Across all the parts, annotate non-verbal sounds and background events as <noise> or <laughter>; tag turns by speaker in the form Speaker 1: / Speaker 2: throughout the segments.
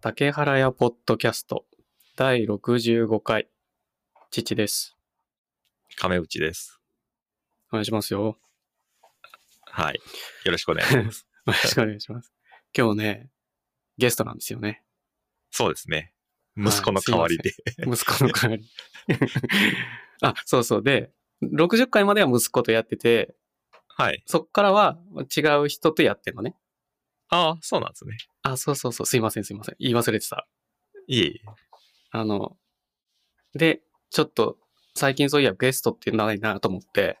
Speaker 1: 竹原屋ポッドキャスト第65回、父です。
Speaker 2: 亀内です。
Speaker 1: お願いしますよ。
Speaker 2: はい。よろしくお願いし
Speaker 1: <laughs>
Speaker 2: ます。
Speaker 1: よろしくお願いします。今日ね、ゲストなんですよね。
Speaker 2: そうですね。
Speaker 1: はい
Speaker 2: 息子の代わりで。
Speaker 1: 息子の代わり。あ、そうそう。で、60回までは息子とやってて、
Speaker 2: はい。
Speaker 1: そっからは違う人とやってんのね。
Speaker 2: ああ、そうなんですね。
Speaker 1: あ、そうそうそう。すいません、すいません。言い忘れてた。
Speaker 2: いえいえ。
Speaker 1: あの、で、ちょっと最近そういやゲストってないなと思って、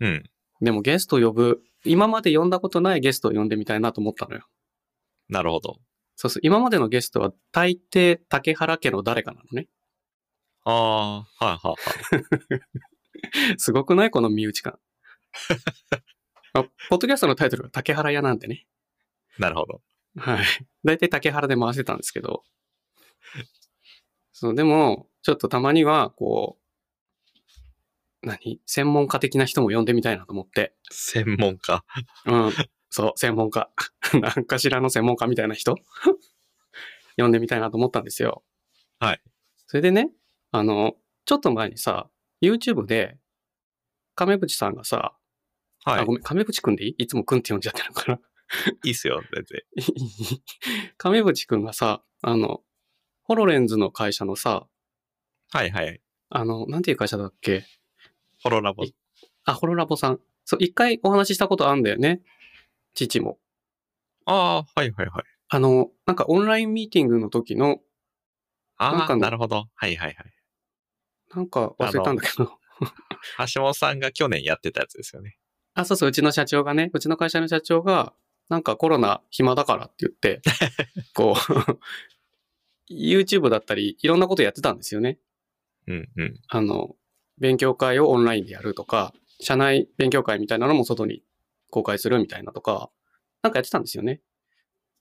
Speaker 2: うん。
Speaker 1: でもゲスト呼ぶ、今まで呼んだことないゲストを呼んでみたいなと思ったのよ。
Speaker 2: なるほど。
Speaker 1: そうそう。今までのゲストは大抵竹原家の誰かなのね。 <laughs>
Speaker 2: ああ、はいはい
Speaker 1: すごくないこの身内感。あポッドキャストのタイトルが竹原屋なんでね。
Speaker 2: はい。なるほど。
Speaker 1: はい。大体竹原で回してたんですけど。そう、でも、ちょっとたまには、こう、何専門家的な人も呼んでみたいなと思って。
Speaker 2: 専門家。
Speaker 1: うん。そう、専門家。 <laughs> 何かしらの専門家みたいな人 <laughs> 呼んでみたいなと思ったんですよ。
Speaker 2: はい。
Speaker 1: それでね、あの、ちょっと前にさ、YouTube で、亀渕さんがさ、
Speaker 2: は
Speaker 1: あ、ごめん、亀渕くんでいいいつもくんって呼んじゃってるから。
Speaker 2: い。いいっすよ、全然。
Speaker 1: <laughs> 亀渕くんがさ、あの、ホロレンズの会社のさ、
Speaker 2: はいはい。
Speaker 1: あの、なんていう会社だっけ
Speaker 2: ホロラボ。
Speaker 1: あ、ホロラボさん。そう、一回お話ししたことあるんだよね。父も。
Speaker 2: ああ、はいはいはい。
Speaker 1: あの、なんかオンラインミーティングの時のなん
Speaker 2: あ
Speaker 1: かの
Speaker 2: あ、なるほど。はいはいはい。
Speaker 1: なんか忘れたんだけど。
Speaker 2: 橋本さんが去年やってたやつですよね。
Speaker 1: あそうそう、うちの社長がね、うちの会社の社長が、なんかコロナ暇だからって言って、こう、YouTube だったり、いろんなことやってたんですよね。
Speaker 2: うんうん。
Speaker 1: あの、勉強会をオンラインでやるとか、社内勉強会みたいなのも外に公開するみたいなとか、なんかやってたんですよね。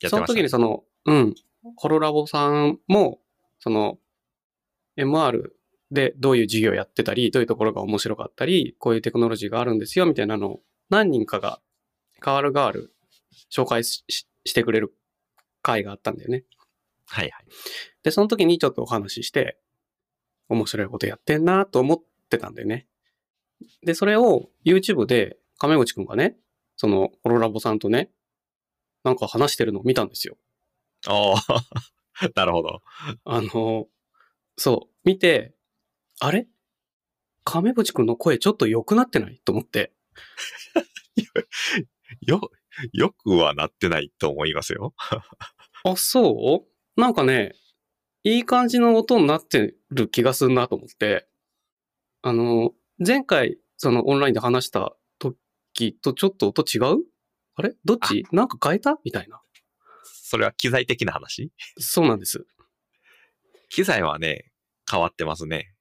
Speaker 2: やって
Speaker 1: その
Speaker 2: ました、
Speaker 1: 時
Speaker 2: ね
Speaker 1: に。その、うん、ホロラボさんも、その、MR でどういう授業やってたり、どういうところが面白かったり、こういうテクノロジーがあるんですよ、みたいなのを何人かが、カールガール紹介しししてくれる会があったんだよね。
Speaker 2: はいはい。
Speaker 1: で、その時にちょっとお話しして、面白いことやってんなと思ってたんだよね。で、それを YouTube で亀口くんがね、その、ホロラボさんとね、なんか話してるのを見たんですよ。
Speaker 2: ああ、 <laughs> なるほど。
Speaker 1: あの、そう、見て、あれ亀渕くんの声ちょっと良くなってないと思って。
Speaker 2: よ、よくはなってないと思いますよ。
Speaker 1: あ、そうなんかね、いい感じの音になってる気がするなと思って。あの、前回、そのオンラインで話した時とちょっと音違うあれどっちなんか変えたみたいな。
Speaker 2: それは機材的な話
Speaker 1: そうなんです。
Speaker 2: 機材はね、変わってますね。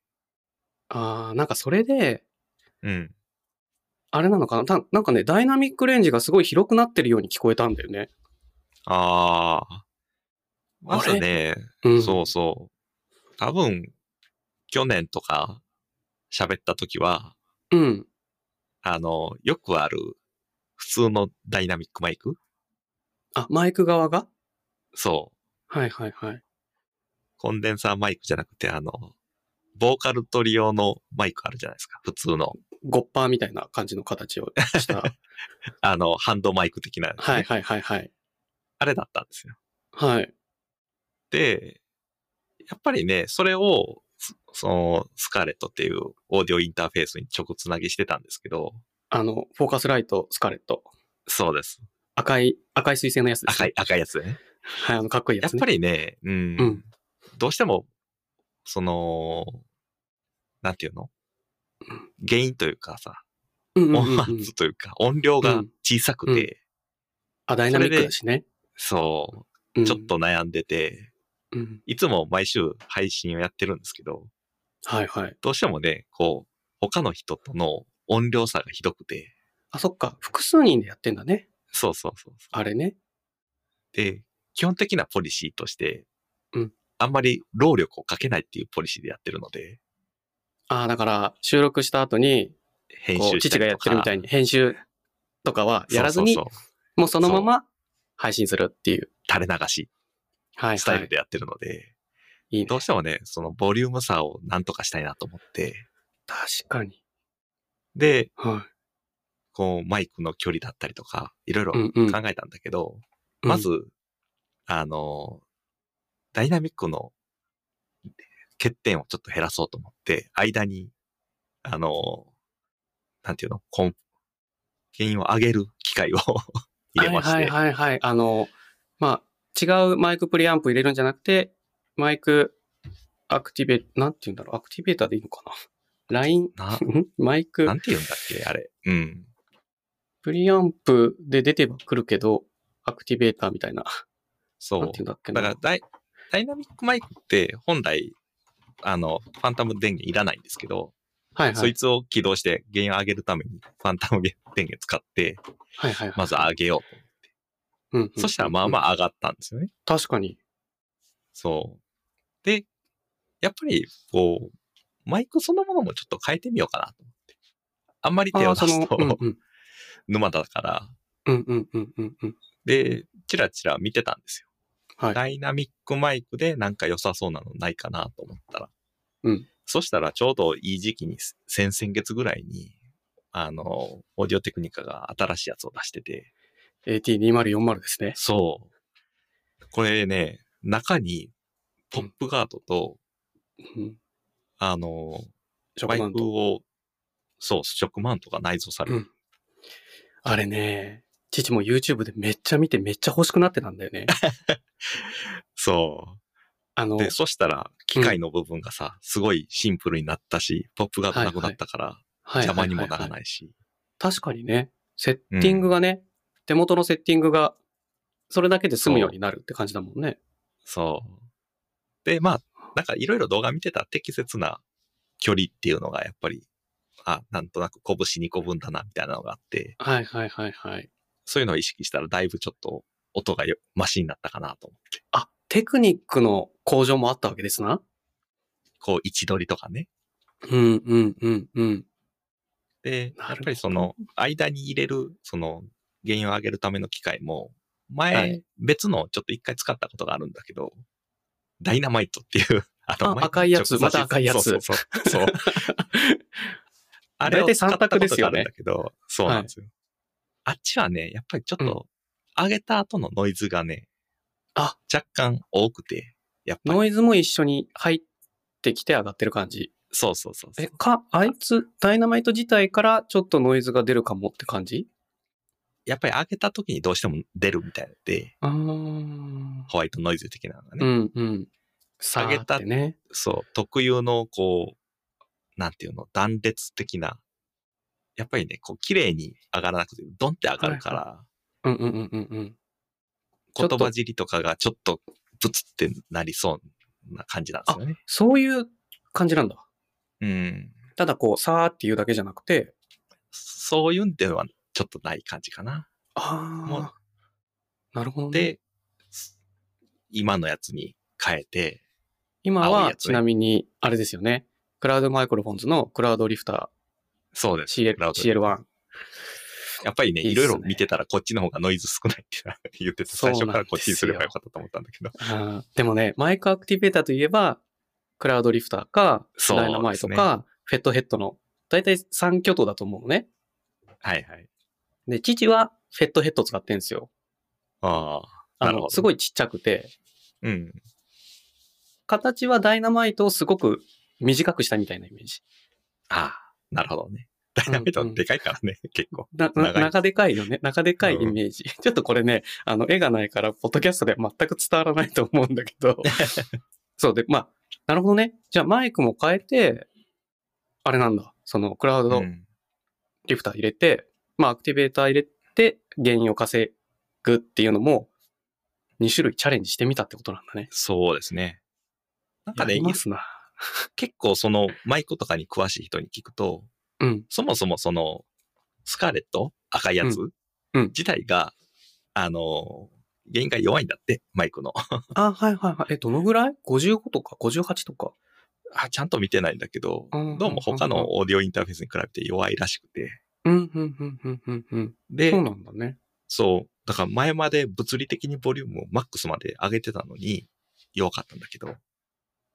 Speaker 1: あー、なんかそれで、
Speaker 2: うん。
Speaker 1: あれなのかなたなんかね、ダイナミックレンジがすごい広くなってるように聞こえたんだよね。
Speaker 2: ああ。まずね、
Speaker 1: うん。
Speaker 2: そうそう。多分、去年とか喋った時は、
Speaker 1: う。うん。
Speaker 2: あの、よくある普通のダイナミックマイク
Speaker 1: あ、マイク側が
Speaker 2: そう。
Speaker 1: はいはいはい。
Speaker 2: コンデンサーマイクじゃなくて、あの、ボーカル取り用のマイクあるじゃないですか。普通の。
Speaker 1: ゴッパーみたいな感じの形をした。
Speaker 2: <laughs> あの、ハンドマイク的なやつね、
Speaker 1: はいはいはいはい。
Speaker 2: あれだったんですよ。
Speaker 1: はい。
Speaker 2: で、やっぱりね、それを、そその、スカーレットっていうオーディオインターフェースに直つなぎしてたんですけど、
Speaker 1: あの、フォーカスライト、スカレット。
Speaker 2: そうです。
Speaker 1: 赤い、赤い水星のやつです、
Speaker 2: 赤
Speaker 1: ね。
Speaker 2: い、赤いやつね。
Speaker 1: はい、あの、かっこいいや
Speaker 2: やっ
Speaker 1: つ、ね。
Speaker 2: ぱりね、うん、
Speaker 1: うん
Speaker 2: どうしても、その、なんていうの原因というかさ、
Speaker 1: うんうんうんうん
Speaker 2: 音圧というか、音量が小さくて、
Speaker 1: あ、ダイナミックだしね。
Speaker 2: そ
Speaker 1: うん
Speaker 2: う、ちょっ。と悩んでて、
Speaker 1: うん。
Speaker 2: いつも毎週配信をやってるんですけど、
Speaker 1: はいはい。
Speaker 2: どうしてもね、こう、他の人との音量差がひどくて、
Speaker 1: あ、そっか。複数人でやってんだね。
Speaker 2: そうそうそうそ
Speaker 1: あれね。
Speaker 2: う。で、基本的なポリシーとして、
Speaker 1: うん
Speaker 2: あんまり労力をかけないっていうポリシーでやってるので、
Speaker 1: あだから、収録した後に、
Speaker 2: 編
Speaker 1: こう、
Speaker 2: 集した
Speaker 1: 父が
Speaker 2: り
Speaker 1: やっ
Speaker 2: と
Speaker 1: て
Speaker 2: か。
Speaker 1: るみたいに、編集とかはやらずに、
Speaker 2: そうそうそう
Speaker 1: もうそのまま配信するっていう。
Speaker 2: 垂れ流し。
Speaker 1: はい。
Speaker 2: スタイルでやってるので、
Speaker 1: いいね
Speaker 2: どうしてもね、そのボリューム差をなんとかしたいなと思って、
Speaker 1: 確かに。
Speaker 2: で、
Speaker 1: は
Speaker 2: こう、マイクの距離だったりとか、いろいろ
Speaker 1: い。
Speaker 2: 考
Speaker 1: んう
Speaker 2: えたんだけど、まず、、あの、ダイナミックの欠点をちょっと減らそうと思って、間に、あの、なんていうの、コン、原因を上げる機械を <laughs> 入れまして、
Speaker 1: はいはいはいはい。あの、まあ、違うマイクプリアンプ入れるんじゃなくて、マイクアクティベなんて言うんだろう、アクティベーターでいいのかな。ライン、んマイク
Speaker 2: な、なんていうんだっけ、あれ。うん。
Speaker 1: プリアンプで出てはくるけど、アクティベーターみたいな。
Speaker 2: そ
Speaker 1: なん
Speaker 2: う
Speaker 1: て。言うんだっけ
Speaker 2: だ
Speaker 1: な。
Speaker 2: からダイ、ダイナミックマイクって本来、あの、ファンタム電源いらないんですけど、
Speaker 1: はいは
Speaker 2: そい
Speaker 1: い。
Speaker 2: つを起動して原因を上げるためにファンタム電源使って、
Speaker 1: はいはいはい。
Speaker 2: まず上げようと。
Speaker 1: うんうん
Speaker 2: そしたらまあまあ上がったんですよね。
Speaker 1: 確かに。
Speaker 2: そう。で、やっぱり、こう、マイクそのものもちょっと変えてみようかなと思って。あんまり手
Speaker 1: あ
Speaker 2: を
Speaker 1: あ、そ
Speaker 2: 出
Speaker 1: の
Speaker 2: す、
Speaker 1: うん
Speaker 2: と
Speaker 1: うん。
Speaker 2: 沼だから、
Speaker 1: うんうんうんうんうん。
Speaker 2: で、チラチラ見てたんですよ。
Speaker 1: はい
Speaker 2: ダイナミックマイクでなんか良さそうなのないかなと思ったら。
Speaker 1: うん
Speaker 2: そしたらちょうどいい時期に、先々月ぐらいに、あの、オーディオテクニカが新しいやつを出してて。
Speaker 1: AT2040 ですね。
Speaker 2: そう。これね、中にポップガードと、
Speaker 1: うん。
Speaker 2: あの、
Speaker 1: ショ
Speaker 2: バ
Speaker 1: コ
Speaker 2: イ
Speaker 1: マン
Speaker 2: ク
Speaker 1: ト。
Speaker 2: を、そう、食マントが内蔵される。
Speaker 1: うんあれね、父も YouTube でめっちゃ見てめっちゃ欲しくなってたんだよね。
Speaker 2: そ
Speaker 1: あの
Speaker 2: う。、で、そしたら、機械の部分がさ、すごいシンプルになったし、ポップがなくなったから、
Speaker 1: はい
Speaker 2: 邪魔にもなら
Speaker 1: い。
Speaker 2: ないし。
Speaker 1: 確かにね、セッティングがね、手元のセッティングが、それだけで済むようになるって感じだもんね。
Speaker 2: そう。で、まあ、なんかいろいろ動画見てたら適切な距離っていうのが、やっぱり、あ、なんとなく拳2個分だな、みたいなのがあって、
Speaker 1: はいはいはいはい。
Speaker 2: そういうのを意識したら、だいぶちょっと音がよマシになったかなと思って。
Speaker 1: あ、テクニックの向上もあったわけですな。
Speaker 2: こう、位置取りとかね。
Speaker 1: うんうんうんうん。
Speaker 2: で、
Speaker 1: なるほど
Speaker 2: やっぱりその間に入れる、その原因を上げるための機械も、前、
Speaker 1: はい
Speaker 2: 別のちょっと一回使ったことがあるんだけど、ダイナマイトっていう、 <laughs> あ
Speaker 1: あ
Speaker 2: マイク
Speaker 1: 赤いやつ
Speaker 2: 直差
Speaker 1: ま
Speaker 2: し
Speaker 1: た赤いやつ
Speaker 2: そうそうそ
Speaker 1: <laughs>
Speaker 2: う。そうあれを
Speaker 1: 大体
Speaker 2: 使った
Speaker 1: 三
Speaker 2: こ
Speaker 1: 択
Speaker 2: と
Speaker 1: です
Speaker 2: が
Speaker 1: よ
Speaker 2: ある
Speaker 1: ね
Speaker 2: んだけど、そうなんですよ。あっちはね、やっぱりちょっと、上げた後のノイズがね、
Speaker 1: あ
Speaker 2: 若干多くて、やっぱり、
Speaker 1: ノイズも一緒に入ってきて上がってる感じ。
Speaker 2: そうそうそうそう
Speaker 1: え、か、あいつ、ダイナマイト自体からちょっとノイズが出るかもって感じ
Speaker 2: やっぱり上げた時にどうしても出るみたいで、
Speaker 1: あーうん
Speaker 2: ホワイトノイズ的なのがね。
Speaker 1: うん。
Speaker 2: 下げた
Speaker 1: さーってね。
Speaker 2: そう、特有の、こう、なんていうの、断裂的な、やっぱりね、こう、綺麗に上がらなくて、ドンって上がるから、
Speaker 1: うんうんうんうんうん。ちょっと
Speaker 2: 言葉尻とかがちょっと、ブツってなりそうな感じなんですよね。
Speaker 1: そういう感じなんだ。
Speaker 2: うん。
Speaker 1: ただこう、さーっていうだけじゃなくて、
Speaker 2: そういうんでは、ちょっとない感じかな。もう
Speaker 1: ああ、なるほど、ね。
Speaker 2: で、す今のやつに変えて、
Speaker 1: 今
Speaker 2: 青い
Speaker 1: は
Speaker 2: やつね
Speaker 1: ちなみに、あれですよね。クラウドマイクロフォンズのクラウドリフタ
Speaker 2: そうです。
Speaker 1: ー CL
Speaker 2: クラウド
Speaker 1: CL1。
Speaker 2: やっぱりね、
Speaker 1: いいっ
Speaker 2: い
Speaker 1: すね
Speaker 2: ろいろ見てたらこっちの方がノイズ少ないって言ってて、
Speaker 1: そう
Speaker 2: 最
Speaker 1: なんです
Speaker 2: 初
Speaker 1: よ
Speaker 2: からこっちにすればよかったと思ったんだけど。
Speaker 1: あーでもね、マイクアクティベーターといえば、クラウドリフターか、
Speaker 2: そうですね
Speaker 1: ダイナマイトか、フェットヘッドの、だいたい3巨頭だと思うのね。
Speaker 2: はいはい。
Speaker 1: で、父はフェットヘッド使ってんですよ。
Speaker 2: ああ、
Speaker 1: あ
Speaker 2: なるほ
Speaker 1: の、
Speaker 2: ど。
Speaker 1: す
Speaker 2: い。
Speaker 1: ごいちっちゃくて、
Speaker 2: うん。
Speaker 1: 形はダイナマイトをすごく短くしたみたいなイメージ。
Speaker 2: ああ、なるほどね。ダイナミットでかいからね、 <laughs> 結
Speaker 1: <laughs>
Speaker 2: 構。
Speaker 1: な、
Speaker 2: 長
Speaker 1: ない
Speaker 2: です
Speaker 1: 中でかいよね。中でかいイメージ。 <laughs> ちょっとこれね、あの、絵がないから、ポッドキャストでは全く伝わらないと思うんだけど。 <laughs> そうで、まあ、なるほどね。じゃあマイクも変えて、あれなんだ。その、クラウド
Speaker 2: うん
Speaker 1: リフター入れて、まあ、アクティベーター入れて、原因を稼ぐっていうのも、2種類チャレンジしてみたってことなんだね。
Speaker 2: そうですね。なんか
Speaker 1: や
Speaker 2: ね
Speaker 1: り、ますな。
Speaker 2: 結構そのマイクとかに詳しい人に聞くと、
Speaker 1: うん。
Speaker 2: そもそもその、スカーレット赤いやつ、
Speaker 1: うん
Speaker 2: 自体が、あの、原因が弱いんだって、マイクの。 <laughs>
Speaker 1: あ、はいはいはい。え、どのぐらい ?55 とか58とか。
Speaker 2: あちゃんと見てないんだけど、
Speaker 1: うん
Speaker 2: どうも他のオーディオインターフェースに比べて弱いらしくて。
Speaker 1: うん、うん、うん、うん、うん、うん。
Speaker 2: で、
Speaker 1: そう
Speaker 2: そ
Speaker 1: な
Speaker 2: う
Speaker 1: んだね。
Speaker 2: そう。だから前まで物理的にボリュームをマックスまで上げてたのに弱かったんだけど、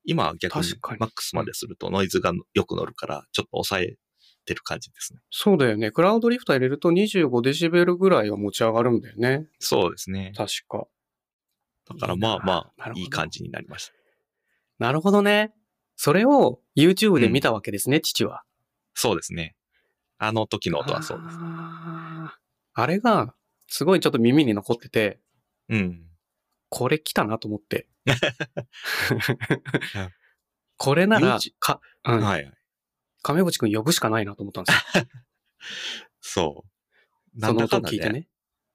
Speaker 2: 今は逆に
Speaker 1: 確かに
Speaker 2: マックスまでするとノイズがよく乗るから、ちょっと抑えてる感じですね。
Speaker 1: そうだよね。クラウドリフト入れると25デシベルぐらいは持ち上がるんだよね。
Speaker 2: そうですね。
Speaker 1: 確か。
Speaker 2: だからまあま
Speaker 1: な
Speaker 2: あ
Speaker 1: る、ほど
Speaker 2: いい感じになりました。
Speaker 1: なるほどね。それを YouTube で見たわけですね、父は。
Speaker 2: そうですね。あの時の音はそうです。
Speaker 1: あーあれが、すごいちょっと耳に残ってて、
Speaker 2: うん。
Speaker 1: これ来たなと思って
Speaker 2: や。
Speaker 1: <laughs> これなら
Speaker 2: YouTube、
Speaker 1: か、うん、
Speaker 2: はいはい。
Speaker 1: 亀渕くん呼ぶしかないなと思ったんですよ。
Speaker 2: そう。 <laughs> な
Speaker 1: そ
Speaker 2: ん
Speaker 1: の
Speaker 2: だ
Speaker 1: 音
Speaker 2: か
Speaker 1: を
Speaker 2: んだ
Speaker 1: 聞いて
Speaker 2: ね、
Speaker 1: ね。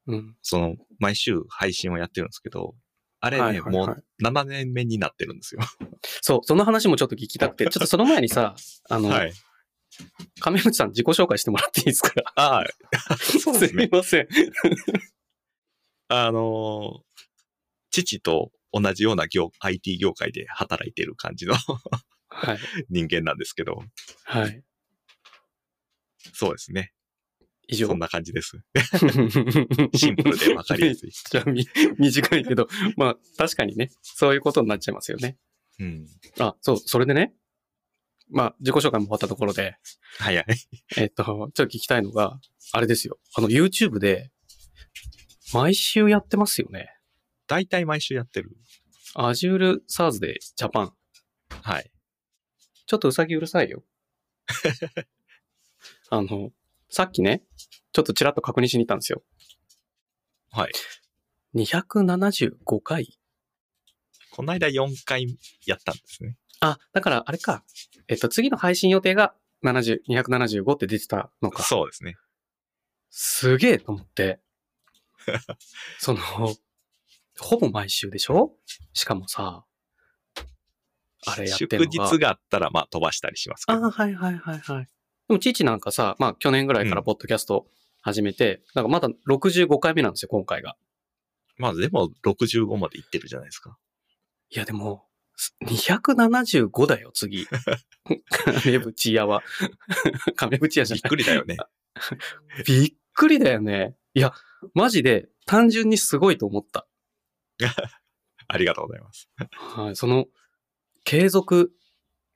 Speaker 1: うん。
Speaker 2: その、毎週配信をやってるんですけど、あれね、
Speaker 1: はいはいはい
Speaker 2: もう7年目になってるんですよ。
Speaker 1: そう、その話もちょっと聞きたく
Speaker 2: <laughs>
Speaker 1: て、ちょっとその前にさ、あの、
Speaker 2: はい。
Speaker 1: 亀渕さん自己紹介してもらっていいですか
Speaker 2: ああ、そうです
Speaker 1: <laughs>
Speaker 2: すね
Speaker 1: み。ません。
Speaker 2: あのー父と同じような業、IT 業界で働いてる感じの <laughs>
Speaker 1: はい。
Speaker 2: 人間なんですけど、
Speaker 1: はい。
Speaker 2: そうですね。
Speaker 1: 以上
Speaker 2: そん。
Speaker 1: <laughs>
Speaker 2: な感じです。シ
Speaker 1: シ
Speaker 2: ンプルでわかりやすい。
Speaker 1: じ <laughs> ゃあみ短いけど、まあ確かにね、そういうことになっちゃいますよね。
Speaker 2: うん。
Speaker 1: あ、そう、それでね、まあ自己紹介も終わったところで、
Speaker 2: はいはい。
Speaker 1: えっと、ちょっと聞きたいのが、あれですよ。あの YouTube で、毎週やってますよね。
Speaker 2: 大体毎週やってる。
Speaker 1: Azure SARS で Japan。
Speaker 2: はい。
Speaker 1: ちょっとうさぎうるさい
Speaker 2: <laughs>
Speaker 1: よ。あの、さっきね、ちょっとちらっと確認しに行ったんですよ。
Speaker 2: はい。
Speaker 1: 275回
Speaker 2: この間4回やったんですね。
Speaker 1: あ、だからあれか。えっと、次の配信予定が70、275って出てたのか。
Speaker 2: そうですね。
Speaker 1: すげえと思
Speaker 2: <laughs>
Speaker 1: って。その、ほぼ毎週でしょしかもさ、あれやってん
Speaker 2: 祝
Speaker 1: のが
Speaker 2: 日があったら、まあ飛ばしたりしますけ
Speaker 1: あ
Speaker 2: ど。
Speaker 1: あ、はいはいはいはい。でも、父なんかさ、まあ、去年ぐらいからポッドキャスト始めて、なんかまだ65回目なんですよ、今回が。
Speaker 2: まあでも65まで行ってるじゃないですか。
Speaker 1: いや、でも、す275だよ、
Speaker 2: <laughs>
Speaker 1: 次。亀渕屋は。亀渕屋じゃ
Speaker 2: びっ
Speaker 1: ない。
Speaker 2: くりだよね。 <laughs>
Speaker 1: びっくりだよね。いや、マジで、単純にすごいと思った。
Speaker 2: ありがとうございます。
Speaker 1: はい、その、継続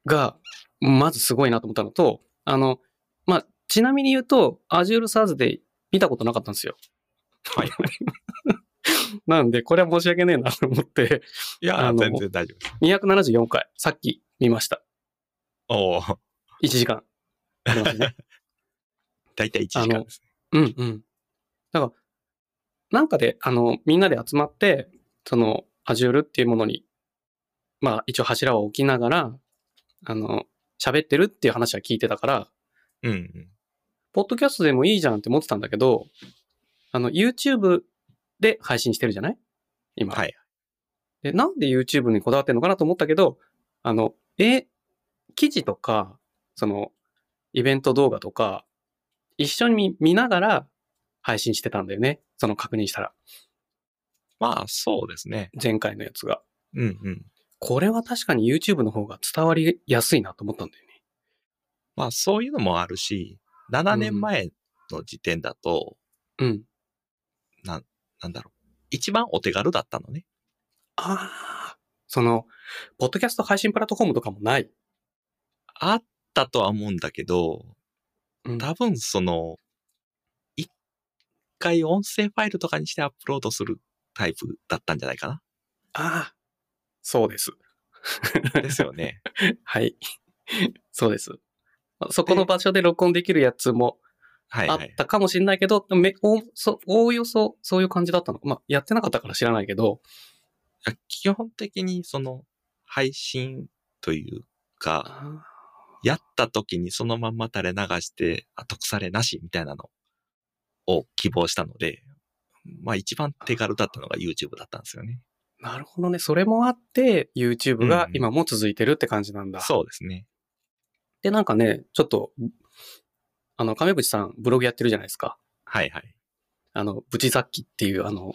Speaker 1: が、まずすごいなと思ったのと、あの、まあ、ちなみに言うと、Azure SaaS で見たことなかったんですよ。
Speaker 2: はい。
Speaker 1: <laughs> なんで、これは申し訳ねえなと思って、
Speaker 2: いや
Speaker 1: あ
Speaker 2: ー、
Speaker 1: の
Speaker 2: 全然大丈夫です。
Speaker 1: 274回、さっき見ました。
Speaker 2: おお、
Speaker 1: 1時
Speaker 2: <laughs>
Speaker 1: 間。ありますね。
Speaker 2: 大体1時間です
Speaker 1: う
Speaker 2: ね。
Speaker 1: んうん。だから、なんかで、あの、みんなで集まって、その、Azure っていうものに、まあ、一応柱を置きながら、あの、喋ってるっていう話は聞いてたから、
Speaker 2: うんうん。
Speaker 1: ポッドキャストでもいいじゃんって思ってたんだけど、あの、YouTube で配信してるじゃない今。
Speaker 2: はい。
Speaker 1: で、なんで YouTube にこだわってんのかなと思ったけど、あの、え、記事とか、その、イベント動画とか、一緒に見見ながら配信してたんだよね。その確認したら、
Speaker 2: まあ、そうですね。
Speaker 1: 前回のやつが。
Speaker 2: うんうん。
Speaker 1: これは確かに YouTube の方が伝わりやすいなと思ったんだよね。
Speaker 2: まあ、そういうのもあるし、7年前の時点だと、
Speaker 1: うん。
Speaker 2: なんだろう。一番お手軽だったのね。
Speaker 1: ああ、その、ポッドキャスト配信プラットフォームとかもない。
Speaker 2: あったとは思うんだけど、
Speaker 1: うん
Speaker 2: 多分その、一回音声ファイルとかにしてアップロードするタイプだったんじゃないか
Speaker 1: ああ、そうです。
Speaker 2: な。ですよ
Speaker 1: <laughs>
Speaker 2: ね。
Speaker 1: はい。そうです。そこの場所で録音できるやつも
Speaker 2: はい
Speaker 1: あっ
Speaker 2: はい。
Speaker 1: たかもしれないけど、めおそおおよそそういう感じだったのか。まあ、やってなかったから知らないけど。
Speaker 2: 基本的にその、配信というか、やった時にそのまんま垂れ流して、あ得されなしみたいなのを希望したので、まあ一番手軽だったのが YouTube だったんですよね。
Speaker 1: なるほどね。それもあって、YouTube が
Speaker 2: うん
Speaker 1: 今も続いてるって感じなんだ。
Speaker 2: そうですね。
Speaker 1: で、なんかね、ちょっと、あの、亀渕さんブログやってるじゃないですか。
Speaker 2: はいはい。
Speaker 1: あの、ブチ雑記っていう、あの、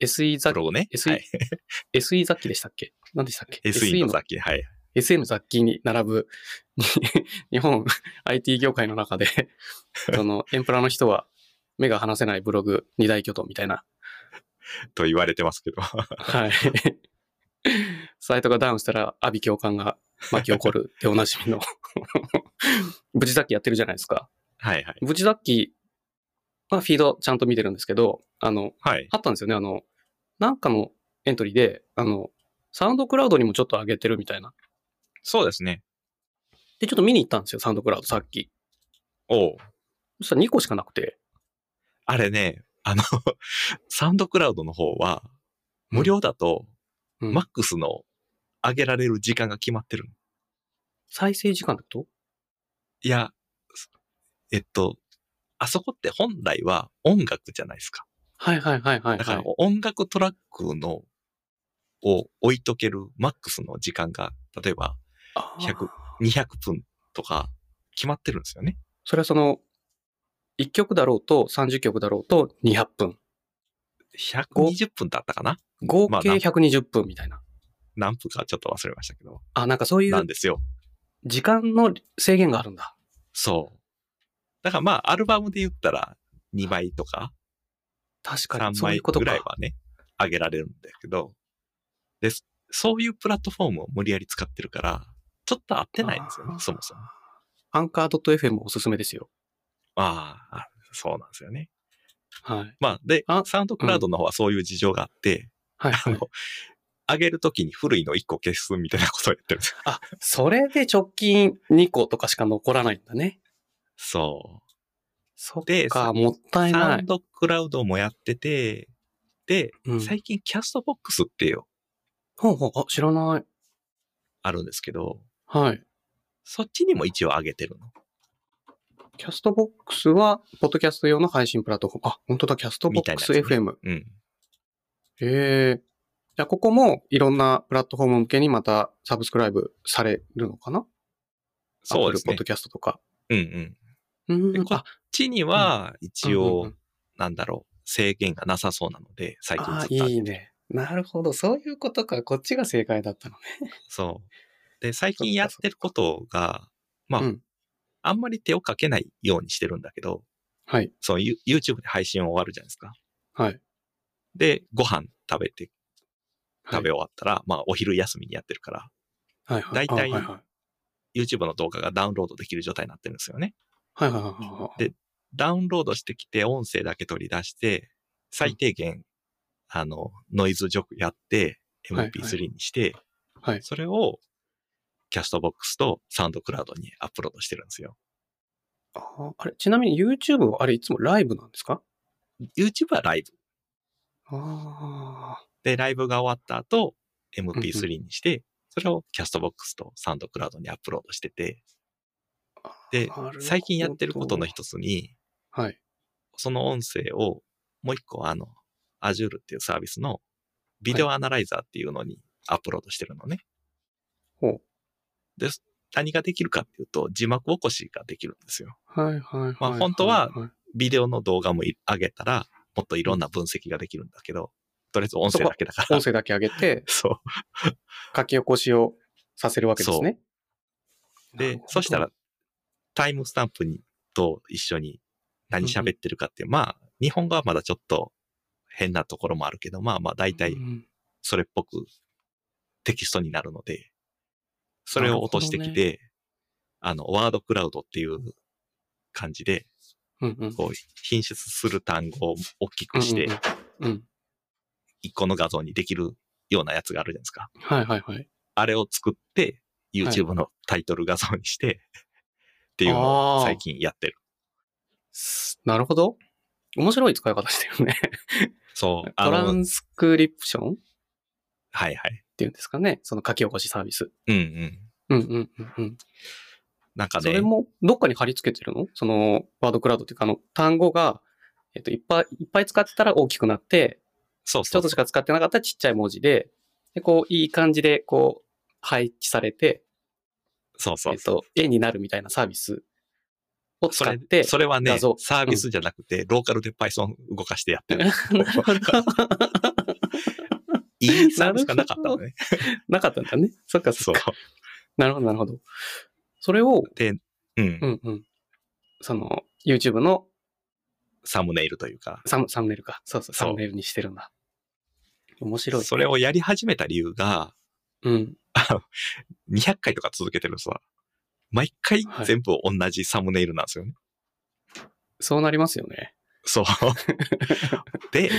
Speaker 1: SE 雑
Speaker 2: ブ
Speaker 1: 記
Speaker 2: ロ、グね。
Speaker 1: SE
Speaker 2: はい、
Speaker 1: SE 雑記でしたっけ何でしたっけ
Speaker 2: SE の先、はい。
Speaker 1: SM 雑記に並ぶ <laughs> 日本 IT 業界の中で、そのエンプラの人は目が離せないブログ二大巨頭みたいな。
Speaker 2: と言われてますけど。 <laughs>
Speaker 1: はい。サイトがダウンしたら、阿ビ教官が巻き起こるでおなじみの。ブチザッキやってるじゃないですか。
Speaker 2: はいはい。
Speaker 1: ブチザッキはフィードちゃんと見てるんですけど、あの、
Speaker 2: はい。
Speaker 1: あったんですよね。あの、なんかのエントリーで、あの、サウンドクラウドにもちょっと上げてるみたいな。
Speaker 2: そうですね。
Speaker 1: で、ちょっと見に行ったんですよ、サウンドクラウド、さっき。
Speaker 2: おう
Speaker 1: そしたら2個しかなくて。
Speaker 2: あれね、あの、 <laughs> サウンドクラウドの方は、無料だと、
Speaker 1: うん
Speaker 2: マックスの上げられる時間が決まってるの。
Speaker 1: 再生時間ってこと
Speaker 2: いや、えっと、あそこって本来は音楽じゃないですか。
Speaker 1: はいはいはいはい、
Speaker 2: だか
Speaker 1: は
Speaker 2: ら
Speaker 1: い。
Speaker 2: 音楽トラックの、を置いとけるマックスの時間が、例えば
Speaker 1: あー
Speaker 2: 100200分とか決まってるんですよね。
Speaker 1: それはその、1曲だろうと30曲だろうと200分。
Speaker 2: 120分だったかな
Speaker 1: 合
Speaker 2: まあ
Speaker 1: 計
Speaker 2: な
Speaker 1: 120分みたいな。
Speaker 2: 何分かちょっと忘れましたけど。
Speaker 1: あ、なんかそうい
Speaker 2: なん
Speaker 1: う
Speaker 2: ですよ。
Speaker 1: 時間の制限があるんだ。
Speaker 2: そう。だからまあ、アルバムで言ったら2倍とか
Speaker 1: 確かに。
Speaker 2: 3
Speaker 1: そうい
Speaker 2: 倍
Speaker 1: うこと
Speaker 2: ぐ
Speaker 1: から
Speaker 2: い。はね、上げられるんだけど、で、そそういうプラットフォームを無理やり使ってるから、ちょっと合ってないんですよね
Speaker 1: あ、ー
Speaker 2: そもそも。
Speaker 1: アンカー .fm おすすめですよ。
Speaker 2: ああ、そうなんですよね。
Speaker 1: はい。
Speaker 2: まあ、で
Speaker 1: あ、
Speaker 2: サウンドクラウドの方はそういう事情があって、
Speaker 1: はい、は
Speaker 2: あ
Speaker 1: い
Speaker 2: の。上げるときに古いの1個消すみたいなことをやってるんですよ。
Speaker 1: あ、それで直近2個とかしか残らないんだね。
Speaker 2: そ
Speaker 1: そっ
Speaker 2: で
Speaker 1: か、
Speaker 2: さ
Speaker 1: もった
Speaker 2: う。
Speaker 1: い
Speaker 2: サ
Speaker 1: な
Speaker 2: ウン
Speaker 1: い。
Speaker 2: ドクラウドもやってて、で、
Speaker 1: うん、
Speaker 2: 最近キャストボックスっていう
Speaker 1: ほうほう、あ、知らない。
Speaker 2: あるんですけど、
Speaker 1: はい。
Speaker 2: そっちにも一応上げてるの。
Speaker 1: キャストボックスは、ポッドキャスト用の配信プラットフォーム。あ、本当だ、キャストボックス
Speaker 2: みたい
Speaker 1: FM。
Speaker 2: うん。
Speaker 1: ええじゃあ、ここもいろんなプラットフォーム向けにまたサブスクライブされるのかな
Speaker 2: そう
Speaker 1: Apple
Speaker 2: ですね
Speaker 1: ポッド。キャストとか。
Speaker 2: うんうん。
Speaker 1: う
Speaker 2: で
Speaker 1: ん
Speaker 2: こっちには、一
Speaker 1: うんうんう
Speaker 2: 応
Speaker 1: ん、
Speaker 2: なんだろう、制限がなさそうなので、最近
Speaker 1: あ
Speaker 2: ず
Speaker 1: あ、
Speaker 2: っと上げて
Speaker 1: いいね。なるほど。そういうことか。こっちが正解だったのね。
Speaker 2: そう。で、最近やってることが、まあ、
Speaker 1: うん
Speaker 2: あんまり手をかけないようにしてるんだけど、
Speaker 1: はい。
Speaker 2: その You- YouTube で配信終わるじゃないですか。
Speaker 1: はい。
Speaker 2: で、ご飯食べて、
Speaker 1: はい
Speaker 2: 食べ終わったら、まあ、お昼休みにやってるから、
Speaker 1: はいはい。
Speaker 2: 大体
Speaker 1: あはいはい。
Speaker 2: YouTube の動画がダウンロードできる状態になってるんですよね。
Speaker 1: はいはいはいはいはい。
Speaker 2: でダウンロードしてきて、音声だけ取り出して、最低限、あの、ノイズ除去やって、
Speaker 1: はい
Speaker 2: MP3 にして、
Speaker 1: はい
Speaker 2: それを、キャストボックスとサウンドクラウドにアップロードしてるんですよ。
Speaker 1: あーあれ、ちなみに YouTube はあれいつもライブなんですか
Speaker 2: YouTube はライブ。
Speaker 1: ああ。
Speaker 2: で、ライブが終わった後、
Speaker 1: う
Speaker 2: MP3 にして、それをキャストボックスとサウンドクラウドにアップロードしてて、
Speaker 1: な
Speaker 2: で
Speaker 1: るほど、
Speaker 2: 最近やってることの一つに、
Speaker 1: はい。
Speaker 2: その音声をもう一個あの、Azure っていうサービスのビデオアナライザーっていうのにアップロードしてるのね。
Speaker 1: ほう。
Speaker 2: 何ができるかっていうと、字幕起こしができるんですよ。
Speaker 1: はいはいはい。
Speaker 2: まあ本当はい
Speaker 1: い
Speaker 2: ビデオの動画もい上げたら、もっといろんな分析ができるんだけど、とりあえず音声だけだから
Speaker 1: 音。声だけ上げて、
Speaker 2: <laughs> そう。
Speaker 1: 書き起こしをさせるわけですね。なる
Speaker 2: で
Speaker 1: ほ、ど
Speaker 2: そしたら、、タイムスタンプにと一緒に何喋ってるかって、まあ、日本語はまだちょっと変なところもあるけど、まあまあ、大体
Speaker 1: うん
Speaker 2: それっぽくテキストになるので、それを落としてき
Speaker 1: なる
Speaker 2: て、あの、ワードクラウドっていう感じで、
Speaker 1: うんうん
Speaker 2: こう、品質する単語を大きくして、
Speaker 1: うんうん。
Speaker 2: 一個の画像にできるようなやつがあるじゃないですか。
Speaker 1: はいはいはい。
Speaker 2: あれを作って、YouTube のタイトル画像にして、っていうのを最近やってる。
Speaker 1: すなるほど。面白い使い方してるね。
Speaker 2: そう。 <laughs> あ
Speaker 1: トラ
Speaker 2: の、
Speaker 1: ンスクリプションっ
Speaker 2: はいはい。
Speaker 1: ていうんですかね。その書き起こしサービス。
Speaker 2: うんうん。
Speaker 1: うんうんうんうん。
Speaker 2: なんか
Speaker 1: そ
Speaker 2: ね
Speaker 1: れ、もどっかに貼り付けてるのそのワードクラウドっていうかあの単語が、えっと、いっぱいいっぱい使ってたら大きくなって、
Speaker 2: そう
Speaker 1: ちょっ
Speaker 2: そうそ
Speaker 1: と
Speaker 2: う
Speaker 1: し。か使ってなかったらちっちゃい文字で、でこういい感じでこう配置されて、
Speaker 2: そうそう
Speaker 1: えっと、絵になるみたいなサービスを
Speaker 2: そ
Speaker 1: 使っ
Speaker 2: れ
Speaker 1: て、
Speaker 2: それはね
Speaker 1: 画、像
Speaker 2: サービスじゃなくて、ローカルで Python 動かしてやって
Speaker 1: <laughs>
Speaker 2: る。
Speaker 1: なるほど。
Speaker 2: いいサービスがなかったのね。
Speaker 1: <laughs> なかったんだね。そっかそ
Speaker 2: そ
Speaker 1: っ
Speaker 2: う
Speaker 1: か。。なるほど、なるほど。それを、
Speaker 2: で、うん
Speaker 1: う。んうん。その、YouTube の
Speaker 2: サムネイルというか、
Speaker 1: サム、サムネイルか。そうそう、
Speaker 2: そう
Speaker 1: サムネイルにしてるんだ。面白い。
Speaker 2: それをやり始めた理由が、
Speaker 1: うん。
Speaker 2: 200回とか続けてるさ、毎回
Speaker 1: はい
Speaker 2: 全部同じサムネイルなんですよね。
Speaker 1: そうなりますよね。
Speaker 2: そう。
Speaker 1: <laughs>
Speaker 2: で、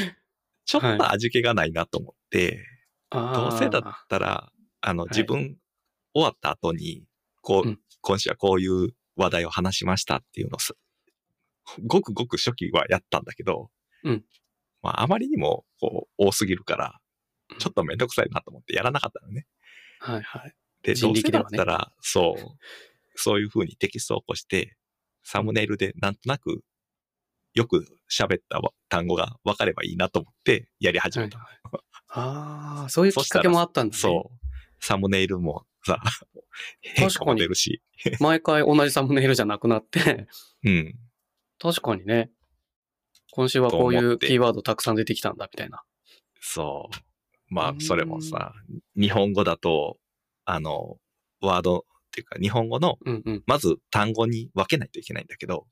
Speaker 2: ちょっと味気がないなと思って、
Speaker 1: ああ。
Speaker 2: どうせだったら、あの、
Speaker 1: い
Speaker 2: 自分終わった後に、こう、
Speaker 1: うん
Speaker 2: 今週はこういう話題を話しましたっていうのをす、ごくごく初期はやったんだけど、
Speaker 1: うん
Speaker 2: まあ、あまりにも、こう、多すぎるから
Speaker 1: うん、
Speaker 2: ちょっとめんどくさいなと思ってやらなかったのね。
Speaker 1: はいはい。
Speaker 2: で、ど
Speaker 1: 人
Speaker 2: うせ
Speaker 1: 力で
Speaker 2: だ
Speaker 1: は
Speaker 2: っ
Speaker 1: ね
Speaker 2: たら、そう、そういう風にテキストを起こして、サムネイルでなんとなく、よく喋ったわ単語が分かればいいなと思ってやり始めた。
Speaker 1: ああ、そういうき
Speaker 2: そ
Speaker 1: っ
Speaker 2: し
Speaker 1: か
Speaker 2: た
Speaker 1: らけもあったんだね。
Speaker 2: そう。サムネイルもさ、変化も出るし、
Speaker 1: 毎回同じサムネイルじゃなくな
Speaker 2: <laughs>
Speaker 1: って、
Speaker 2: うん。
Speaker 1: 確かにね、今週はこうい
Speaker 2: と思
Speaker 1: う
Speaker 2: って
Speaker 1: キーワードたくさん出てきたんだ、みたいな。
Speaker 2: そう。まあ
Speaker 1: う、ん
Speaker 2: それもさ、日本語だと、あの、ワードっていうか、日本語の、
Speaker 1: うんうん。
Speaker 2: まず単語に分けないといけないんだけど、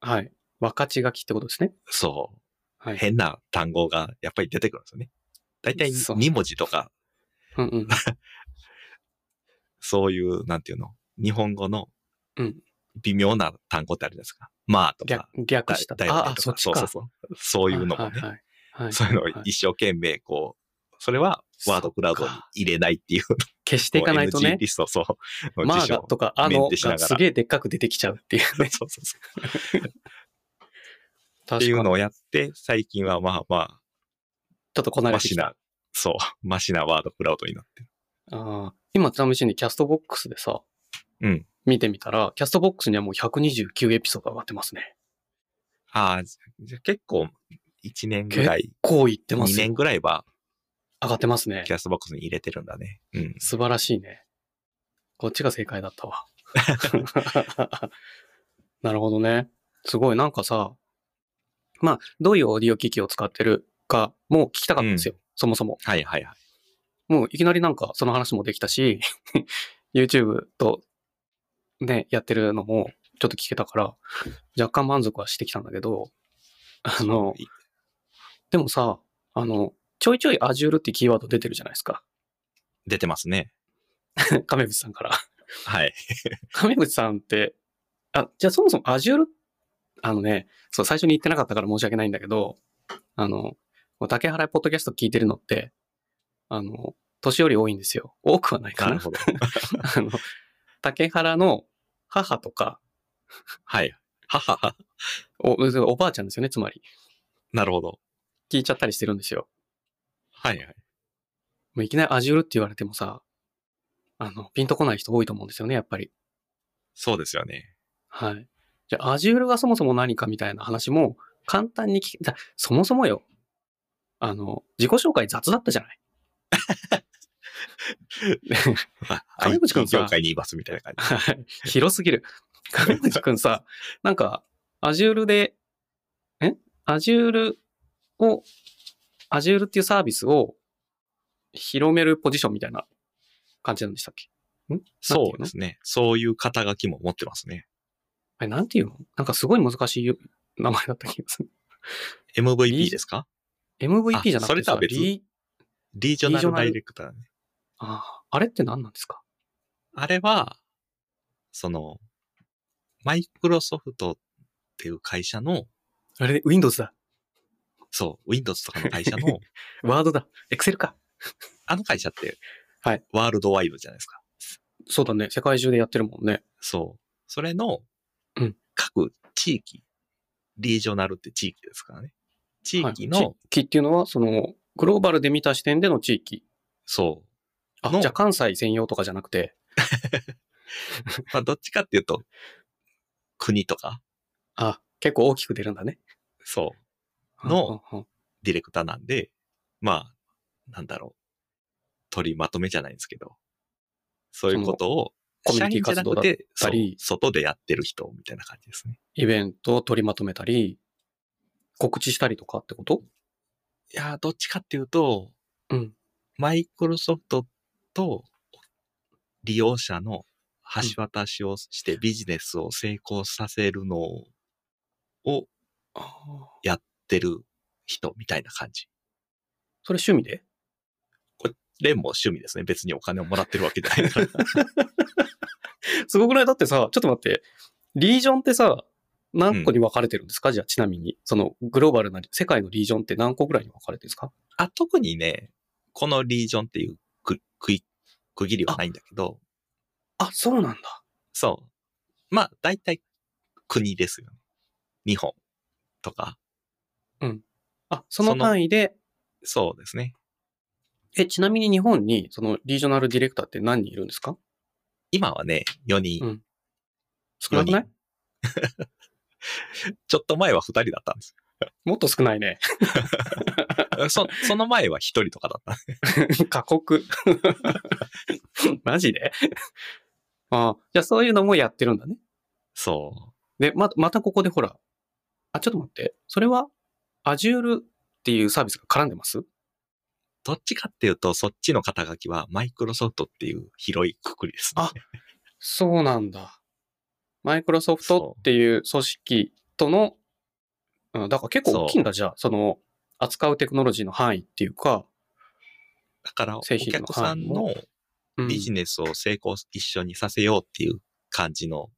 Speaker 1: はい。分かち書きってことですね。
Speaker 2: そ
Speaker 1: は
Speaker 2: う、
Speaker 1: い。
Speaker 2: 変な単語がやっぱり出てくるんですよね。大体
Speaker 1: そう
Speaker 2: 2文字とか、
Speaker 1: うんうん。
Speaker 2: そういう、なんていうの、日本語の
Speaker 1: うん
Speaker 2: 微妙な単語ってあるじゃないですか。まあと
Speaker 1: 略
Speaker 2: か、
Speaker 1: 略した。
Speaker 2: だだよね
Speaker 1: ああ、
Speaker 2: と
Speaker 1: そっ
Speaker 2: か、
Speaker 1: ち
Speaker 2: そう
Speaker 1: か。
Speaker 2: そうそう。そういうのも
Speaker 1: は
Speaker 2: ね
Speaker 1: い。はいはい。
Speaker 2: そういうのを
Speaker 1: は
Speaker 2: 一生懸命こう、それはワードクラウドに入れないっていう
Speaker 1: 消して
Speaker 2: の
Speaker 1: いかないと
Speaker 2: NG
Speaker 1: ね
Speaker 2: リ、スト、そう。
Speaker 1: マ
Speaker 2: の
Speaker 1: ー
Speaker 2: 辞書
Speaker 1: ガ
Speaker 2: を
Speaker 1: とかあ
Speaker 2: メ
Speaker 1: の
Speaker 2: ンテしなが
Speaker 1: が
Speaker 2: ら
Speaker 1: すげえでっかく出てきちゃうっていう。
Speaker 2: そう <laughs> そうそう。っ
Speaker 1: 確
Speaker 2: て
Speaker 1: <laughs>
Speaker 2: いう
Speaker 1: か
Speaker 2: の
Speaker 1: に。
Speaker 2: をやって、最近はまあま
Speaker 1: ちょっとこ
Speaker 2: あ、
Speaker 1: なれ
Speaker 2: マ
Speaker 1: てき
Speaker 2: シ
Speaker 1: た。
Speaker 2: な、そう、マシなワードクラウドになってる。
Speaker 1: ああ今ちなみにキャストボックスでさ、
Speaker 2: うん
Speaker 1: 見てみたら、キャストボックスにはもう129エピソード上がってますね。
Speaker 2: ああ、じゃあ結構、1年ぐらい、
Speaker 1: こう言ってま
Speaker 2: 2
Speaker 1: すよ
Speaker 2: 年。ぐらいは
Speaker 1: 上がってますね
Speaker 2: キ。ャストボックスに入れてるんだね。うん。
Speaker 1: 素晴らしいね。こっちが正解だったわ。 <laughs> なるほどね。すごい、なんかさ、まあ、どういうオーディオ機器を使ってるかも聞きたかったんですよ。そもそも。
Speaker 2: はいはいはい。
Speaker 1: もういきなりなんかその話もできたし、YouTube とね、やってるのもちょっと聞けたから、若干満足はしてきたんだけど、あの、でもさ、あの、ちょいちょい Azure ってキーワード出てるじゃないですか。 <laughs>
Speaker 2: 出てますね。
Speaker 1: 亀渕さんから。
Speaker 2: はい。
Speaker 1: 亀渕さんって、あ、じゃあそもそも Azure、あのね、そう、最初に言ってなかったから申し訳ないんだけど、あの、竹原ポッドキャスト聞いてるのって、あの、年より多いんですよ。多くはないか
Speaker 2: <laughs> な
Speaker 1: な
Speaker 2: る。ほど。
Speaker 1: あの、竹原の母とか、
Speaker 2: はい。ははは。
Speaker 1: お、おばあちゃんですよね、つまり。
Speaker 2: なるほど。
Speaker 1: 聞いちゃったりしてるんですよ。
Speaker 2: はいはい。
Speaker 1: もういきなりアジュールって言われてもさ、あの、ピンとこない人多いと思うんですよね、やっぱり。
Speaker 2: そうですよね。
Speaker 1: はい。じゃあ、アジュールがそもそも何かみたいな話も、簡単に聞き、じゃあそもそもよ、あの、自己紹介雑だったじゃない。
Speaker 2: <laughs> あ、
Speaker 1: 亀渕君
Speaker 2: IT
Speaker 1: さ
Speaker 2: 業界にいますみたいな感
Speaker 1: は
Speaker 2: じ。
Speaker 1: い。広すぎる。亀渕くんさ、なんか、アジュールで、えアジュールを、アジュールっていうサービスを広めるポジションみたいな感じなんでしたっけ
Speaker 2: そうですね。そういう肩書きも持ってますね。
Speaker 1: あれ、なんていうのなんかすごい難しい名前だった気がする。
Speaker 2: MVP ですか
Speaker 1: MVP じゃなくてさ
Speaker 2: あそれとは別
Speaker 1: リ
Speaker 2: リージョナルダイレクターね。
Speaker 1: ああれって何なんですか
Speaker 2: あれは、その、マイクロソフトっていう会社の、
Speaker 1: あれ、Windows だ。
Speaker 2: そう、Windows とかの会社 <laughs> の、
Speaker 1: ワードだ。Excel か。
Speaker 2: あの会社って、
Speaker 1: はい
Speaker 2: ワールドワイドじゃないですか。
Speaker 1: そうだね。世界中でやってるもんね。
Speaker 2: そう。それの
Speaker 1: うん、
Speaker 2: 各地域、リージョナルって地域ですからね。地域の、
Speaker 1: はい地域っていうのは、その、グローバルで見た視点での地域。
Speaker 2: そ
Speaker 1: あ、
Speaker 2: の
Speaker 1: じゃあ関西専用とかじゃなくて、
Speaker 2: う。まあ、どっちかっていうと、国とか、
Speaker 1: あ、結構大きく出るんだね。
Speaker 2: そう、の
Speaker 1: うんうんうん、
Speaker 2: ディレクターなんで、まあ、なんだろう。取りまとめじゃないんですけど、そういうことを、
Speaker 1: そのコミュニティ活動だったり
Speaker 2: 社員じゃなくてそう外でやってる人みたいな感じですね。
Speaker 1: イベントを取りまとめたり、告知したりとかってこと
Speaker 2: いやー、どっちかっていうと、
Speaker 1: うん。
Speaker 2: マイクロソフトと利用者の橋渡しをしてビジネスを成功させるのを
Speaker 1: あー
Speaker 2: やってる人みたいな感じ。
Speaker 1: それ趣味で
Speaker 2: レンも趣味ですね。別にお金をもらってるわけじゃな
Speaker 1: <laughs>
Speaker 2: いから。
Speaker 1: すごくないだってさ、ちょっと待って、リージョンってさ、何個に分かれてるんですか、じゃあちなみに、そのグローバルな世界のリージョンって何個ぐらいに分かれてるんですか
Speaker 2: あ、特にね、このリージョンっていうく区域区切りはないんだけど、
Speaker 1: あ、そうなんだ。
Speaker 2: そう。まあ、大体国ですよね。日本とか、
Speaker 1: あ、その
Speaker 2: その
Speaker 1: 単位で、
Speaker 2: そうですね。
Speaker 1: え、ちなみに日本にそのリージョナルディレクターって何人いるんですか
Speaker 2: 今はね、4人、
Speaker 1: うん少なくない
Speaker 2: ちょっと前は2人だったんです
Speaker 1: もっと少ないね。 <laughs>
Speaker 2: よ。そ <laughs> その前は1人とかだった。
Speaker 1: 過酷。 <laughs> マジで <laughs> ああじゃあそういうのもやってるんだね。
Speaker 2: そ
Speaker 1: で、ま、またここでほら。あ、ちょっと待って。それは Azure っていうサービスが絡んでます
Speaker 2: う。どっちかっていうと、そっちの肩書きはマイクロソフトっていう広いくくりです、ね。
Speaker 1: あそうなんだ。マイクロソフトっていう組織との、うん、だから結構大きいんだ、じゃあ。その、扱うテクノロジーの範囲っていうか。
Speaker 2: だから、お
Speaker 1: 製品の
Speaker 2: 客さん
Speaker 1: は
Speaker 2: の
Speaker 1: うん
Speaker 2: ビジネスを成功一緒にさせようっていう感じの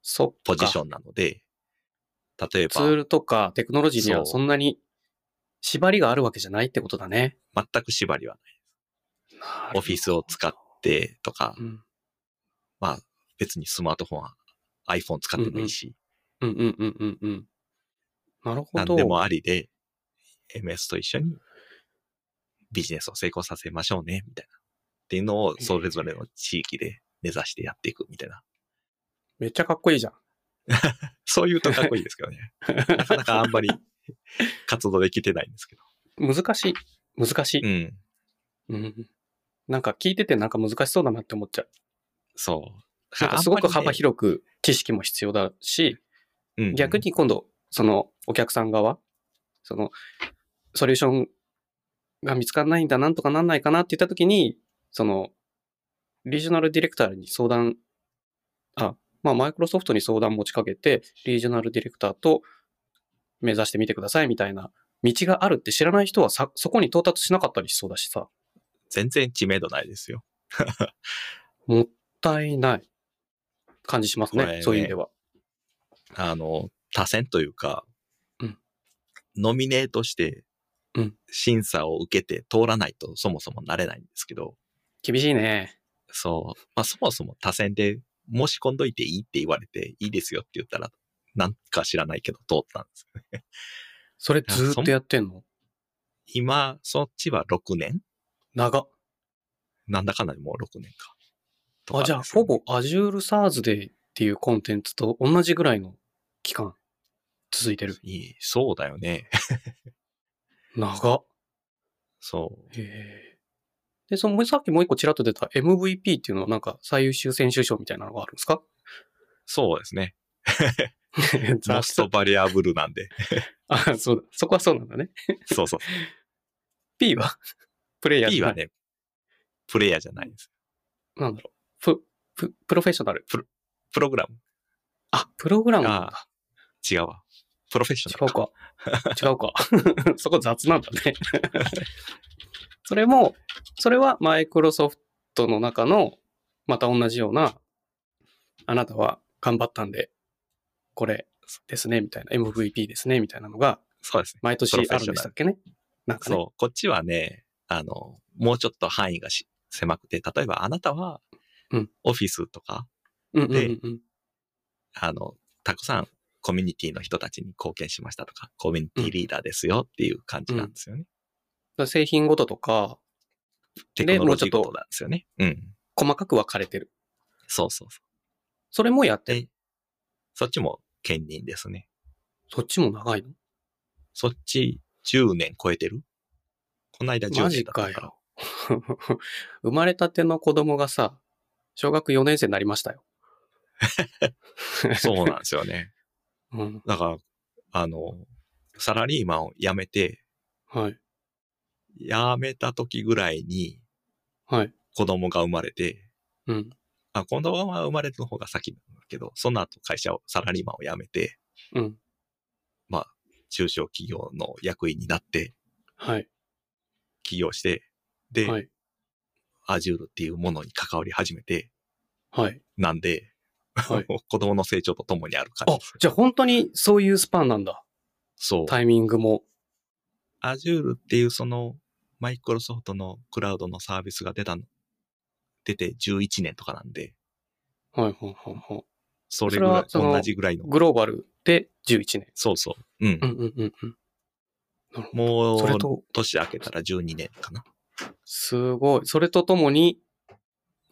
Speaker 1: そっか
Speaker 2: ポジションなので、例え
Speaker 1: ツー
Speaker 2: ば、
Speaker 1: ルとかテクノロジーに
Speaker 2: そ
Speaker 1: は
Speaker 2: う
Speaker 1: そんなに縛りがあるわけじゃないってことだね。
Speaker 2: 全く縛りはない。オフィスを使っ
Speaker 1: う。
Speaker 2: てとか、
Speaker 1: うん
Speaker 2: 別にスマートフォンは iPhone 使ってもいいし、
Speaker 1: うんうんうんうんうん。なるほ
Speaker 2: 何
Speaker 1: ど。
Speaker 2: でもありで、MS と一緒にビジネスを成功させましょうね、みたいな。っていうのをそれぞれの地域で根ざしてやっていくみたいな。
Speaker 1: めっちゃかっこいいじゃん。
Speaker 2: そういうとかっこいいです
Speaker 1: <laughs>
Speaker 2: けどね。なかなかあんまり活動できてないんですけど。
Speaker 1: 難しい。難しい。
Speaker 2: うん。
Speaker 1: うんなんか聞いててなんか難しそうだなって思っちゃう。
Speaker 2: そう。
Speaker 1: なんかすごく幅
Speaker 2: い。
Speaker 1: 広く知識も必要だし、
Speaker 2: うんうん
Speaker 1: 逆に今度、そのお客さん側、そのソリューションが見つからないんだ、なんとかなんないかなって言ったときに、そのリージョナルディレクターに相談、あ、まあマイクロソフトに相談持ちかけて、リージョナルディレクターと目指してみてくださいみたいな道があるって知らない人はさそこに到達しなかったりしそうだしさ、
Speaker 2: 全然知名度ないですよ。
Speaker 1: もったいない感じしますね、
Speaker 2: これね
Speaker 1: そういう意味では。
Speaker 2: あの、多選というか、
Speaker 1: うん
Speaker 2: ノミネートして
Speaker 1: うん、
Speaker 2: 審査を受けて通らないとそもそもなれないんですけど、
Speaker 1: 厳しいね。
Speaker 2: そう。まあそもそも多選で申し込んどいていいって言われて、いいですよって言ったら、なんか知らないけど通ったんですよね。
Speaker 1: それずーっとやってんの
Speaker 2: 今、そっちは6年
Speaker 1: 長っ。
Speaker 2: なんだかんだでもう6年か。とか
Speaker 1: あ、じゃあ、
Speaker 2: ですね
Speaker 1: ほぼ Azure SARS Day っていうコンテンツと同じぐらいの期間続いてる。
Speaker 2: いい。そうだよね。
Speaker 1: 長っ。
Speaker 2: そう。
Speaker 1: へえ。で、その、さっきもう一個ちらっと出た MVP っていうのはなんか最優秀選手賞みたいなのがあるんですか <laughs>
Speaker 2: そうですね。モ
Speaker 1: 雑
Speaker 2: ストバリアブルなんで。 <laughs>
Speaker 1: あ、そうだ。そこはそうなんだね。
Speaker 2: そうそう。
Speaker 1: P は <laughs> プレイヤー
Speaker 2: P
Speaker 1: じゃな。
Speaker 2: はいね、プレイヤーじゃないんです。
Speaker 1: なんだろう。プ、プ、プロフェッショナル。
Speaker 2: プログラム。
Speaker 1: あ、プログラムなんだ。
Speaker 2: あ違うわ。プロフェッショ
Speaker 1: 違
Speaker 2: ナ
Speaker 1: う
Speaker 2: ルか。
Speaker 1: か。
Speaker 2: <laughs>
Speaker 1: 違うか。 <laughs> そこ雑なんだね。それも、それはマイクロソフトの中の、また同じような、あなたは頑張ったんで、これですね、みたいな、MVP ですね、みたいなのが、
Speaker 2: そうですね。
Speaker 1: 毎年
Speaker 2: プロフ
Speaker 1: あ
Speaker 2: ェッ
Speaker 1: る
Speaker 2: シ
Speaker 1: ん
Speaker 2: ョナル
Speaker 1: でしたっけね。なんかね。
Speaker 2: そう。こっちはね、あの、もうちょっと範囲がし狭くて、例えばあなたは
Speaker 1: うん、
Speaker 2: オフィスとか、
Speaker 1: うんうんうんうん。
Speaker 2: あの、たくさんコミュニティの人たちに貢献しましたとか、コミュニティリーダーですよっていう感じなんですよね。
Speaker 1: だから製品ごととか、
Speaker 2: テクノロジ
Speaker 1: で
Speaker 2: ー
Speaker 1: もうちょっと
Speaker 2: ことなんですよね。うん。
Speaker 1: 細かく分かれてる。
Speaker 2: そうそうそ
Speaker 1: それもやっ
Speaker 2: う。
Speaker 1: てる。
Speaker 2: で、そっちも兼任ですね。
Speaker 1: そっちも長いの
Speaker 2: そっち10年超えてるこの間10
Speaker 1: マ
Speaker 2: 年
Speaker 1: ジ
Speaker 2: だったか。
Speaker 1: からよ。 <laughs> 生まれたての子供がさ、小学4年生になりましたよ。
Speaker 2: そうなんですよね。
Speaker 1: <laughs>
Speaker 2: <laughs>
Speaker 1: うん。
Speaker 2: だから、あの、サラリーマンを辞めて、
Speaker 1: はい。
Speaker 2: 辞めた時ぐらいに
Speaker 1: はい。
Speaker 2: 子供が生まれて、
Speaker 1: うん。
Speaker 2: あ、子供は生まれるの方が先なんだけど、その後会社を、サラリーマンを辞めて、
Speaker 1: うん。
Speaker 2: まあ、中小企業の役員になって、
Speaker 1: はい。
Speaker 2: 起業して、で、
Speaker 1: はい。
Speaker 2: Azure っていうものに関わり始めて、
Speaker 1: はい。
Speaker 2: なんで、
Speaker 1: はい <laughs>
Speaker 2: <laughs> 子供の成長とともにある
Speaker 1: あ
Speaker 2: 感じです、。
Speaker 1: じゃあ本当にそういうスパンなんだ。
Speaker 2: そう。
Speaker 1: タイミングも。
Speaker 2: Azure っていうその、マイクロソフトのクラウドのサービスが出たの、出て11年とかなんで、
Speaker 1: はいはいはいはい。
Speaker 2: それぐらい、
Speaker 1: それはその
Speaker 2: 同じぐらいの。
Speaker 1: グローバルで11年。
Speaker 2: そうそう。うん
Speaker 1: う。んうんうんうん。なるほど。
Speaker 2: も
Speaker 1: それ
Speaker 2: う、
Speaker 1: と、
Speaker 2: 年明けたら12年かな。
Speaker 1: すごい。それとともに、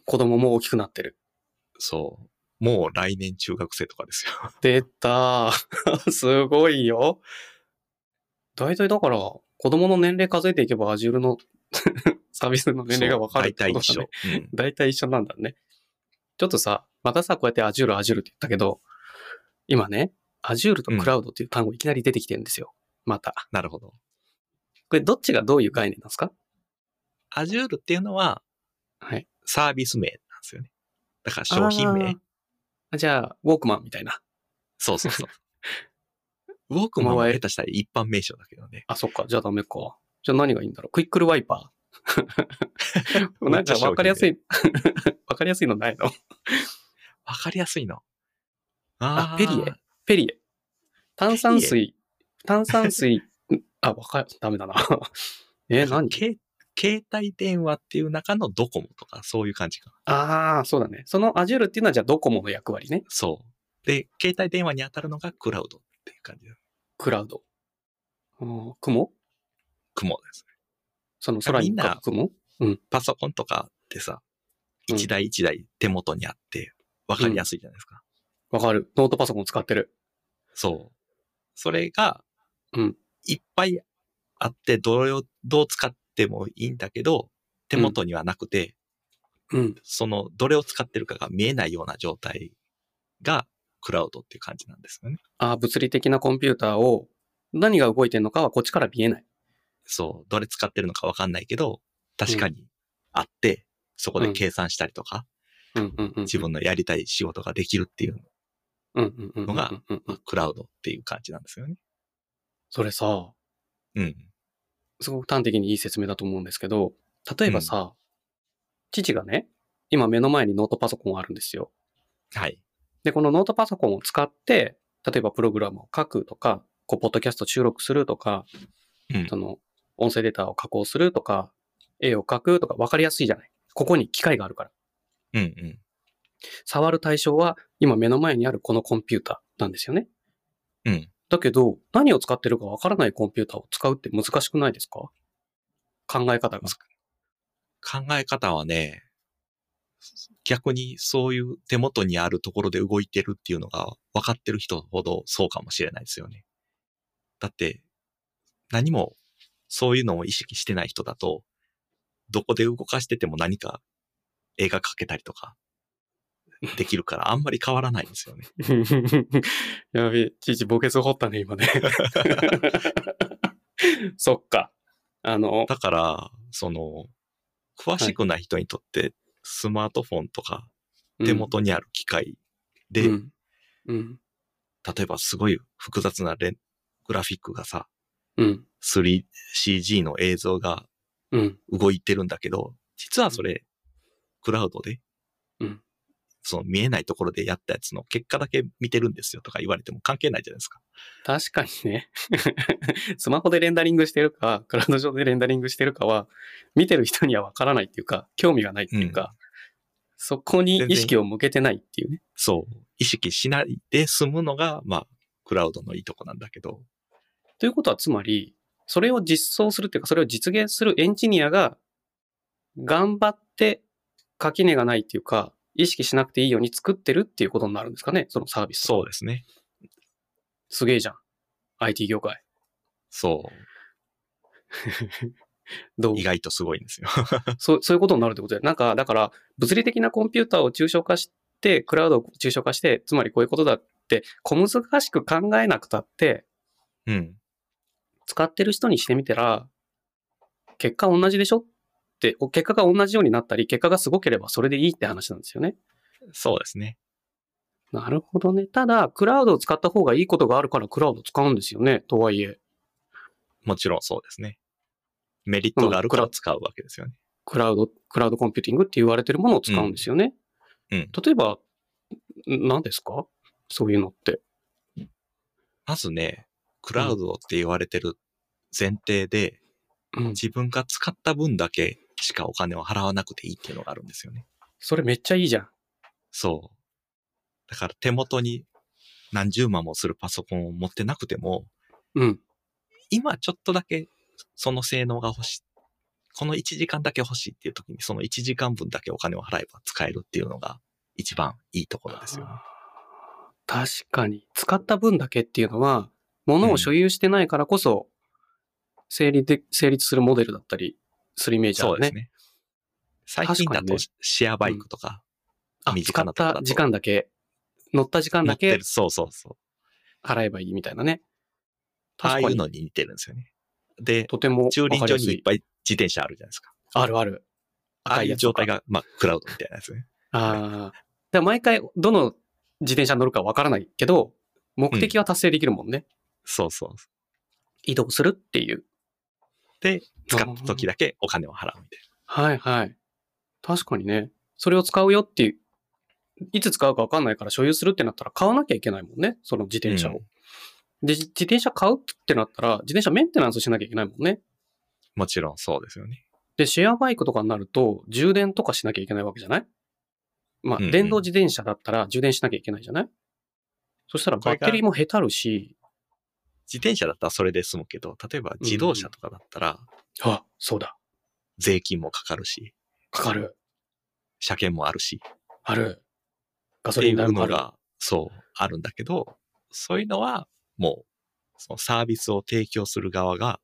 Speaker 1: 子供も大きくなってる。
Speaker 2: そう。もう来年中学生とかですよ。
Speaker 1: 出た。 <laughs> すごいよ。大体だから、子供の年齢数えていけば Azure の <laughs> サービスの <laughs> 年齢がわかるって
Speaker 2: そう
Speaker 1: こ
Speaker 2: 大
Speaker 1: と
Speaker 2: 体一
Speaker 1: だね
Speaker 2: 緒。。うん
Speaker 1: 大体一緒なんだね。ちょっとさ、またさ、こうやって Azure、Azure って言ったけど、今ね、Azure と Cloud っていう単語いきなり出てきてるんですよ。また。
Speaker 2: なるほど。
Speaker 1: これどっちがどういう概念なんですか
Speaker 2: Azure っていうのは
Speaker 1: はい。
Speaker 2: サービス名なんですよね。だから商品名。
Speaker 1: あーじゃあ、ウォークマンみたいな。
Speaker 2: そうそう <laughs> そう。ウォークマン
Speaker 1: お
Speaker 2: は
Speaker 1: 前
Speaker 2: 下手したら一般名称だけどね。
Speaker 1: あ、そっか。じゃあダメか。じゃあ何がいいんだろう。クイックルワイパー。なんかわかりやすい、 <laughs> わかりやすいのないの
Speaker 2: わかりやすいの。
Speaker 1: あ
Speaker 2: ー
Speaker 1: ペリエペリエ。炭酸水、炭酸水、 <laughs> あ、わかる、ダメだな。 <laughs> え、何
Speaker 2: け携帯電話っていう中のドコモとか、そういう感じかな。
Speaker 1: ああ、そうだね。その Azure っていうのはじゃあドコモの役割ね。
Speaker 2: そう。で、携帯電話に当たるのがクラウドっていう感じだ。
Speaker 1: クラウド。うん雲
Speaker 2: 雲ですね。
Speaker 1: その空に浮かぶ雲
Speaker 2: パソコンとかってさ、
Speaker 1: うん
Speaker 2: 一台一台手元にあって、わかりやすいじゃないですか。
Speaker 1: わかる。ノートパソコン使ってる。
Speaker 2: そう。それが、
Speaker 1: うん
Speaker 2: いっぱいあって、どれを、どう使ってもいいんだけど、手元にはなくて、
Speaker 1: うん。
Speaker 2: その、どれを使ってるかが見えないような状態が、クラウドっていう感じなんですよね。
Speaker 1: ああ、物理的なコンピューターを、何が動いてるのかはこっちから見えない。
Speaker 2: そう、どれ使ってるのかわかんないけど、確かにあって、そこで計算したりとか、
Speaker 1: うんうんうん。
Speaker 2: 自分のやりたい仕事ができるっていう
Speaker 1: うんうんうんうんうんうん。
Speaker 2: のがクラウドっていう感じなんですよね。
Speaker 1: それさ、
Speaker 2: うん。
Speaker 1: すごく端的にいい説明だと思うんですけど、例えばさ、父がね、今目の前にノートパソコンあるんですよ。
Speaker 2: はい。
Speaker 1: で、このノートパソコンを使って、例えばプログラムを書くとか、こう、ポッドキャスト収録するとか、
Speaker 2: うん
Speaker 1: そ。の、音声データを加工するとか、絵を描くとか分かりやすいじゃない。ここに機械があるから。
Speaker 2: うんうん。
Speaker 1: 触る対象は今目の前にあるこのコンピューターなんですよね。
Speaker 2: うん。
Speaker 1: だけど、何を使ってるか分からないコンピューターを使うって難しくないですか考え方が。
Speaker 2: 考え方はね、逆にそういう手元にあるところで動いてるっていうのが分かってる人ほどそうかもしれないですよね。だって、何もそういうのを意識してない人だと、どこで動かしてても何か絵が描けたりとかできるからあんまり変わらないんですよね。
Speaker 1: <laughs> やべえ、父、墓穴掘ったね、今ね。 <laughs> そっか。あの、
Speaker 2: だから、その、詳しくない人にとってスマートフォンとか手元にある機械で、
Speaker 1: うんうん。
Speaker 2: 例えばすごい複雑なレングラフィックがさ、
Speaker 1: うん。
Speaker 2: 3CG の映像が
Speaker 1: うん。
Speaker 2: 動いてるんだけど、実はそれ、クラウドで、
Speaker 1: うん
Speaker 2: その見えないところでやったやつの結果だけ見てるんですよとか言われても関係ないじゃないですか。
Speaker 1: 確かにね。 <laughs> スマホでレンダリングしてるか、クラウド上でレンダリングしてるかは、見てる人にはわからないっていうか、興味がないっていうか、そこに意識を向けてないっていうね。
Speaker 2: そう。意識しないで済むのが、まあ、クラウドのいいとこなんだけど、
Speaker 1: ということは、つまり、それを実装するっていうか、それを実現するエンジニアが、頑張って垣根がないっていうか、意識しなくていいように作ってるっていうことになるんですかね、そのサービス。
Speaker 2: そうですね。
Speaker 1: すげえじゃん。IT 業界。
Speaker 2: そ
Speaker 1: どう
Speaker 2: う。意外とすごいんですよ。 <laughs>
Speaker 1: そう、そういうことになるってことで。なんか、だから、物理的なコンピューターを抽象化して、クラウドを抽象化して、つまりこういうことだって、小難しく考えなくたって、
Speaker 2: うん。
Speaker 1: 使ってる人にしてみたら、結果同じでしょって、お結果が同じようになったり、結果がすごければそれでいいって話なんですよね。
Speaker 2: そうですね。
Speaker 1: なるほどね。ただ、クラウドを使った方がいいことがあるからクラウド使うんですよね、とはいえ。
Speaker 2: もちろんそうですね。メリットがあるから使うわけですよね。
Speaker 1: クラウド、クラウドコンピューティングって言われてるものを使うんですよね。
Speaker 2: うん。
Speaker 1: 例えば、何ですかそういうのって。
Speaker 2: まずね、クラウドって言われてる前提で、
Speaker 1: うん。
Speaker 2: 自分が使った分だけしかお金を払わなくていいっていうのがあるんですよね。
Speaker 1: それめっちゃいいじゃん。
Speaker 2: そう。だから手元に何十万もするパソコンを持ってなくても、
Speaker 1: うん。
Speaker 2: 今ちょっとだけその性能が欲しい。この1時間だけ欲しいっていう時に、その1時間分だけお金を払えば使えるっていうのが一番いいところですよね。
Speaker 1: 確かに。使った分だけっていうのは、物を所有してないからこそ、成立で、成立するモデルだったりするイメージあ
Speaker 2: そう
Speaker 1: る
Speaker 2: で
Speaker 1: ね。
Speaker 2: すね。最近だ
Speaker 1: 確か
Speaker 2: と
Speaker 1: にね
Speaker 2: シェアバイクとか、
Speaker 1: あ、
Speaker 2: 身
Speaker 1: 使
Speaker 2: 近
Speaker 1: っ
Speaker 2: なとこだと
Speaker 1: た時間だけ、乗った時間
Speaker 2: 持
Speaker 1: だ
Speaker 2: って
Speaker 1: け
Speaker 2: る。そうそうそう。
Speaker 1: 払えばいいみたいなね。
Speaker 2: ああ
Speaker 1: 確
Speaker 2: い
Speaker 1: か
Speaker 2: う
Speaker 1: に
Speaker 2: のに似てるんですよね。で、
Speaker 1: とても
Speaker 2: 駐輪
Speaker 1: わかり
Speaker 2: 場
Speaker 1: やす
Speaker 2: にいっ
Speaker 1: い。
Speaker 2: ぱい自転車あるじゃないですか。
Speaker 1: あるある。
Speaker 2: ああいう状態
Speaker 1: が。
Speaker 2: が、まあ、クラウドみたいなやつね。
Speaker 1: ああ。だから毎回、どの自転車に乗るかわからないけど、目的は達成できるもんね。
Speaker 2: そうそう。
Speaker 1: 移動するっていう。
Speaker 2: で、使った時だけお金を払うみたい
Speaker 1: はいはい。確かにね。それを使うよっていう。いつ使うかわかんないから所有するってなったら買わなきゃいけないもんね。その自転車を。
Speaker 2: うん
Speaker 1: で、自自転車買うってなったら、自転車メンテナンスしなきゃいけないもんね。
Speaker 2: な。もちろんそうですよね。
Speaker 1: で、シェアバイクとかになると、充電とかしなきゃいけないわけじゃないまあ、
Speaker 2: うんうん
Speaker 1: 電動自転車だったら充電しなきゃいけないじゃないそしたらバッテリーも下手るし、
Speaker 2: 自転車だったらそれで済むけど、例えば自動車とかだったら
Speaker 1: あ、そうだ。
Speaker 2: 税金もかかるし、
Speaker 1: かかる。
Speaker 2: 車検もあるし、
Speaker 1: ある。ガ
Speaker 2: って
Speaker 1: ソ
Speaker 2: い
Speaker 1: リ
Speaker 2: う
Speaker 1: ン代もあ
Speaker 2: の
Speaker 1: る。
Speaker 2: が、そう、あるんだけど、そういうのはもう、そのサービスを提供する側が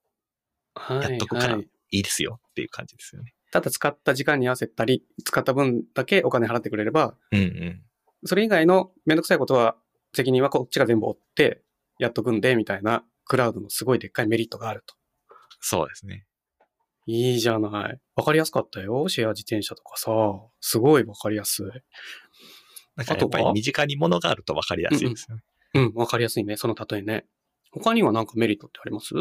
Speaker 1: は
Speaker 2: や
Speaker 1: い
Speaker 2: っとくから
Speaker 1: はい。
Speaker 2: いいですよっていう感じですよね。
Speaker 1: ただ使った時間に合わせたり、使った分だけお金払ってくれれば、
Speaker 2: うんうん。
Speaker 1: それ以外のめんどくさいことは、責任はこっちが全部負って、やっとくんで、みたいな、クラウドのすごいでっかいメリットがあると。
Speaker 2: そうですね。
Speaker 1: いいじゃない。わかりやすかったよ。シェア自転車とかさ。すごいわかりやすい。
Speaker 2: だからやっぱり身近に物があると分かりやすいですよね。
Speaker 1: うん、わかりやすいね。その例えね。他にはなんかメリットってあります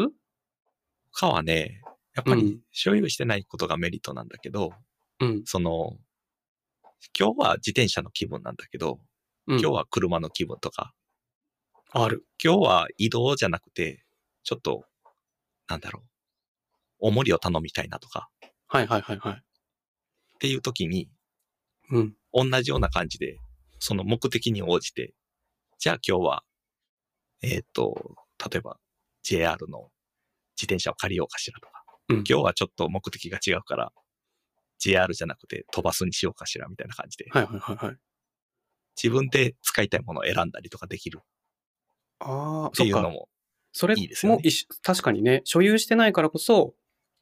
Speaker 2: 他はね、やっぱり所有してないことがメリットなんだけど、
Speaker 1: うん。
Speaker 2: その、今日は自転車の気分なんだけど、
Speaker 1: 今
Speaker 2: 今日は車の気分とか、
Speaker 1: ある。
Speaker 2: 今日は移動じゃなくて、ちょっと、なんだろう、おもりを頼みたいなとか、
Speaker 1: はいはいはいはい。
Speaker 2: っていう時に、
Speaker 1: うん。
Speaker 2: 同じような感じで、その目的に応じて、じゃあ今日は、えっ、と、例えば JR の自転車を借りようかしらとか、
Speaker 1: うん
Speaker 2: 今日はちょっと目的が違うから、JR じゃなくて飛ばすにしようかしらみたいな感じで、
Speaker 1: はいはいはいはい。
Speaker 2: 自分で使いたいものを選んだりとかできる
Speaker 1: ああ、
Speaker 2: って
Speaker 1: そっ
Speaker 2: いうの
Speaker 1: か。
Speaker 2: も、
Speaker 1: それ
Speaker 2: いいですよね
Speaker 1: も一緒確かにね、所有してないからこそ、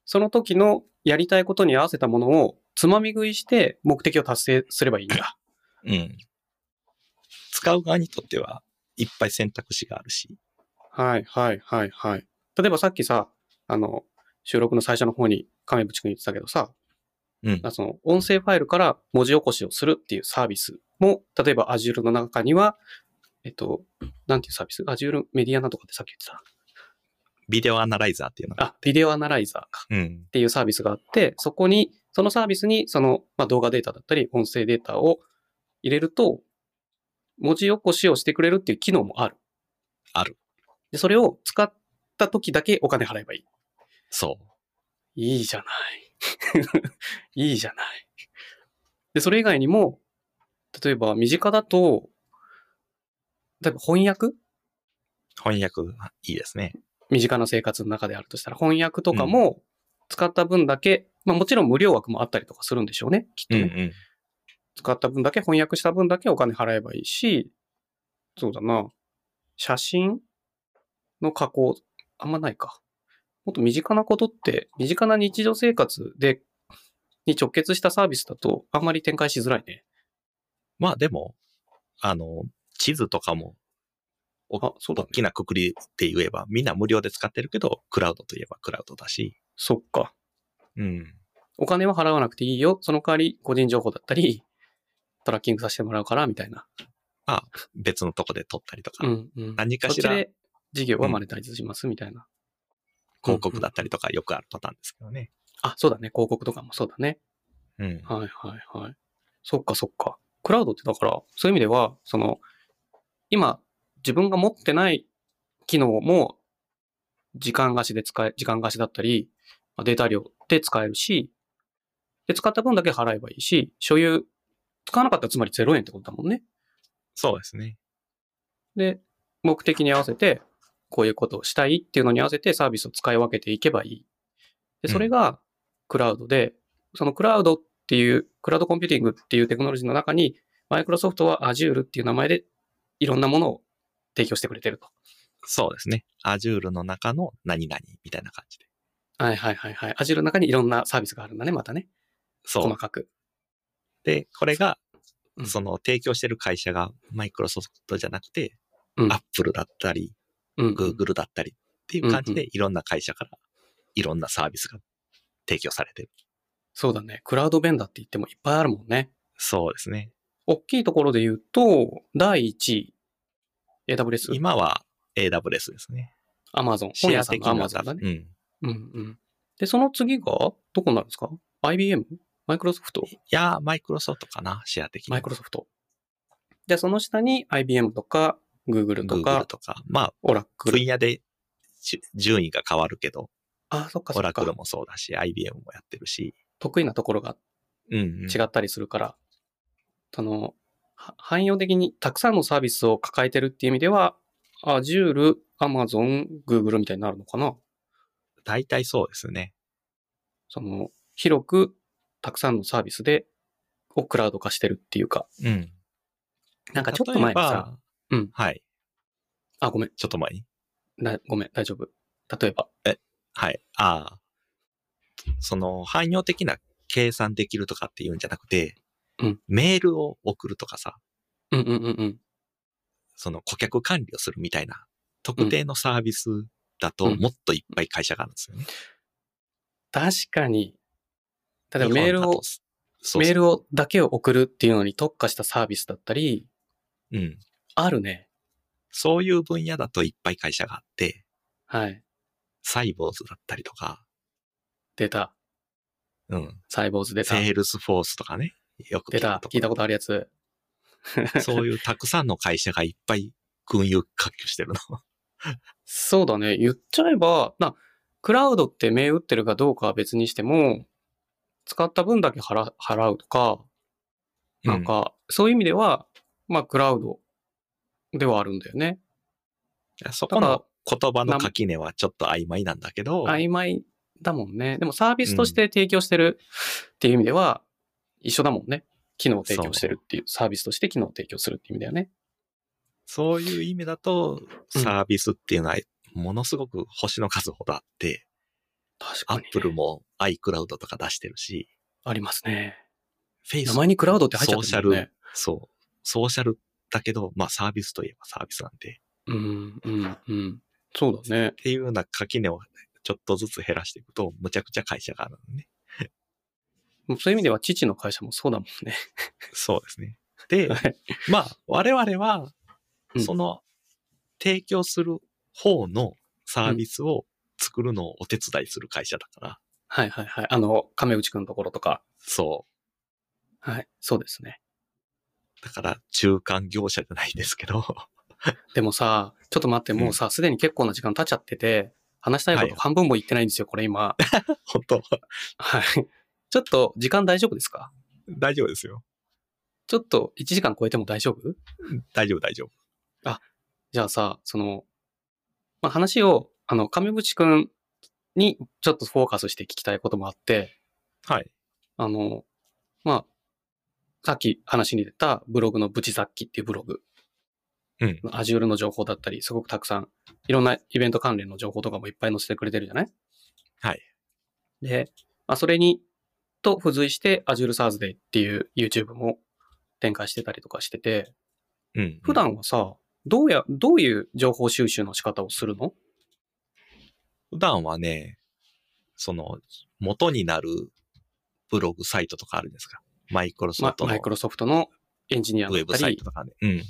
Speaker 1: その時のやりたいことに合わせたものをつまみ食いして目的を達成すればいいんだ。
Speaker 2: うん。使う側にとってはいっぱい選択肢があるし、
Speaker 1: はいはいはいはい。例えばさっきさ、あの、収録の最初の方に亀渕くん言ってたけどさ、
Speaker 2: うん。
Speaker 1: その音声ファイルから文字起こしをするっていうサービスも、例えば Azure の中には、えっと、なんていうサービス ?Azure メディアなとかってさっき言って
Speaker 2: ビデオアナライザーっていうの
Speaker 1: た。
Speaker 2: が、
Speaker 1: あ、ビデオアナライザーか
Speaker 2: うん
Speaker 1: っ。ていうサービスがあって、そこに、そのサービスにその、まあ、動画データだったり音声データを入れると、文字起こしをしてくれるっていう機能もある。
Speaker 2: ある。
Speaker 1: で、それを使った時だけお金払えばいい。
Speaker 2: そう。
Speaker 1: いいじゃない。 <laughs> いいじゃない。で、それ以外にも、例えば身近だと、例えば翻訳
Speaker 2: 翻訳、いいですね。
Speaker 1: 身近な生活の中であるとしたら、翻訳とかも使った分だけ、まあもちろん無料枠もあったりとかするんでしょうね、きっと
Speaker 2: うん
Speaker 1: ね。
Speaker 2: うん。
Speaker 1: 使った分だけ、翻訳した分だけお金払えばいいし、そうだな、写真の加工、あんまないか。もっと身近なことって、身近な日常生活で、に直結したサービスだと、あんまり展開しづらいね。
Speaker 2: まあでも、あの、地図とかも、お
Speaker 1: あ、そうだ
Speaker 2: 大
Speaker 1: ね。
Speaker 2: きなくくりで言えば、みんな無料で使ってるけど、クラウドといえばクラウドだし、
Speaker 1: そっか。
Speaker 2: うん。
Speaker 1: お金は払わなくていいよ。その代わり、個人情報だったり、トラッキングさせてもらうから、みたいな。
Speaker 2: まあ、別のとこで撮ったりとか、
Speaker 1: うんうん。
Speaker 2: 何か
Speaker 1: そっ
Speaker 2: し
Speaker 1: ち
Speaker 2: ら
Speaker 1: で事業はマネタイズしますみたいな。
Speaker 2: 広告だったりとかよくあるパターンですけどね。
Speaker 1: あ、そうだね。広告とかもそうだね。
Speaker 2: うん。
Speaker 1: はいはいはい。そっかそっか。クラウドってだから、そういう意味では、その、今、自分が持ってない機能も、時間貸しで使え、時間貸しだったり、まあデータ量で使えるし、で、使った分だけ払えばいいし、所有、使わなかったらつまり0円ってことだもんね。
Speaker 2: そうですね。
Speaker 1: で、目的に合わせて、こういうことをしたいっていうのに合わせてサービスを使い分けていけばいい。で、それがクラウドで、そのクラウドっていう、クラウドコンピューティングっていうテクノロジーの中に、マイクロソフトは Azure っていう名前でいろんなものを提供してくれてると。
Speaker 2: そうですね。Azure の中の何々みたいな感じで。
Speaker 1: はいはいはいはい。Azure の中にいろんなサービスがあるんだね、またね。
Speaker 2: そ
Speaker 1: 細
Speaker 2: う。
Speaker 1: かく。
Speaker 2: で、これが
Speaker 1: う、ん
Speaker 2: その提供してる会社がマイクロソフトじゃなくて、
Speaker 1: うん
Speaker 2: Apple だったり、
Speaker 1: うん。
Speaker 2: Google だったりっていう感じ
Speaker 1: う
Speaker 2: で、いろんな会社からいろんなサービスが提供されてる。
Speaker 1: そうだね。クラウドベンダーって言ってもいっぱいあるもんね。
Speaker 2: そうですね。
Speaker 1: 大きいところで言うと、第1位、AWS、
Speaker 2: 今は AWS ですね。
Speaker 1: Amazon、
Speaker 2: シ
Speaker 1: 本
Speaker 2: ェ
Speaker 1: 屋
Speaker 2: ア
Speaker 1: さん
Speaker 2: 的
Speaker 1: が
Speaker 2: な
Speaker 1: Amazon だね。
Speaker 2: うん。
Speaker 1: うんうん。で、その次が、どこになるんですか ?IBM? マイクロソフト
Speaker 2: いやー、マイクロソフトかな、シェア的に。
Speaker 1: マイクロソフト。で、その下に IBM とか、Google と
Speaker 2: Google
Speaker 1: か、
Speaker 2: とか。まあ、
Speaker 1: Oracle。
Speaker 2: 分野でじゅ順位が変わるけど、
Speaker 1: あ、そっかそ
Speaker 2: オ
Speaker 1: っ
Speaker 2: ラクル
Speaker 1: か。
Speaker 2: もそうだし、IBM もやってるし。
Speaker 1: 得意なところが
Speaker 2: うん、うん。
Speaker 1: 違ったりするから、その、は汎用的にたくさんのサービスを抱えてるっていう意味では、Azure、Amazon、Google みたいになるのかな
Speaker 2: 大体そうですね。
Speaker 1: その、広くたくさんのサービスで、をクラウド化してるっていうか、
Speaker 2: うん。
Speaker 1: なんかちょっと前にさ、
Speaker 2: 例えば
Speaker 1: うん
Speaker 2: はい。
Speaker 1: あ、ごめん、
Speaker 2: ちょっと前に。
Speaker 1: なごめん、大丈夫。例えば、
Speaker 2: はい。ああ。その、汎用的な計算できるとかっていうんじゃなくて、
Speaker 1: うん
Speaker 2: メールを送るとかさ、
Speaker 1: うんうんうんうん。
Speaker 2: その顧客管理をするみたいな、特定のサービスだと
Speaker 1: うん
Speaker 2: もっといっぱい会社があるんですよね。
Speaker 1: 確かに。例えば
Speaker 2: 日
Speaker 1: メー
Speaker 2: 本だ
Speaker 1: ル
Speaker 2: と
Speaker 1: を、
Speaker 2: そうそう
Speaker 1: メールをだけを送るっていうのに特化したサービスだったり、
Speaker 2: うん。
Speaker 1: あるね。
Speaker 2: そういう分野だといっぱい会社があって、
Speaker 1: はい。
Speaker 2: サイボーズだったりとか、
Speaker 1: 出た。
Speaker 2: うん。
Speaker 1: サイボーズ出
Speaker 2: セ
Speaker 1: た。
Speaker 2: ールスフォースとかね。よく
Speaker 1: 出た。聞いたことあるやつ。
Speaker 2: と。そういうたくさんの会社がいっぱい群雄割拠してるの。
Speaker 1: そうだね。言っちゃえば、な、クラウドって銘打ってるかどうかは別にしても、使った分だけ払払うとか、なん
Speaker 2: <laughs> う、
Speaker 1: か、そういう意味では、まあ、クラウドではあるんだよね。
Speaker 2: そこの言葉の垣根はちょっと曖昧なんだけど、
Speaker 1: 曖昧だもんね。でもサービスとして提供してるっていう意味では、一緒だもんね。機能を提供してるっていう、サービスとして機能を提供するっていう意味だよね。
Speaker 2: そういう意味だと、
Speaker 1: うん
Speaker 2: サービスっていうのは、ものすごく星の数ほどあって、
Speaker 1: 確
Speaker 2: ア
Speaker 1: か
Speaker 2: ッ
Speaker 1: に、ね。
Speaker 2: プルも iCloud とか出してるし、
Speaker 1: ありますね。名
Speaker 2: Facebook
Speaker 1: 前にクラウドって入っちゃってるもんね。
Speaker 2: そう、ソーシャルだけど、まあサービスといえばサービスなんで、
Speaker 1: うん、うん、うん。そうだね
Speaker 2: っ。ていうような垣根をちょっとずつ減らしていくと、むちゃくちゃ会社があるのね。
Speaker 1: もうそういう意味では、父の会社もそうだもん <laughs> ね。
Speaker 2: そうですね。で、
Speaker 1: はい
Speaker 2: まあ我々は
Speaker 1: う、ん
Speaker 2: その提供する方のサービスを作るのをお手伝いする会社だから、
Speaker 1: はいはいはい。あの、亀内くんのところとか。
Speaker 2: そう、
Speaker 1: はい。そうですね。
Speaker 2: だから、中間業者じゃないですけど。 <laughs>
Speaker 1: でもさ、ちょっと待って、もうさ、すでに結構な時間経っちゃってて、話したいこ
Speaker 2: は
Speaker 1: と
Speaker 2: い
Speaker 1: 半分も言ってないんですよ、これ今。
Speaker 2: 本当
Speaker 1: はい。ちょっと、時間大丈夫ですか
Speaker 2: 大丈夫ですよ。
Speaker 1: ちょっと1時間超えても大丈夫
Speaker 2: 大丈夫、大丈夫。
Speaker 1: じゃあさ、その、まあ、話を、あの、亀渕くんにちょっとフォーカスして聞きたいこともあって、
Speaker 2: はい。
Speaker 1: あの、まあ、さっき話に出たブログのブチ雑記っていうブログ。
Speaker 2: うん。
Speaker 1: Azure の情報だったり、すごくたくさん、いろんなイベント関連の情報とかもいっぱい載せてくれてるじゃない
Speaker 2: はい。
Speaker 1: で、まあ、それに、と付随して Azure Thursday っていう YouTube も展開してたりとかしてて、
Speaker 2: うん。
Speaker 1: 普段はさ、どうや、どういう情報収集の仕方をするの
Speaker 2: 普段はね、その、元になるブログサイトとかあるんですか。マイクロソ
Speaker 1: ま
Speaker 2: フト
Speaker 1: マ
Speaker 2: の
Speaker 1: イクロソフトのエンジニア
Speaker 2: ウ
Speaker 1: だ
Speaker 2: ェ
Speaker 1: っ
Speaker 2: ブ
Speaker 1: た
Speaker 2: サイ
Speaker 1: り
Speaker 2: ト、とかね。うん。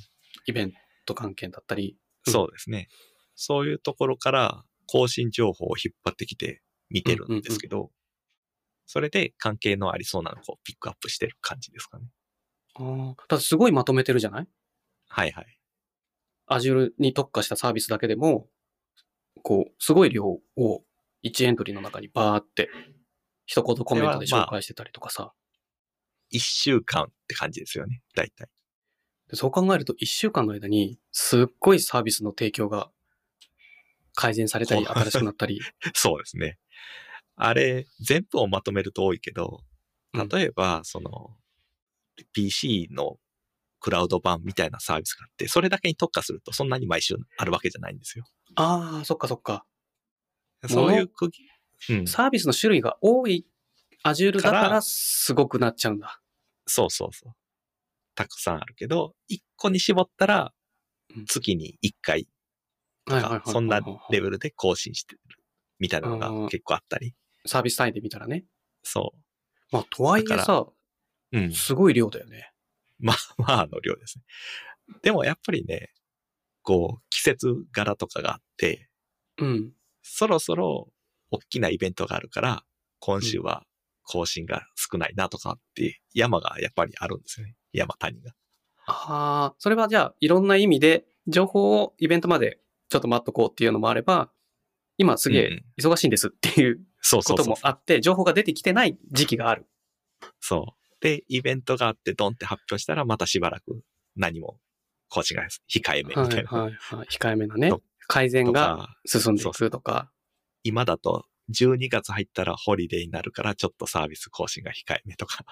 Speaker 1: イベント関係だったり、
Speaker 2: そうですね。そういうところから更新情報を引っ張ってきて見てるんですけど、それで関係のありそうなのをこうピックアップしてる感じですかね。
Speaker 1: ああ、ただすごいまとめてるじゃない
Speaker 2: はいはい。
Speaker 1: ?Azure に特化したサービスだけでも、こう、すごい量を1エントリーの中にバーって、一言コメントで
Speaker 2: それ
Speaker 1: 紹
Speaker 2: はまあ
Speaker 1: 介してたりとかさ。
Speaker 2: 一週間って感じですよね。大体。
Speaker 1: でそう考えると、1週間の間に、すっごいサービスの提供が改善されたり、
Speaker 2: こう
Speaker 1: 新しくな
Speaker 2: <laughs>
Speaker 1: ったり。
Speaker 2: そうですね。あれ、全部をまとめると多いけど、
Speaker 1: うん
Speaker 2: 例えば、その、PC のクラウド版みたいなサービスがあって、それだけに特化するとそんなに毎週あるわけじゃないんですよ。
Speaker 1: ああ、そっかそっか。
Speaker 2: そういう区切り。うん。
Speaker 1: サービスの種類が多い Azure だか
Speaker 2: から
Speaker 1: ら、すごくなっちゃうんだ。
Speaker 2: そうそうそう。たくさんあるけど、一個に絞ったら
Speaker 1: うん、
Speaker 2: 月に一回
Speaker 1: はいはいはい
Speaker 2: か、そんなレベルで更新してるみたいなの
Speaker 1: うん
Speaker 2: が結構あったり。
Speaker 1: サービス単位で見たらね。
Speaker 2: そ
Speaker 1: まあ、とはいえ
Speaker 2: だ
Speaker 1: さ、
Speaker 2: う。うん。
Speaker 1: すごい量だよね。
Speaker 2: <laughs> まあの量ですね。でもやっぱりね、こう、季節柄とかがあって、
Speaker 1: うん。
Speaker 2: そろそろ大きなイベントがあるから、今週は更新が少ないなとかって、山がやっぱりあるんですよね。山谷が。
Speaker 1: ああ、それはじゃあ、いろんな意味で、情報をイベントまでちょっと待っとこうっていうのもあれば、今すげ
Speaker 2: うんう
Speaker 1: え
Speaker 2: ん
Speaker 1: 忙しいんですっていう
Speaker 2: そうそ
Speaker 1: こ
Speaker 2: うそ
Speaker 1: と
Speaker 2: うそう
Speaker 1: もあって、情報が出てきてない時期がある。
Speaker 2: そう。で、イベントがあってドンって発表したら、またしばらく何も更新が控えめみ
Speaker 1: はい
Speaker 2: たいな。
Speaker 1: はい
Speaker 2: <laughs>
Speaker 1: はい。控えめなね
Speaker 2: と。
Speaker 1: 改善
Speaker 2: と
Speaker 1: が
Speaker 2: か、
Speaker 1: 進んでいくとか。
Speaker 2: 今だと12月入ったらホリデーになるから、ちょっとサービス更新が控えめとか。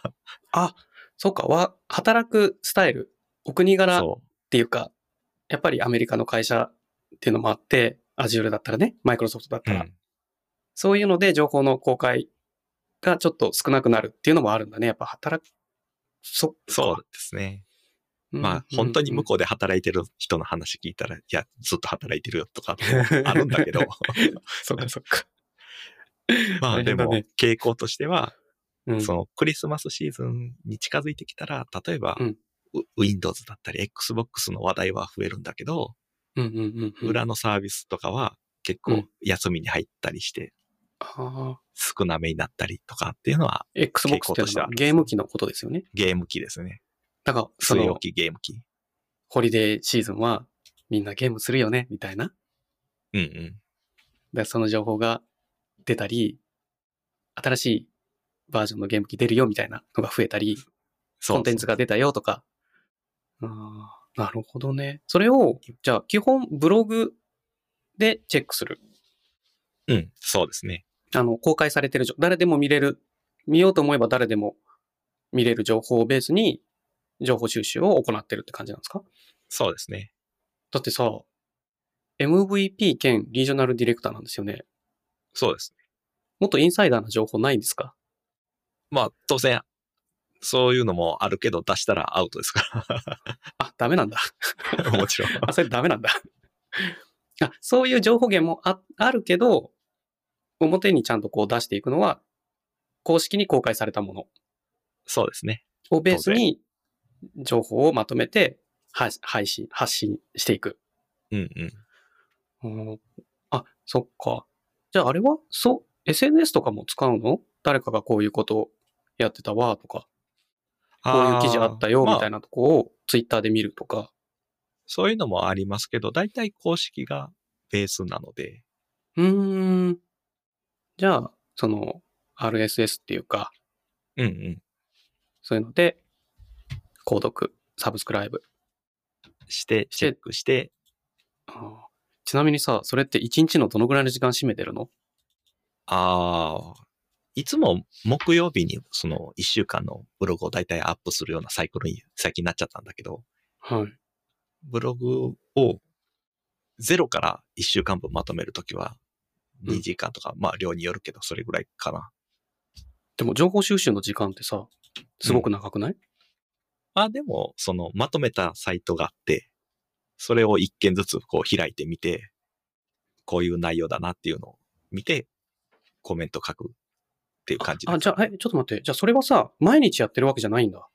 Speaker 1: あ、そうか。わ、働くスタイル。お国柄っ
Speaker 2: そ
Speaker 1: ていうか、やっぱりアメリカの会社っていうのもあって、Azure だったらね、Microsoft だっ
Speaker 2: う。
Speaker 1: たら、そういうので情報の公開がちょっと少なくなるっていうのもあるんだね。やっぱ働く、そ、
Speaker 2: そうですね。
Speaker 1: う
Speaker 2: まあ、本当に向こうで働いてる人の話聞いたら、いや、ずっと働いてるよとか
Speaker 1: <laughs>
Speaker 2: ってあるんだけど、
Speaker 1: そっかそっか。
Speaker 2: まあ
Speaker 1: 大
Speaker 2: で
Speaker 1: 変だね
Speaker 2: も傾向としては、
Speaker 1: うん
Speaker 2: そのクリスマスシーズンに近づいてきたら、例えば、
Speaker 1: うん
Speaker 2: ウ Windows だったり Xbox の話題は増えるんだけど、
Speaker 1: うんうんうんうん。
Speaker 2: 裏のサービスとかは結
Speaker 1: う
Speaker 2: 構
Speaker 1: ん
Speaker 2: 休みに入ったりして
Speaker 1: あ
Speaker 2: 少なめになったりとかっていうのは
Speaker 1: ー Xbox っていうのはゲーム機のことですよね。
Speaker 2: ゲーム機ですね。
Speaker 1: だから、そ
Speaker 2: 据え
Speaker 1: の
Speaker 2: 置、きゲーム機。
Speaker 1: ホリデーシーズンはみんなゲームするよね、みたいな。だか
Speaker 2: うんうん。
Speaker 1: らその情報が出たり、新しいバージョンのゲーム機出るよ、みたいなのが増えたり、
Speaker 2: そう
Speaker 1: コンテンツが出たよとか。あーなるほどね。それを、じゃあ、基本ブログでチェックする。
Speaker 2: うん、そうですね。
Speaker 1: あの、公開されてる情、誰でも見れる、見ようと思えば誰でも見れる情報をベースに、情報収集を行ってるって感じなんですか
Speaker 2: そうですね。
Speaker 1: だってさ、MVP 兼リージョナルディレクターなんですよね。
Speaker 2: そうです。
Speaker 1: もっとインサイダーな情報ないんですか
Speaker 2: まあ、当然、そういうのもあるけど、出したらアウトですか
Speaker 1: あ、ダメなんだ。
Speaker 2: ら。
Speaker 1: <laughs>
Speaker 2: もちろん。
Speaker 1: あ、それダメなんだ。あ、そういう情報源もああるけど、表にちゃんとこう出していくのは、公式に公開されたもの
Speaker 2: そうですね。
Speaker 1: をベースに、情報をまとめて、は配信、発信していく。
Speaker 2: うんうん。
Speaker 1: うんあ、そっか。じゃああれはそう、SNS とかも使うの誰かがこういうことやってたわとか、こういう記事あったよみたい
Speaker 2: な。
Speaker 1: なとこをツイッターで見るとか。
Speaker 2: そういうのもありますけど、大体公式がベースなので、
Speaker 1: うーん。じゃあ、その RSS っていうか、
Speaker 2: うんうん。
Speaker 1: そういうので、購読、サブスクライブ。
Speaker 2: して、チェックして、
Speaker 1: あーちなみにさ、それって1日のどのぐらいの時間占めてるの
Speaker 2: ああ、いつも木曜日にその1週間のブログを大体アップするようなサイクルに最近なっちゃったんだけど、
Speaker 1: はい。
Speaker 2: ブログをゼロから1週間分まとめるときは、
Speaker 1: うん
Speaker 2: 2時間とか、まあ量によるけど、それぐらいかな。
Speaker 1: でも情報収集の時間ってさ、すごく長くない、
Speaker 2: まあでも、そのまとめたサイトがあって、それを一件ずつこう開いてみて、こういう内容だなっていうのを見て、コメント書くっていう感じだ
Speaker 1: あ、じゃあ、え、ちょっと待って。じゃあそれはさ、毎日やってるわけじゃないんだ。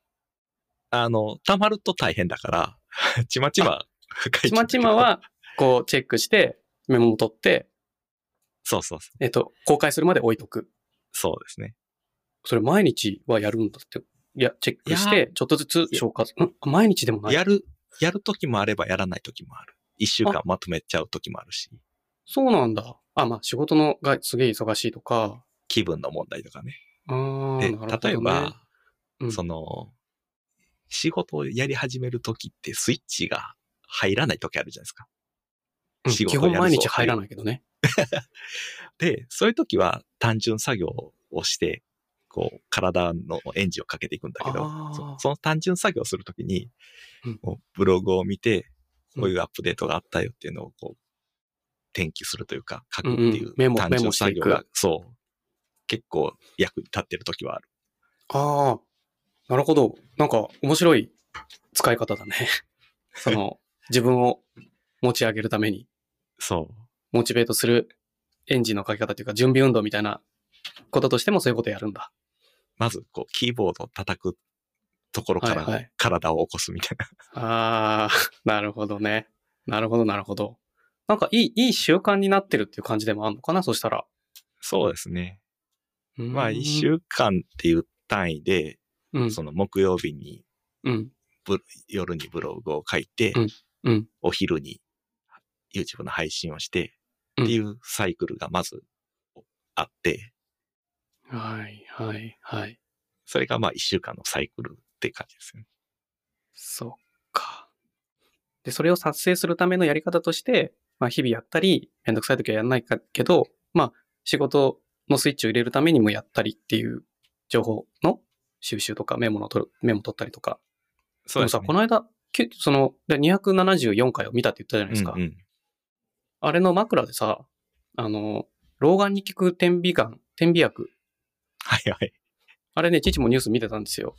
Speaker 2: あの、溜まると大変だから、 <laughs> ちまちま書いてる
Speaker 1: ちまちまは、こう、チェックして、メモも取って、
Speaker 2: そうそうそう。
Speaker 1: えっと、公開するまで置いとく。
Speaker 2: そうですね。
Speaker 1: それ毎日はやるんだって。いや、チェックし
Speaker 2: い
Speaker 1: て、ちょっとずつ消化す。ん毎日でもない。
Speaker 2: やる、やる時もあればやらない時もある。一週間まとめちゃう時もあるし、
Speaker 1: そうなんだ。あ、まあ、仕事のがすげえ忙しいとか。
Speaker 2: 気分の問題とかね。
Speaker 1: あー
Speaker 2: で、
Speaker 1: なるほどね
Speaker 2: 例えば、
Speaker 1: うん
Speaker 2: その、仕事をやり始める時ってスイッチが入らない時あるじゃないですか。
Speaker 1: うん
Speaker 2: 仕
Speaker 1: 基
Speaker 2: 事を
Speaker 1: 本
Speaker 2: やるぞ
Speaker 1: 毎日入らないけどね。
Speaker 2: で、そういう時は単純作業をして、こう、体のエンジンをかけていくんだけど、
Speaker 1: あー
Speaker 2: そその単純作業をするときに、
Speaker 1: うん
Speaker 2: こうブログを見て、こういうアップデートがあったよっていうのをこう、転記するというか、書くってい
Speaker 1: うんうんメ
Speaker 2: う
Speaker 1: モ
Speaker 2: 単
Speaker 1: メモ
Speaker 2: 純
Speaker 1: して
Speaker 2: 作
Speaker 1: いく
Speaker 2: 業が、そう、結構役に立ってる時はある。
Speaker 1: ああ、なるほど。なんか面白い使い <laughs> 方だね。その、自分を持ち上げるために、
Speaker 2: そう。
Speaker 1: モチベートするエンジンのかけ方というか、準備運動みたいなこととしてもそういうことやるんだ。
Speaker 2: まず、こう、キーボードを叩くところから、
Speaker 1: はいはい
Speaker 2: 体を起こすみたいな。
Speaker 1: ああ、なるほどね。なるほど、なるほど。なんかいい、いい習慣になってるっていう感じでもあるのかな、そしたら。
Speaker 2: そうですね。
Speaker 1: うん
Speaker 2: まあ、一。週間っていう単位で、
Speaker 1: うん。
Speaker 2: その木曜日に
Speaker 1: うん。
Speaker 2: ブ夜にブログを書いて、
Speaker 1: うん。
Speaker 2: お昼に YouTube の配信をして、
Speaker 1: うん
Speaker 2: っていうサイクルがまずあって、
Speaker 1: はい、はい、はい。
Speaker 2: それがまあ一週間のサイクルって感じですよね。
Speaker 1: そっか。で、それを達成するためのやり方として、まあ、日々やったり、めんどくさい時はやんないかけど、まあ、仕事のスイッチを入れるためにもやったりっていう情報の収集とかメモの取る、メモ取ったりとか。
Speaker 2: そう
Speaker 1: もさ、この間、きその、で274回を見たって言ったじゃないですか。
Speaker 2: うんうん
Speaker 1: あれの枕でさ、あの、老眼に効く点鼻眼、点鼻薬。
Speaker 2: はいはい。
Speaker 1: あれね、父もニュース見てたんですよ。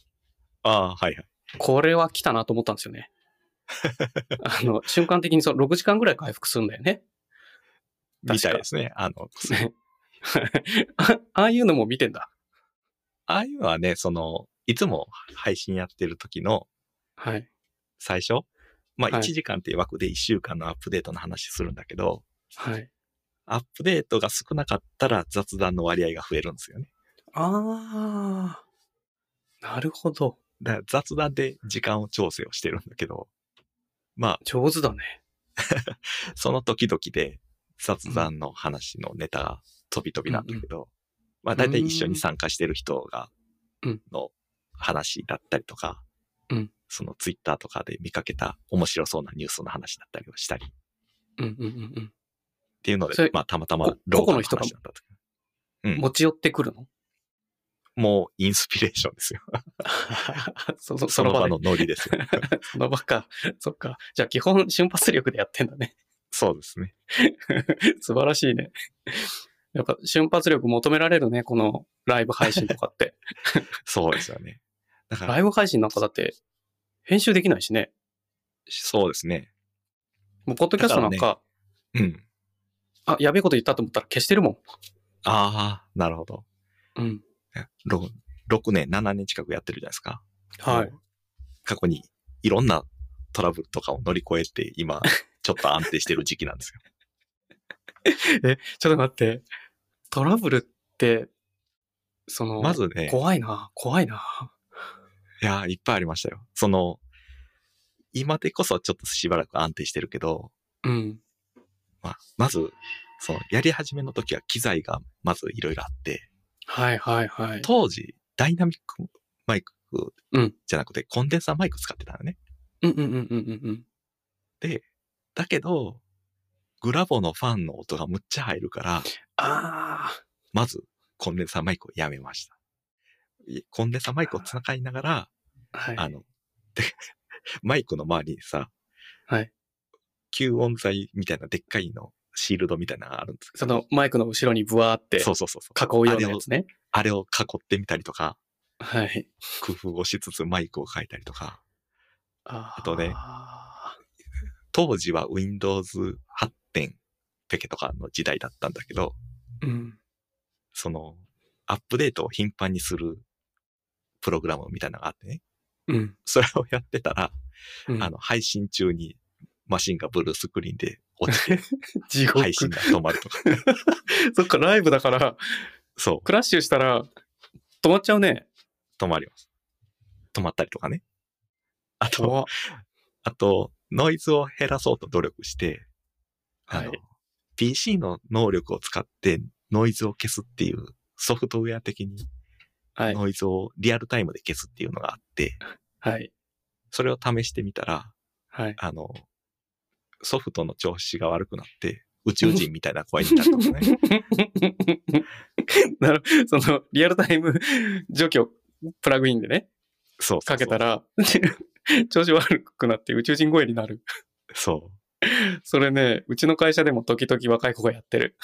Speaker 2: ああ、はいはい。
Speaker 1: これは来たなと思ったんですよ <laughs> ね。あの、瞬間的にその6時間ぐらい回復するんだよね。 <laughs> か
Speaker 2: みたいですね。
Speaker 1: <laughs>
Speaker 2: あの、そう
Speaker 1: ねあああいうのも見てんだ。
Speaker 2: ああいうのはね、その、いつも配信やってる時の
Speaker 1: はい。
Speaker 2: 最初、まあ
Speaker 1: は
Speaker 2: 1
Speaker 1: い
Speaker 2: 時間っていう枠で1週間のアップデートの話するんだけど、
Speaker 1: はい。
Speaker 2: アップデートが少なかったら雑談の割合が増えるんですよね。
Speaker 1: ああ。なるほど。
Speaker 2: だから雑談で時間を調整をしてるんだけど、まあ、
Speaker 1: 上手だね。
Speaker 2: その時々で雑談の話のネタが飛び飛びなんだけど、まあ、大体一緒に参加してる人が
Speaker 1: うん、
Speaker 2: の話だったりとか、
Speaker 1: うん
Speaker 2: そのツイッターとかで見かけた面白そうなニュースの話だったりをしたりっ
Speaker 1: うんうんうん
Speaker 2: ていうの
Speaker 1: それ
Speaker 2: で、まあ、たまたま
Speaker 1: こ
Speaker 2: 老
Speaker 1: 個
Speaker 2: 化
Speaker 1: 々の人が
Speaker 2: 話だったとか
Speaker 1: うん。持ち寄ってく <laughs> るの
Speaker 2: もうインスピレーションですよ。
Speaker 1: そそ
Speaker 2: <laughs> そ
Speaker 1: そ
Speaker 2: の
Speaker 1: の場
Speaker 2: 場
Speaker 1: で
Speaker 2: の。ノリですよ。 <laughs>
Speaker 1: その場か。そっか。じゃあ基本瞬発力でやってんだね。 <laughs>
Speaker 2: そうですね。
Speaker 1: 素晴らしいね。やっぱ瞬発力求められるね。このライブ配信とか <laughs> って。
Speaker 2: そうですよね。だから
Speaker 1: ラ、イブ配信なんかだって、編集できないしね。
Speaker 2: そうですね。
Speaker 1: もう、ポッドキャストなんか、
Speaker 2: だうん。
Speaker 1: あ、やべえこと言ったと思ったら消してるもん。
Speaker 2: ああ、なるほど。
Speaker 1: うん。
Speaker 2: 6, 6年、7年近くやってるじゃないですか。
Speaker 1: はい。。
Speaker 2: 過去にいろんなトラブルとかを乗り越えて、
Speaker 1: <laughs>
Speaker 2: 今、ちょっと安定してる時期なんですよ。
Speaker 1: ちょっと待って。トラブルって、その、
Speaker 2: まずね、
Speaker 1: 怖いな、怖いな。
Speaker 2: いやー、いっぱいありましたよ。その、今でこそちょっとしばらく安定してるけど、
Speaker 1: うん。
Speaker 2: まあ、まず、その、やり始めの時は機材がまずいろいろあって、
Speaker 1: はいはいはい。
Speaker 2: 当時、ダイナミックマイク
Speaker 1: うん
Speaker 2: じゃなくて、コンデンサーマイク使ってたのね。
Speaker 1: うんうんうんうんうんうん。
Speaker 2: だけど、グラボのファンの音がむっちゃ入るから、
Speaker 1: ああ。
Speaker 2: まず、コンデンサーマイクをやめました。いコンデンサーマイクをつながりながら、
Speaker 1: はい。
Speaker 2: あの、で、マイクの周りにさ、
Speaker 1: はい。
Speaker 2: 吸音材みたいなでっかいの、シールドみたいなのがあるんですけ
Speaker 1: そ
Speaker 2: ど、
Speaker 1: のマイクの後ろにブワーって
Speaker 2: そうそうそうそ
Speaker 1: 囲
Speaker 2: う。
Speaker 1: うようなやつね。
Speaker 2: あれを囲ってみたりとか、
Speaker 1: はい。
Speaker 2: 工夫をしつつマイクを変えたりとか、
Speaker 1: あー
Speaker 2: あとね当時は Windows 8点ペケとかの時代だったんだけど、
Speaker 1: うん。
Speaker 2: その、アップデートを頻繁にするプログラムみたいなのがあってね。
Speaker 1: うん。
Speaker 2: それをやってたら、
Speaker 1: うん
Speaker 2: あの、配信中にマシンがブルースクリー
Speaker 1: <laughs>
Speaker 2: ンで落ちて、
Speaker 1: 地獄
Speaker 2: 配信が止まるとか。
Speaker 1: <laughs> そっか、ライブだから、
Speaker 2: そ
Speaker 1: クラッシュしたら、止まっちゃうね。
Speaker 2: う、止まります。止まったりとかね。あと、
Speaker 1: 怖っ
Speaker 2: あと、ノイズを減らそうと努力して、あの、
Speaker 1: はい
Speaker 2: PC の能力を使ってノイズを消すっていう、ソフトウェア的に
Speaker 1: はい。
Speaker 2: ノイズをリアルタイムで消すっていうのがあって、
Speaker 1: はい。
Speaker 2: それを試してみたら、
Speaker 1: はい。
Speaker 2: あの、ソフトの調子が悪くなって、宇宙人みたいな声にな
Speaker 1: <laughs>
Speaker 2: るとかね。 <laughs>
Speaker 1: なるその、リアルタイム除去、プラグインでね、
Speaker 2: そうそ
Speaker 1: か
Speaker 2: うそう
Speaker 1: けたら、調子悪くなって宇宙人声になる。
Speaker 2: そう。
Speaker 1: それね、うちの会社でも時々若い子がや
Speaker 2: <laughs>
Speaker 1: ってる。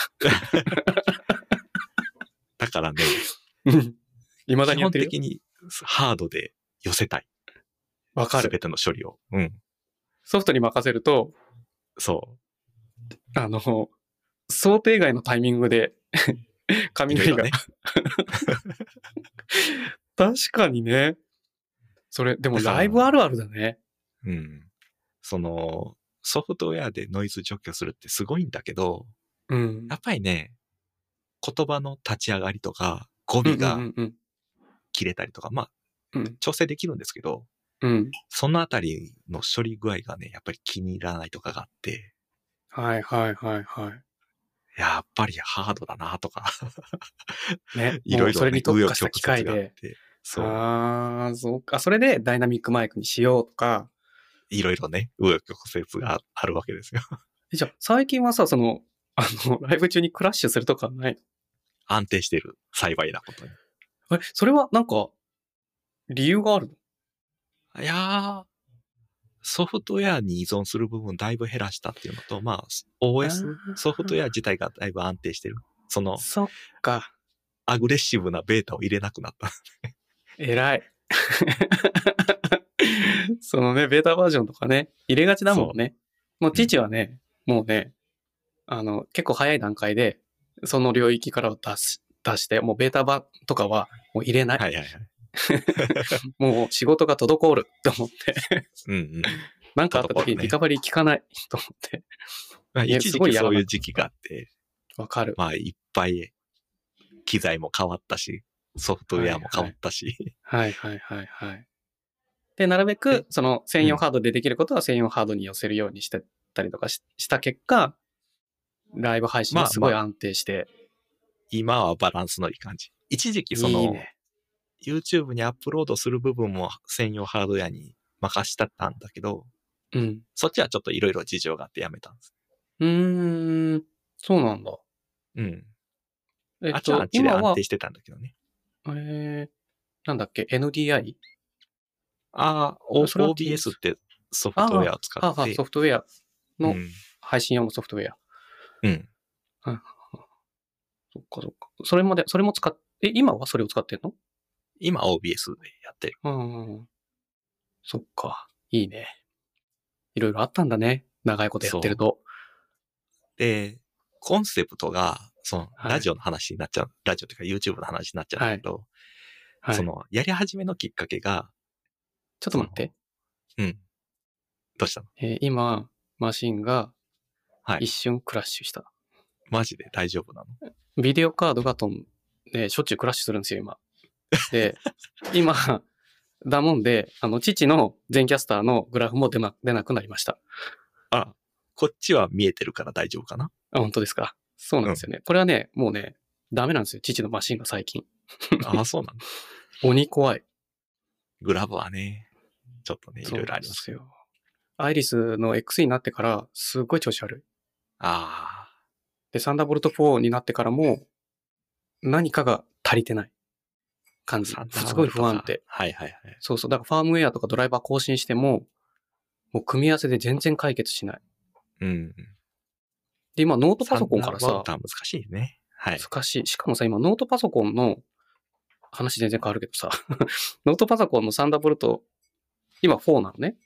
Speaker 2: だか
Speaker 1: <laughs>
Speaker 2: らね、
Speaker 1: いまだに
Speaker 2: 基
Speaker 1: やっ
Speaker 2: 本
Speaker 1: てるよ。
Speaker 2: 的にハードで寄せたい。
Speaker 1: わか
Speaker 2: す
Speaker 1: る。
Speaker 2: べての処理を。うん。
Speaker 1: ソフトに任せると、
Speaker 2: そ
Speaker 1: あの、想定外のタイミング
Speaker 2: <laughs>
Speaker 1: で、
Speaker 2: う。
Speaker 1: 雷
Speaker 2: いろ
Speaker 1: が
Speaker 2: いろね。
Speaker 1: 確かにね。それ、でも
Speaker 2: だから
Speaker 1: ライブあるあるだね。
Speaker 2: うん。その、ソフトウェアでノイズ除去するってすごいんだけど、
Speaker 1: うん
Speaker 2: や。っぱりね、言葉の立ち上がりとか、語尾
Speaker 1: う
Speaker 2: が
Speaker 1: んうん
Speaker 2: 切れたりとか、まあ、
Speaker 1: うん
Speaker 2: 調整できるんですけど、
Speaker 1: うん。うん。
Speaker 2: そのあたりの処理具合がね、やっぱり気に入らないとかがあって、
Speaker 1: はいはいはいは
Speaker 2: やっぱりハードだな
Speaker 1: <laughs>
Speaker 2: とか、
Speaker 1: い。ね。
Speaker 2: <laughs> いろいろ、ね、
Speaker 1: もうそれに特化した機
Speaker 2: 紆
Speaker 1: 械
Speaker 2: 余曲折があ
Speaker 1: で
Speaker 2: っ。て。そう。
Speaker 1: ああ、そうか。それでダイナミックマイクにしようとか。
Speaker 2: いろいろね、紆余曲折があるわけですよ。
Speaker 1: えじゃあ最近はさ、その、 <laughs> あの、ライブ中にクラッシュするとかはない
Speaker 2: 安定してる。幸いなことに。
Speaker 1: のえ、それはなんか、理由があるの
Speaker 2: いやー、ソフトウェアに依存する部分だいぶ減らしたっていうのと、まあ、OS、
Speaker 1: あー
Speaker 2: ソフトウェア自体がだいぶ安定してる。その、
Speaker 1: そっか。
Speaker 2: アグレッシブなベータを入れなくなった。
Speaker 1: 偉い。 <laughs> そのね、ベータバージョンとかね、入れがちだもんね。もう父はね、もうね、あの、結構早い段階で、その領域からは出し、出して、もうベータ版とかはもう入れない。
Speaker 2: はいはいはい。
Speaker 1: もう仕事が滞ると思
Speaker 2: <laughs>
Speaker 1: って、
Speaker 2: う
Speaker 1: <laughs>
Speaker 2: んうん。
Speaker 1: なんかあった時
Speaker 2: 滞
Speaker 1: に
Speaker 2: るね
Speaker 1: リカバリー効かないと思って、
Speaker 2: まあ、
Speaker 1: いや
Speaker 2: 一
Speaker 1: す
Speaker 2: 時
Speaker 1: ごい
Speaker 2: 期
Speaker 1: やら
Speaker 2: そ
Speaker 1: なかった
Speaker 2: ういう時期があって、
Speaker 1: わかる。
Speaker 2: まあ、いっぱい機材も変わったし、ソフトウェアも変わったし、
Speaker 1: はいはいはいはい。で、なるべく
Speaker 2: え、
Speaker 1: その専用
Speaker 2: うん
Speaker 1: ハードでできることは専用ハードに寄せるようにしてたりとかしした結果、ライブ配信
Speaker 2: ま
Speaker 1: が
Speaker 2: あ
Speaker 1: すごい
Speaker 2: ま
Speaker 1: 安定して、
Speaker 2: <laughs> 今はバランスのいい感じ。一時期そ
Speaker 1: いい
Speaker 2: の、
Speaker 1: ね。
Speaker 2: YouTube にアップロードする部分も専用ハードウェアに任したったんだけど、
Speaker 1: うん。
Speaker 2: そっちはちょっといろいろ事情があってやめたんです。
Speaker 1: うーん、そうなんだ。
Speaker 2: うん。
Speaker 1: え
Speaker 2: あ
Speaker 1: っ
Speaker 2: っちはあ
Speaker 1: と
Speaker 2: っ、ちで
Speaker 1: 今
Speaker 2: 安
Speaker 1: は
Speaker 2: 定、してたんだけどね。
Speaker 1: えー、なんだっけ、NDI?
Speaker 2: ああ、O-
Speaker 1: それは TS
Speaker 2: OBS ってソフトウェアを使
Speaker 1: あ
Speaker 2: っ
Speaker 1: は
Speaker 2: て。
Speaker 1: ソフトウェア、
Speaker 2: う
Speaker 1: の
Speaker 2: ん。
Speaker 1: 配信用のソフトウェア。
Speaker 2: うん。
Speaker 1: そっかそっか。それまで、それも使っ、え、今はそれを使ってんの
Speaker 2: 今 OBS でやってる。
Speaker 1: うん。そっか。いいね。いろいろあったんだね。長いことやってると。
Speaker 2: で、コンセプトが、その、
Speaker 1: はい
Speaker 2: ラジオの話になっちゃう。ラジオというか YouTube の話になっちゃうんだけど、
Speaker 1: はい。ち
Speaker 2: そ
Speaker 1: ょっ
Speaker 2: の、やり始めのきっかけが、
Speaker 1: と待って。
Speaker 2: うん。どうしたの
Speaker 1: えー今、マシンが
Speaker 2: はい
Speaker 1: 一瞬クラッシュした。
Speaker 2: マジで大丈夫なの
Speaker 1: ビデオカードが飛んで、しょっちゅうクラッシュするんですよ、今。
Speaker 2: <laughs>
Speaker 1: で、今、だもんで、あの、父の全キャスターのグラフも出,、ま、出なくなりました。
Speaker 2: あ、こっちは見えてるから大丈夫かな
Speaker 1: あ、本当ですか。そうなんですよね。これはね、もうね、ダメなんですよ、父のマシンが最近。
Speaker 2: ああ、そうなの
Speaker 1: 鬼怖い。
Speaker 2: グラブはね、ちょっとね、いろいろあります。
Speaker 1: すよ。アイリスの X になってから、すっごい調子悪い。
Speaker 2: ああ、
Speaker 1: で、サンダーボルト4になってからも、何かが足りてない感じ
Speaker 2: サン。ダ
Speaker 1: す
Speaker 2: ーバ
Speaker 1: ご
Speaker 2: ー
Speaker 1: い
Speaker 2: ド
Speaker 1: 不安定
Speaker 2: か。。はいはいはい。
Speaker 1: そうそう。だからファームウェアとかドライバー更新しても、もう組み合わせで全然解決しない。
Speaker 2: うん。
Speaker 1: で、今ノートパソコンから
Speaker 2: サンダーバ
Speaker 1: さ
Speaker 2: ルト、は難しいね。はい。
Speaker 1: 難しい。しかもさ、今ノートパソコンの、話全然変わるけどさ、 <laughs> ノートパソコンのサンダーボルト、今4なのね。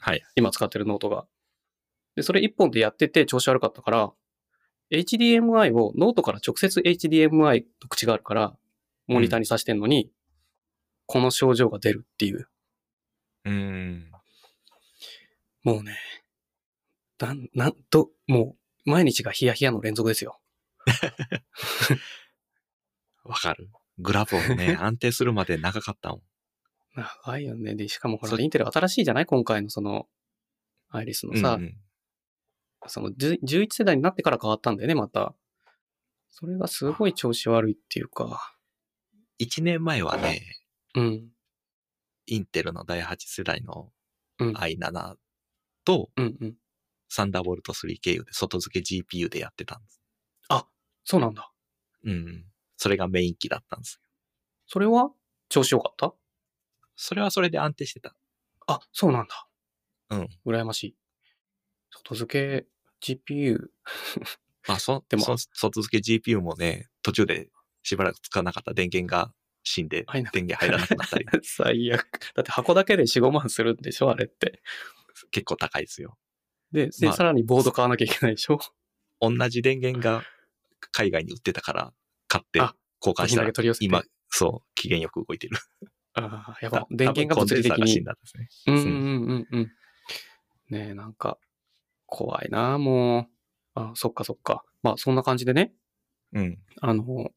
Speaker 2: はい。
Speaker 1: 今使ってるノートが。で、それ1本でやってて調子悪かったから、HDMI をノートから直接 HDMI と口があるから、モニターに挿してんのに、この症状が出るっていう。
Speaker 2: うん。
Speaker 1: もうね、なん、なんと、もう、毎日がヒヤヒヤの連続ですよ。
Speaker 2: わかる。グラフを <laughs> ね、安定するまで長かったもん。
Speaker 1: 長いよね。で、しかもほ
Speaker 2: そ
Speaker 1: ら、
Speaker 2: う
Speaker 1: インテル新しいじゃない今回のその、アイリスのさ、
Speaker 2: うんうん
Speaker 1: その10 11世代になってから変わったんだよね、また。それがすごい調子悪いっていうか。
Speaker 2: 一年前はね、
Speaker 1: うん。
Speaker 2: インテルの第8世代の
Speaker 1: うん。
Speaker 2: i7 と
Speaker 1: うんうん。
Speaker 2: サンダーボルト3経由で外付け GPU でやってたんです。
Speaker 1: そうなんだ。
Speaker 2: うん。それがメイン機だったんですよ。
Speaker 1: それは調子良かった
Speaker 2: それはそれで安定してた。
Speaker 1: あ、そうなんだ。
Speaker 2: うん。
Speaker 1: 羨ましい。外付け
Speaker 2: <laughs>
Speaker 1: GPU。
Speaker 2: まあ、そ、
Speaker 1: で
Speaker 2: で
Speaker 1: も
Speaker 2: も、外付け GPU もね、途中でしばらく使わなかった電源が死んで
Speaker 1: 入んな、か
Speaker 2: 電源入らなくなったり、
Speaker 1: 最悪。だって箱だけで4、5万するんでしょあれって。
Speaker 2: 結構高いですよ。
Speaker 1: で、で
Speaker 2: まあ
Speaker 1: さらにボード買わなきゃいけないでしょ
Speaker 2: 同じ電源が海外に売ってたから、買って
Speaker 1: あ
Speaker 2: 交
Speaker 1: 部品
Speaker 2: 換した
Speaker 1: だ
Speaker 2: ら
Speaker 1: け取り寄せて、
Speaker 2: 今、そう、機嫌よく動いてる。
Speaker 1: ああ、やば。電源が物理
Speaker 2: 多
Speaker 1: 的
Speaker 2: 分コンデンサーが死
Speaker 1: に
Speaker 2: ん。だんですね。
Speaker 1: うんう
Speaker 2: うん
Speaker 1: んうんうん。ねえ、なんか、怖いな、もう。あ、そっかそっか。まあ、そんな感じでね、
Speaker 2: うん。
Speaker 1: あの、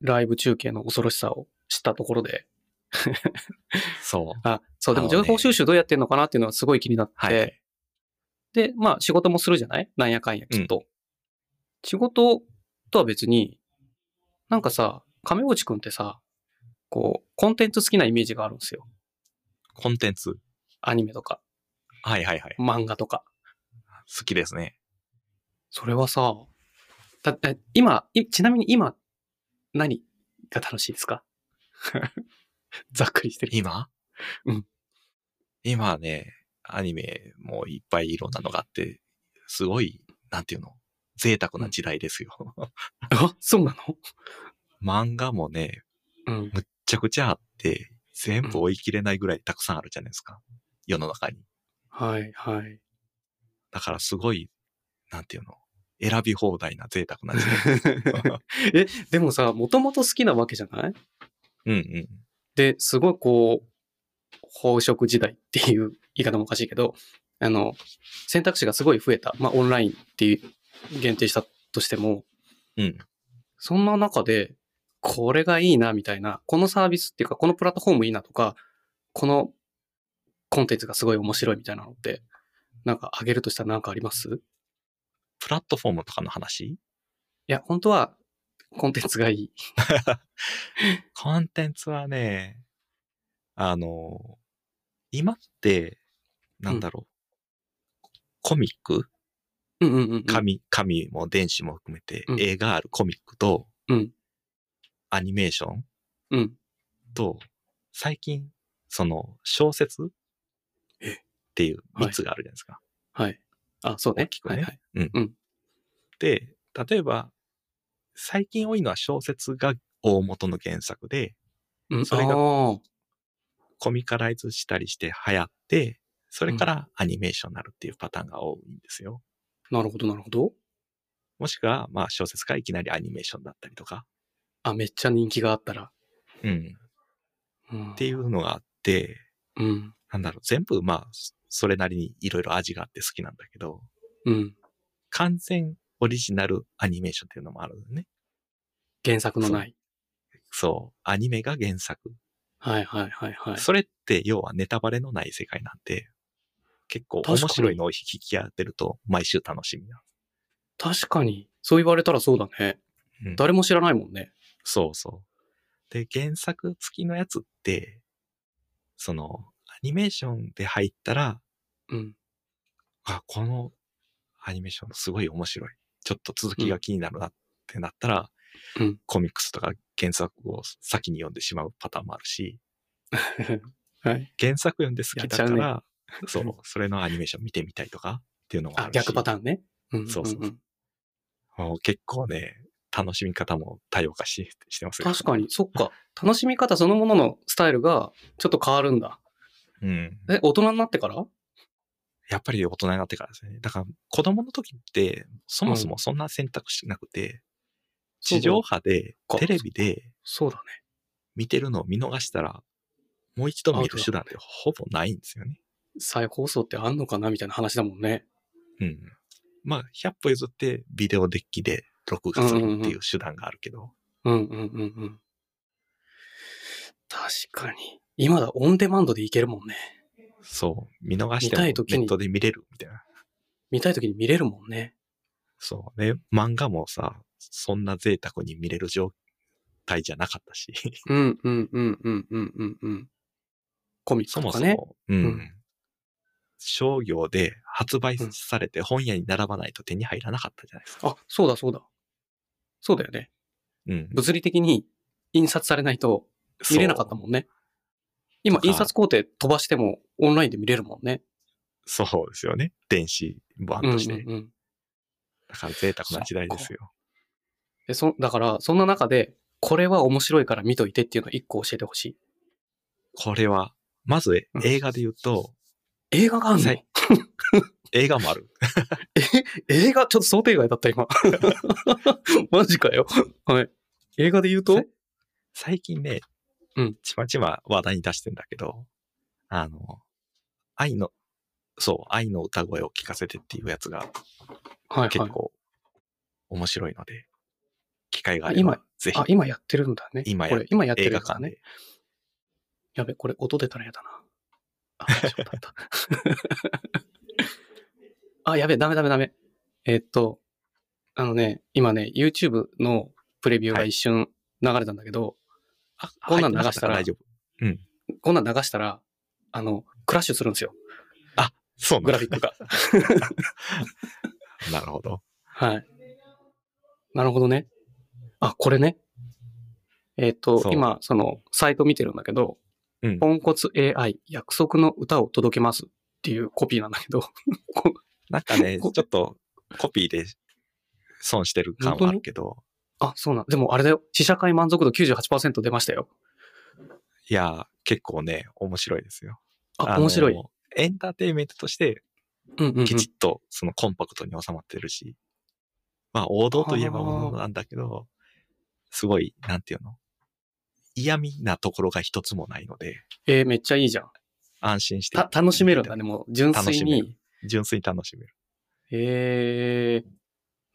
Speaker 1: ライブ中継の恐ろしさを知ったところで、
Speaker 2: そう。
Speaker 1: あ、そう、でも
Speaker 2: あの
Speaker 1: 情
Speaker 2: ね
Speaker 1: 報収集どうやってんのかなっていうのはすごい気になって、
Speaker 2: はい。
Speaker 1: で、まあ、仕事もするじゃないなんやかんや、きっと。仕事とは別に、なんかさ、亀内くんってさ、こう、コンテンツ好きなイメージがあるんですよ。
Speaker 2: コンテンツ。
Speaker 1: アニメとか、
Speaker 2: はいはいはい。
Speaker 1: 漫画とか。
Speaker 2: 好きですね。
Speaker 1: それはさ、だって今、いちなみに今、何が楽しいですか <laughs> ざっくりして <laughs> る。
Speaker 2: 今
Speaker 1: うん。
Speaker 2: 今はね、アニメもいっぱいいろんなのがあって、すごい、なんていうの贅沢な時代ですよ。 <laughs>
Speaker 1: あ、そうなの
Speaker 2: 漫画もね、
Speaker 1: うん。
Speaker 2: めちゃくちゃあって、全部追い切れないぐらいたくさんあるじゃないですか。世の中に。
Speaker 1: はい、はい。
Speaker 2: だからすごい、なんていうの選び放題な贅沢な時代。
Speaker 1: <laughs> え、でもさ、もともと好きなわけじゃない
Speaker 2: うんうん。
Speaker 1: で、すごいこう、飽食時代っていう言い方もおかしいけど、あの、選択肢がすごい増えた。まあ、オンラインっていう限定したとしても、
Speaker 2: うん。
Speaker 1: そんな中で、これがいいな、みたいな、このサービスっていうか、このプラットフォームいいなとか、このコンテンツがすごい面白いみたいなのって、なんかあげるとしたらなんかありますい
Speaker 2: プラットフォームとかの話
Speaker 1: や、本当は、コンテンツがいい。
Speaker 2: コンテンツはね、あの、今って、なんだろう。コミック
Speaker 1: うんうんうん。
Speaker 2: 紙、紙も電子も含めて、
Speaker 1: うん
Speaker 2: 映画あるコミックと、
Speaker 1: うん
Speaker 2: アニメーション
Speaker 1: うん。
Speaker 2: と、最近、その、小説っ
Speaker 1: え
Speaker 2: ていう
Speaker 1: はい
Speaker 2: 3つがあるじゃないですか。
Speaker 1: はい。あ、そうね。
Speaker 2: 大きくね
Speaker 1: はいはい。
Speaker 2: で、例えば、最近多いのは小説が大元の原作で、
Speaker 1: うん、
Speaker 2: それが
Speaker 1: あー
Speaker 2: コミカライズしたりして流行って、それからアニメーションになるっていうパターンが多いんですよ。
Speaker 1: なるほど、なるほど。
Speaker 2: もしくは、まあ小説がいきなりアニメーションだったりとか、
Speaker 1: あ、めっちゃ人気があったら。
Speaker 2: うん、
Speaker 1: うん、
Speaker 2: っていうのがあって、
Speaker 1: うん。
Speaker 2: なんだろう、全部まあ、そそれなりにいろいろ味があって好きなんだけど、
Speaker 1: うん。
Speaker 2: 完全オリジナルアニメーションっていうのもあるのね。
Speaker 1: 原作のない。
Speaker 2: そう、アニメが原作。
Speaker 1: はいはいはいはい。
Speaker 2: それって要はネタバレのない世界なんで、結構面白いのを引き当てると毎週楽しみな。
Speaker 1: 確かに、そう言われたらそうだね。
Speaker 2: うん
Speaker 1: 誰も知らないもんね。
Speaker 2: そうそう。で、原作付きのやつって、その、アニメーションで入ったら、 <laughs>
Speaker 1: うん。
Speaker 2: あ、このアニメーションすごい面白い。ちょっと続きが気になるなってなったら、
Speaker 1: うん
Speaker 2: コミックスとか原作を先に読んでしまうパターンもあるし、
Speaker 1: はい。
Speaker 2: 原作読んで好きだか
Speaker 1: やっちゃ
Speaker 2: ら、そう、それのアニメーション見てみたいとかっていうのもあ
Speaker 1: あ
Speaker 2: る、し。
Speaker 1: 逆パターンね。うん、
Speaker 2: そうそうそうんもう結構ね、楽しみ方も多様化し <laughs> してますよ。
Speaker 1: 確かに、そっか。楽しみ方そのもののスタイルがちょっと変わるん <laughs> だ。
Speaker 2: うん。
Speaker 1: え、大人になってから
Speaker 2: やっぱり大人になってからですね。だから子供の時って、そもそもそんな選択肢なくて、地上波で
Speaker 1: そう、か
Speaker 2: テレビで
Speaker 1: そうだね。
Speaker 2: 見てるのを見逃したら、もう一度見る手段ってほぼないんですよね。
Speaker 1: 再放送ってあんのかなみたいな話だもんね。
Speaker 2: うん。まあ、100歩譲ってビデオデッキで録画するっていう手段があるけど、
Speaker 1: うんうんうんうん。確かに。今だ、オンデマンドでいけるもんね。
Speaker 2: そう、見逃して
Speaker 1: 見
Speaker 2: も
Speaker 1: た
Speaker 2: ネ
Speaker 1: い時に
Speaker 2: ットで見れるみたいな。
Speaker 1: 見たい時に見れるもんね。
Speaker 2: そうね、漫画もさ、そんな贅沢に見れる状態じゃなかっ
Speaker 1: <laughs>
Speaker 2: たし、
Speaker 1: うんうんうんうんうんうんうん。コミッ
Speaker 2: そ
Speaker 1: クと
Speaker 2: も
Speaker 1: か
Speaker 2: そ
Speaker 1: ね。
Speaker 2: も、うん。
Speaker 1: うん
Speaker 2: 商業で発売
Speaker 1: うん
Speaker 2: されて本屋に並ばないと手に入らなかったじゃないですか。
Speaker 1: あ、そうだそうだ。そうだよね。
Speaker 2: うん。
Speaker 1: 物理的に印刷されないと見れなかったもんね。今、
Speaker 2: とか
Speaker 1: 印刷工程飛ばしてもオンラインで見れるもんね。
Speaker 2: そうそうですよね。電子版
Speaker 1: うんうん
Speaker 2: として。
Speaker 1: うん。
Speaker 2: だから贅沢な時代ですよ。
Speaker 1: でそだから、そんな中で、これは面白いから見といてっていうのを一個教えてほしい。
Speaker 2: これは、まずえ
Speaker 1: うん
Speaker 2: 映画で言うと、
Speaker 1: 映画があんの、
Speaker 2: はい映画もある。
Speaker 1: 映画、ちょっと想定外だった、
Speaker 2: <laughs>
Speaker 1: 今。マジかよ。はい。映画で言うと
Speaker 2: せ最近ね、
Speaker 1: うん
Speaker 2: ちまちま話題に出してんだけど、あの、愛の、そう、愛の歌声を聞かせてっていうやつが
Speaker 1: はい
Speaker 2: 結
Speaker 1: はい。
Speaker 2: 構面白いので、機会があ
Speaker 1: あ
Speaker 2: れば
Speaker 1: 今、
Speaker 2: ぜひ
Speaker 1: あ、今やってるんだね。
Speaker 2: 今や
Speaker 1: これ、今やって
Speaker 2: 映
Speaker 1: る
Speaker 2: 画
Speaker 1: やつだ
Speaker 2: 館
Speaker 1: ね。
Speaker 2: で。
Speaker 1: やべ、これ音出たら嫌だな。あ、大丈夫だった。 <laughs> あ、やべ、ダメダメダメ。えっと、あのね、今ね、YouTube のプレビューが一瞬流れたんだけど、
Speaker 2: あ、
Speaker 1: こんなん流したら
Speaker 2: 入ってまか大丈夫。
Speaker 1: こんなん流したら、あの、クラッシュするん
Speaker 2: <laughs>
Speaker 1: ですよ。
Speaker 2: そうなん
Speaker 1: グ
Speaker 2: だ
Speaker 1: ラフィックが。
Speaker 2: なるほど。
Speaker 1: はい。なるほどね。あ、これね。えっ、と
Speaker 2: そ、う
Speaker 1: 今、その、サイト見てるんだけど、
Speaker 2: うん
Speaker 1: ポンコツ AI 約束の歌を届けますっていうコピーなんだけど、こ
Speaker 2: なんかね、ちょ
Speaker 1: こ
Speaker 2: っとコピーで損してる感はあるけど、
Speaker 1: あ、そうなん。でもあれだよ。試写会満足度98%出ましたよ。
Speaker 2: いやー、結構ね、面白いですよ。
Speaker 1: あ、
Speaker 2: の
Speaker 1: 面白い。。
Speaker 2: エンターテインメントとして
Speaker 1: うんうんうん、
Speaker 2: きちっとそのコンパクトに収まってるし、まあ王道といえば王道なんだけど、すごい、なんていうの嫌味なところが一つもないので、
Speaker 1: えーめっちゃいいじゃん。
Speaker 2: 安心して。
Speaker 1: た、楽しめるんだね。もう、純
Speaker 2: 楽
Speaker 1: 粋
Speaker 2: しめる
Speaker 1: に。
Speaker 2: 純粋に楽しめる。
Speaker 1: えー、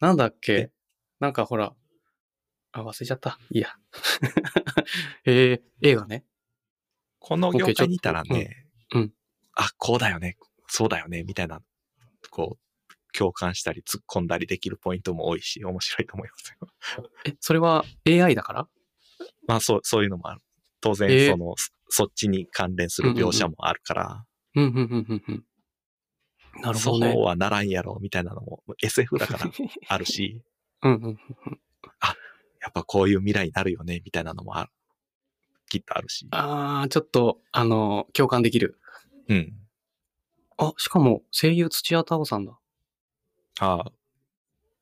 Speaker 1: なんだっけ
Speaker 2: え
Speaker 1: なんかほら、あ、忘れちゃった。いいや。 <laughs> えー、映画ね。
Speaker 2: この業界にいたら
Speaker 1: OK ちょっ
Speaker 2: ね、
Speaker 1: うんうん
Speaker 2: あ、こうだよね、そうだよね、みたいな、こう、共感したり突っ込んだりできるポイントも多いし、面白いと思いますよ。 <laughs>
Speaker 1: え、それは AI だから
Speaker 2: まあそう、そういうのもある。当然、
Speaker 1: えー
Speaker 2: その、そそっちに関連する描写もあるから、
Speaker 1: うん、うん、うん、うん、うん。なるほどね
Speaker 2: そう。はならんやろ、みたいなのも SF だからあるし、
Speaker 1: <laughs>
Speaker 2: <laughs>
Speaker 1: うん、うん。
Speaker 2: やっぱこういう未来になるよね、みたいなのもある。きっとあるし。
Speaker 1: あー、ちょっと、あの、共感できる。
Speaker 2: うん。
Speaker 1: あ、しかも、声優土屋太鳳さんだ。
Speaker 2: ああ。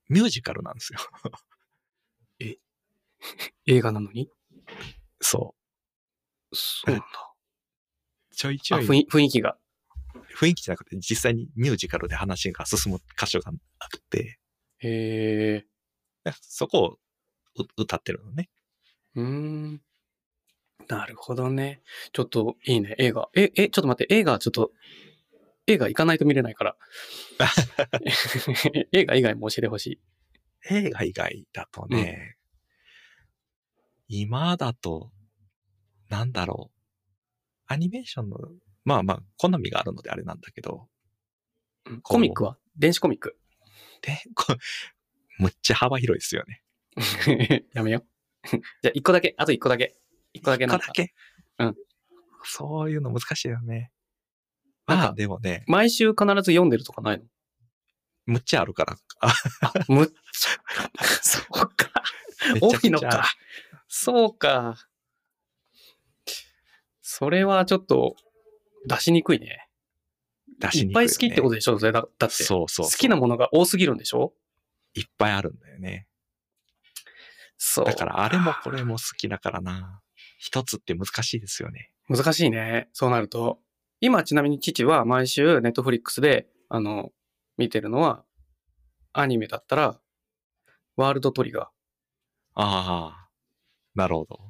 Speaker 2: ミュージカルなんですよ。 <laughs>
Speaker 1: 映画なのに
Speaker 2: そ
Speaker 1: そうなんだ。
Speaker 2: う。ちょいち
Speaker 1: あ
Speaker 2: ょい、
Speaker 1: 雰囲雰囲気が。
Speaker 2: 雰囲気じゃなくて、実際にミュージカルで話が進む箇所があって、
Speaker 1: へえ。
Speaker 2: そこをう歌ってるのね。
Speaker 1: うーん。なるほどね。ちょっと、いいね。映画。え、え、ちょっと待って。映画、ちょっと、映画行かないと見れない <laughs> から。映画以外も教えてほしい。
Speaker 2: 映画以外だとね、今だと、なんだろう。アニメーションの、まあまあ、好みがあるのであれなんだけど、
Speaker 1: うんコミックは電子コミック。 <laughs>
Speaker 2: で、こむっちゃ幅広いですよね。
Speaker 1: やめよう。 <laughs> じゃあ、一個だけ。あと一個だけ。一個だけ
Speaker 2: こ
Speaker 1: な
Speaker 2: こ
Speaker 1: んか
Speaker 2: だ。け。
Speaker 1: うん。
Speaker 2: そういうの難しいよね。
Speaker 1: なん
Speaker 2: ま
Speaker 1: か
Speaker 2: あ、でもね、
Speaker 1: 毎週必ず読んでるとかないの
Speaker 2: むっちゃある
Speaker 1: <laughs>
Speaker 2: から。あ、
Speaker 1: むっちゃ。 <laughs> そうか。
Speaker 2: めちゃ
Speaker 1: 帯
Speaker 2: く
Speaker 1: の
Speaker 2: ちゃ
Speaker 1: か。。そうか。それはちょっと出しにくいね。
Speaker 2: 出
Speaker 1: い
Speaker 2: しに
Speaker 1: っ
Speaker 2: く
Speaker 1: ぱ
Speaker 2: い
Speaker 1: い好きってこと
Speaker 2: と
Speaker 1: でしょそれだだって。
Speaker 2: そうそう。
Speaker 1: 好きなものが多すぎるんでしょ
Speaker 2: いっぱいあるんだよね。
Speaker 1: そう。
Speaker 2: だから、あれもこれも好きだからな。一つって難しいですよね。
Speaker 1: 難しいね。そうなると。今ちなみに父は毎週ネットフリックスで、あの、見てるのは、アニメだったら、ワールドトリガー。
Speaker 2: ああ。なるほど。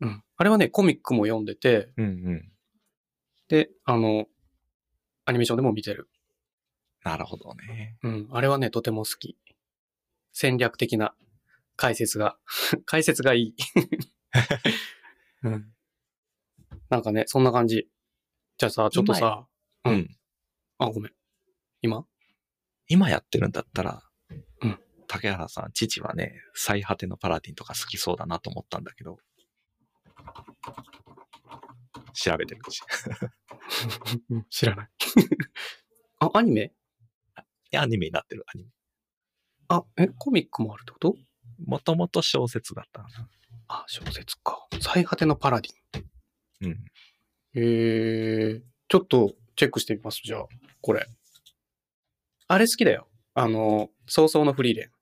Speaker 1: うん。あれはね、コミックも読んでて、
Speaker 2: うんうん。
Speaker 1: で、あの、アニメーションでも見てる。
Speaker 2: なるほどね。
Speaker 1: うん。あれはね、とても好き。戦略的な解説が、 <laughs> 解説がいい、 <laughs> うん。なんかね、そんな感じ。じゃあさ、ちょっとさ、うん
Speaker 2: うん。
Speaker 1: あ、ごめん。今
Speaker 2: 今やってるんだったら、
Speaker 1: うん
Speaker 2: 竹原さん、父はね、最果てのパラディンとか好きそうだなと思ったんだけど、調べてるし。
Speaker 1: 知らない。 <laughs> あ、アニメ
Speaker 2: いやアニメになってる、アニメ。
Speaker 1: あ、え、コミックもあるってこと
Speaker 2: もともと小説だったのかな。
Speaker 1: あ、小説か。最果てのパラディン。
Speaker 2: うん。
Speaker 1: えー、ちょっとチェックしてみます、じゃあ、これ。あれ好きだよ。あの、早々のフリーレン。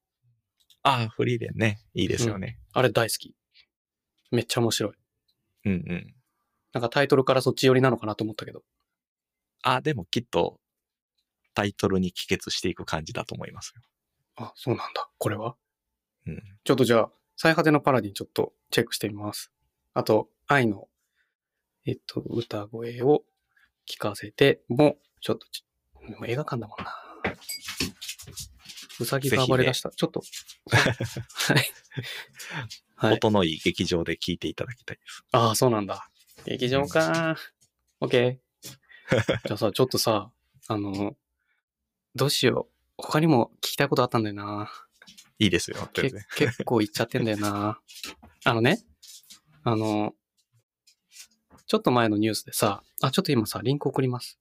Speaker 2: ああ、フリーレンね。いいですよね。
Speaker 1: あれ大好き。めっちゃ面白い。
Speaker 2: うん、うん、うん。
Speaker 1: なんかタイトルからそっち寄りなのかなと思ったけど。
Speaker 2: ああ、でもきっと、タイトルに帰結していく感じだと思いますよ。
Speaker 1: あ、そうなんだ。これは
Speaker 2: うん。
Speaker 1: ちょっとじゃあ、最果てのパラディンちょっとチェックしてみます。あと、愛の、えっと、歌声を聞かせても、ちょっとち、でも映画館だもんな。うさぎが暴れ出した。ちょっと。はい。はい。
Speaker 2: 音のいい劇場で聞いていただきたいです。
Speaker 1: ああ、そうなんだ。劇場かー。OK。じゃあ <laughs> さ、ちょっとさ、あの、どうしよう。他にも聞きたいことあったんだよな。
Speaker 2: いいですよ、
Speaker 1: け
Speaker 2: 全然。
Speaker 1: 結構いっちゃってんだよな。あのね、あの、ちょっと前のニュースでさ、あ、ちょっと今さ、リンク送ります。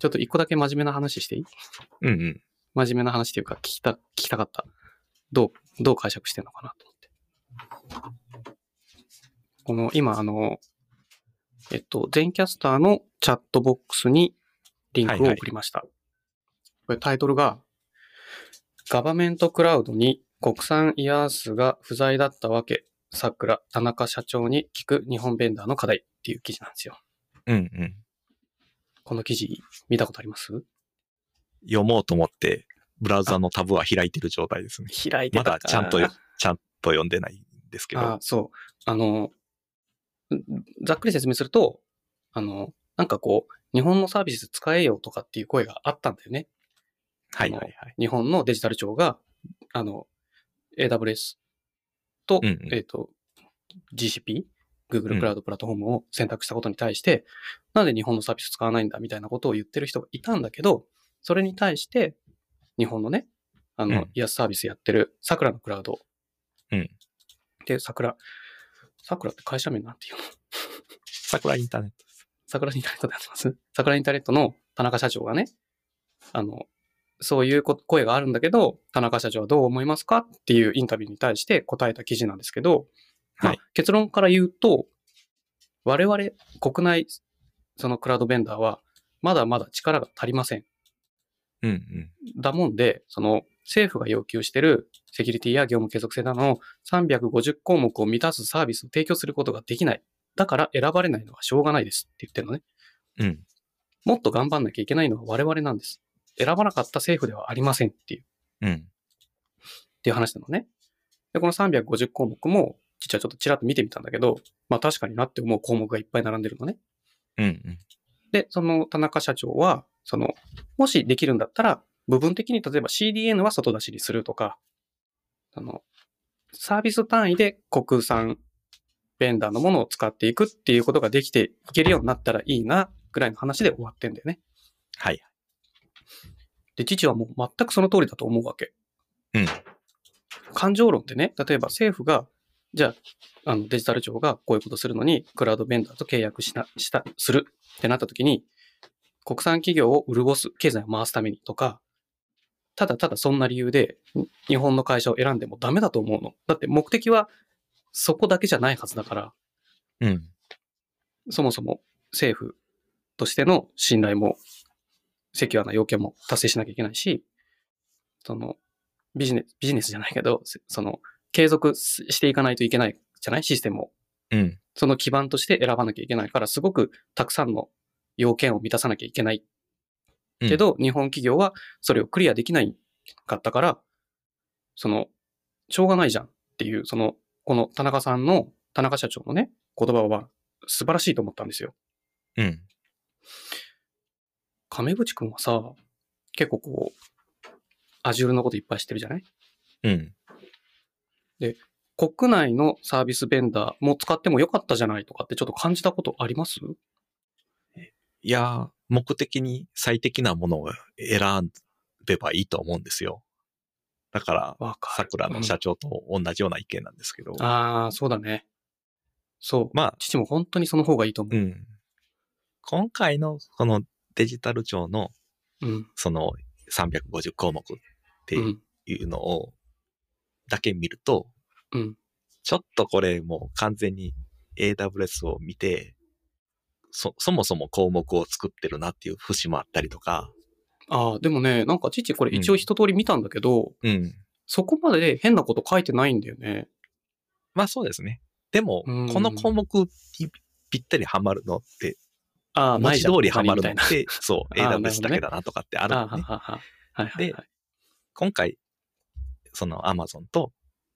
Speaker 1: ちょっと一個だけ真面目な話していい
Speaker 2: うんうん。
Speaker 1: 真面目な話っていうか、聞きた、聞きたかった。どう、どう解釈してんのかなと思って。この、今、あの、えっと、全キャスターのチャットボックスにリンクを送りました。これタイトルが、ガバメントクラウドに国産イヤースが不在だったわけ、桜、田中社長に聞く日本ベンダーの課題っていう記事なんですよ。
Speaker 2: うんうん。
Speaker 1: この記事見たことあります
Speaker 2: 読もうと思って、ブラウザのタブは開いてる状態ですね。
Speaker 1: 開いて
Speaker 2: ま
Speaker 1: たか
Speaker 2: だちゃんとよ、ちゃんと読んでないんですけ
Speaker 1: あ
Speaker 2: ど。
Speaker 1: そう。あの、んざっくり説明すると、あの、なんかこう、日本のサービス使えよとかっていう声があったんだよね。
Speaker 2: はいはいはい。
Speaker 1: 日本のデジタル庁が、あの、AWS と、
Speaker 2: うんうん
Speaker 1: えっ、と、GCP、
Speaker 2: う
Speaker 1: Google
Speaker 2: ん
Speaker 1: クラウドプラットフォームを選択したことに対して、なんで日本のサービス使わないんだみたいなことを言ってる人がいたんだけど、それに対して、日本のね、あ
Speaker 2: う
Speaker 1: の
Speaker 2: ん、
Speaker 1: イヤスサービスやってる、桜のクラウド。
Speaker 2: うん。
Speaker 1: で、桜。桜って会社名なんていうの
Speaker 2: 桜インターネット。
Speaker 1: 桜インターネットでやってます桜インターネットの田中社長がね、あの、そういうこ声があるんだけど、田中社長はどう思いますかっていうインタビューに対して答えた記事なんですけど、まあ
Speaker 2: はい
Speaker 1: 結論から言うと、我々国内、そのクラウドベンダーは、まだまだ力が足りません。
Speaker 2: うんうん。
Speaker 1: だもんで、その政府が要求してるセキュリティや業務継続性などの350項目を満たすサービスを提供することができない。だから選ばれないのはしょうがないですって言ってるのね。
Speaker 2: うん。
Speaker 1: もっと頑張んなきゃいけないのは我々なんです。選ばなかった政府ではありませんっていう、っ
Speaker 2: うん。
Speaker 1: ていう話なのね。で、この350項目も、実はちょっとちらっと見てみたんだけど、まあ確かになって思う項目がいっぱい並んでるのね。
Speaker 2: うんうん。
Speaker 1: で、その田中社長は、その、もしできるんだったら、部分的に例えば CDN は外出しにするとか、あの、サービス単位で国産ベンダーのものを使っていくっていうことができていけるようになったらいいな、ぐらいの話で終わってんだよね。
Speaker 2: はい。
Speaker 1: で、父はもう全くその通りだと思うわけ。
Speaker 2: うん。
Speaker 1: 感情論ってね、例えば政府が、じゃあ、あのデジタル庁がこういうことするのに、クラウドベンダーと契約しな、した、するってなった時に、国産企業を潤す、経済を回すためにとか、ただただそんな理由で、ん日本の会社を選んでもダメだと思うの。だって目的はそこだけじゃないはずだから、
Speaker 2: うん。
Speaker 1: そもそも政府としての信頼も、セキュアな要件も達成しなきゃいけないし、その、ビジネス、ビジネスじゃないけど、せその、継続ししていかないといけないじゃないシステムを。
Speaker 2: うん。
Speaker 1: その基盤として選ばなきゃいけないから、すごくたくさんの要件を満たさなきゃいけない。
Speaker 2: うん
Speaker 1: け、ど、日本企業はそれをクリアできないかったから、その、しょうがないじゃんっていう、その、この田中さんの、田中社長のね、言葉は素晴らしいと思ったんですよ。
Speaker 2: うん。
Speaker 1: 亀口くんはさ、結構こう、Azure のこといっぱい知ってるじゃない
Speaker 2: うん。
Speaker 1: 国内のサービスベンダーも使ってもよかったじゃないとかってちょっと感じたことあります
Speaker 2: いやー、目的に最適なものを選べばいいと思うんですよ。だから、
Speaker 1: わかる。
Speaker 2: 桜の社長と同じような意見なんですけど。
Speaker 1: ああ、そうだね。そう。
Speaker 2: まあ、
Speaker 1: 父も本当にその方がいいと思
Speaker 2: う
Speaker 1: う。
Speaker 2: ん。今回のこのデジタル庁の
Speaker 1: うん。
Speaker 2: その350項目って
Speaker 1: うん。
Speaker 2: いうのをだけ見ると、
Speaker 1: うん
Speaker 2: ちょっとこれもう完全に AWS を見て、そ、そもそも項目を作ってるなっていう節もあったりとか、
Speaker 1: ああ、でもね、なんか父これ一応一通り見たんだけど、
Speaker 2: うん。
Speaker 1: そこまで変なこと書いてないんだよね。
Speaker 2: まあそうですね。でも、
Speaker 1: うん
Speaker 2: この項目にぴったりはまるのって、
Speaker 1: ああ、
Speaker 2: 文
Speaker 1: ない
Speaker 2: 字
Speaker 1: じ
Speaker 2: 通
Speaker 1: ゃん
Speaker 2: りはま
Speaker 1: み
Speaker 2: る
Speaker 1: た
Speaker 2: の
Speaker 1: いな
Speaker 2: っ。て、そう、
Speaker 1: <laughs> あーなるほどね
Speaker 2: AWS だけだなとかってある
Speaker 1: あ
Speaker 2: の
Speaker 1: あ、は
Speaker 2: ね。
Speaker 1: はは。はいはいはい。
Speaker 2: 今回、その Amazon と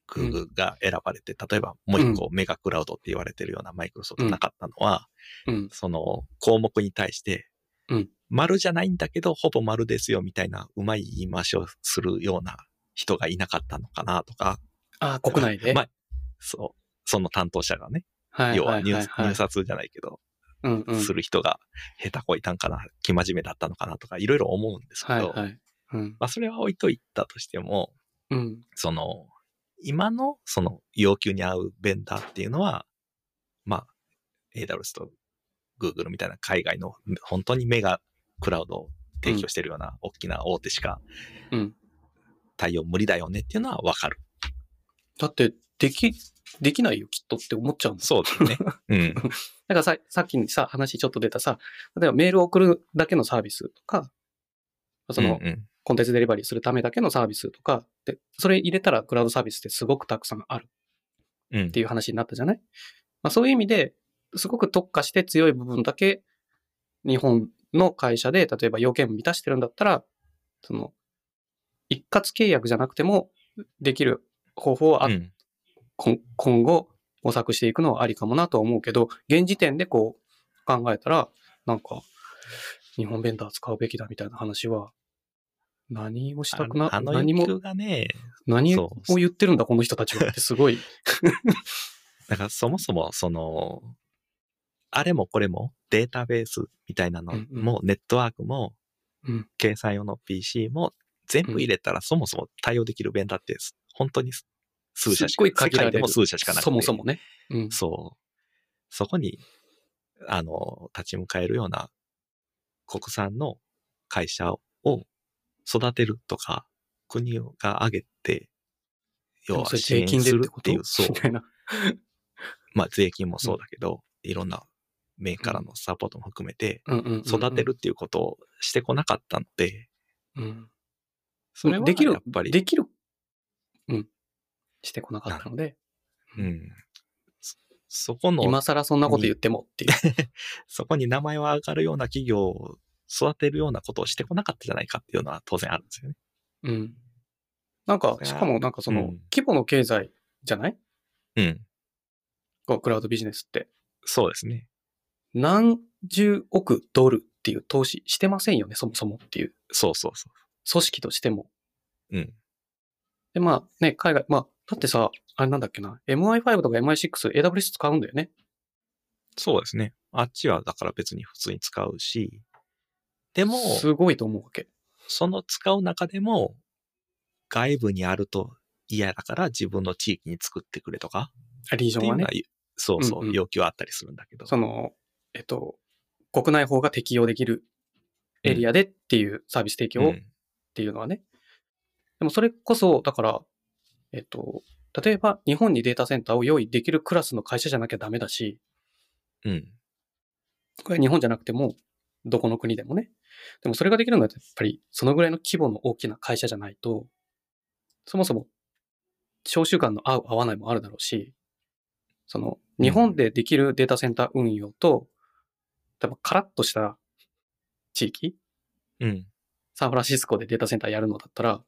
Speaker 2: Google が選ばれて、例えばもう一個メガクラウドって言われてるようなマイクロソフトなかったのは、
Speaker 1: うん。
Speaker 2: その項目に対して
Speaker 1: うん、
Speaker 2: 丸じゃないんだけど、ほぼ丸ですよみたいなうまい言い回しをするような人がいなかったのかなとか、
Speaker 1: ああ、国内で。
Speaker 2: まあ、そう、その担当者がね、
Speaker 1: はい
Speaker 2: 要
Speaker 1: は
Speaker 2: はい入
Speaker 1: はいはい
Speaker 2: 入札じゃないけど、
Speaker 1: うんうん。
Speaker 2: する人が下手こいたんかな、生真面目だったのかなとか、いろいろ思うんですけ
Speaker 1: はい
Speaker 2: ど、
Speaker 1: はい。うん。
Speaker 2: まあそれは置いといたとしても、
Speaker 1: うん。
Speaker 2: その、今のその要求に合うベンダーっていうのは、まあ、AWS と Google みたいな海外の本当にメガクラウドを提供してるような大きな大手しか
Speaker 1: うん。
Speaker 2: 対応無理だよねっていうのはわかる。
Speaker 1: だって、でき、できないよ、きっとって思っちゃうんです。
Speaker 2: そうです
Speaker 1: <laughs>
Speaker 2: ね。うん。
Speaker 1: だからさ、さっきにさ、話ちょっと出たさ、例えばメールを送るだけのサービスとか、その、
Speaker 2: うんうん
Speaker 1: コンテンツデリバリーするためだけのサービスとか、で、それ入れたらクラウドサービスってすごくたくさんある
Speaker 2: うん
Speaker 1: っていう話になったじゃない、まあ、そういう意味で、すごく特化して強い部分だけ、日本の会社で、例えば要件満たしてるんだったら、その、一括契約じゃなくてもできる方法はあっ
Speaker 2: うん
Speaker 1: 今今後模索していくのはありかもなとは思うけど、現時点でこう考えたら、なんか、日本ベンダー使うべきだみたいな話は、何もしたくな、
Speaker 2: あの
Speaker 1: 何
Speaker 2: 要求
Speaker 1: も、
Speaker 2: がね、
Speaker 1: 何を
Speaker 2: そう
Speaker 1: 言ってるんだ、この人たちはってす
Speaker 2: <laughs>
Speaker 1: ごい。
Speaker 2: だからそもそもその、あれもこれもデータベースみたいなの
Speaker 1: うんうん
Speaker 2: もネットワークも
Speaker 1: うん
Speaker 2: 計算用の PC も全部入れたらそもそも対応できるベンダーってす本当にす数社
Speaker 1: す
Speaker 2: し
Speaker 1: っご
Speaker 2: か
Speaker 1: い
Speaker 2: 世
Speaker 1: 限られ
Speaker 2: 界
Speaker 1: る
Speaker 2: でも数社しかなくて。
Speaker 1: そもそもね。うん。
Speaker 2: そう。そこに、あの、立ち向かえるような国産の会社を育てるとか、国が挙げて、要
Speaker 1: でも
Speaker 2: は
Speaker 1: それ
Speaker 2: 支
Speaker 1: 税
Speaker 2: 援
Speaker 1: 金
Speaker 2: す
Speaker 1: でっ
Speaker 2: る
Speaker 1: て
Speaker 2: っ
Speaker 1: こ
Speaker 2: て
Speaker 1: と
Speaker 2: いう、そう
Speaker 1: み。たいな。
Speaker 2: まあ税金もそうだけど、いろんな面からのサポートも含めて、
Speaker 1: うんうんうんうん
Speaker 2: 育てるっていうことをしてこなかったので、
Speaker 1: うん
Speaker 2: それは
Speaker 1: できる
Speaker 2: やっぱり、
Speaker 1: できる。うん。してこなかったので、
Speaker 2: うん。そそこの、
Speaker 1: 今更そんなこと言ってもってい
Speaker 2: <laughs>
Speaker 1: う。
Speaker 2: そこに名前は上がるような企業を育てるようなことをしてこなかったじゃないかっていうのは当然あるんですよね。
Speaker 1: うん。なんか
Speaker 2: そ、りゃ
Speaker 1: しかもなんかそうの
Speaker 2: ん、
Speaker 1: 規模の経済じゃない
Speaker 2: うん。
Speaker 1: こうクラウドビジネスって。
Speaker 2: そうですね。
Speaker 1: 何十億ドルっていう投資してませんよね、そもそもっていう。
Speaker 2: そうそうそ
Speaker 1: 組織としても。
Speaker 2: う。うん。
Speaker 1: で、まあね、海外、まあ、だってさ、あれなんだっけな、MI5 とか MI6、AWS 使うんだよね。
Speaker 2: そうですね。あっちはだから別に普通に使うし、でも、
Speaker 1: すごいと思うわけ。
Speaker 2: その使う中でも、外部にあると嫌だから自分の地域に作ってくれとか、
Speaker 1: あリージ
Speaker 2: って
Speaker 1: ョ
Speaker 2: い
Speaker 1: ン
Speaker 2: う
Speaker 1: はね
Speaker 2: のは。、そうそう、
Speaker 1: うんうん
Speaker 2: 要求はあったりするんだけど。
Speaker 1: その、えっと、国内法が適用できるエリアでっていうサービス提供
Speaker 2: う
Speaker 1: を
Speaker 2: ん
Speaker 1: っていうのはね。でもそれこそ、だから、えっと、例えば日本にデータセンターを用意できるクラスの会社じゃなきゃダメだし、
Speaker 2: うん。
Speaker 1: これは日本じゃなくても、どこの国でもね。でもそれができるのはやっぱりそのぐらいの規模の大きな会社じゃないと、そもそも、召集間の合う合わないもあるだろうし、その、日本でできるデータセンター運用と、例えばカラッとした地域
Speaker 2: うん。
Speaker 1: サンフランシスコでデータセンターやるのだったら、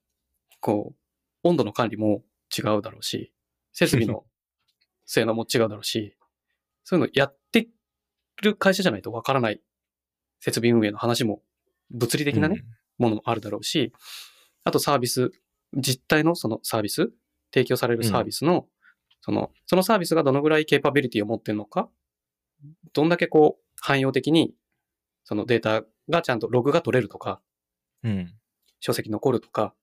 Speaker 1: こう、温度の管理も違うだろうし、設備の性能も違うだろうし、そういうのやってる会社じゃないとわからない設備運営の話も物理的なね、ものもあるだろうし、あとサービス、実態のそのサービス、提供されるサービスの、その、そのサービスがどのぐらいケーパビリティを持ってるのか、どんだけこう、汎用的に、そのデータがちゃんとログが取れるとか、
Speaker 2: うん。うん。
Speaker 1: 書籍残るとか、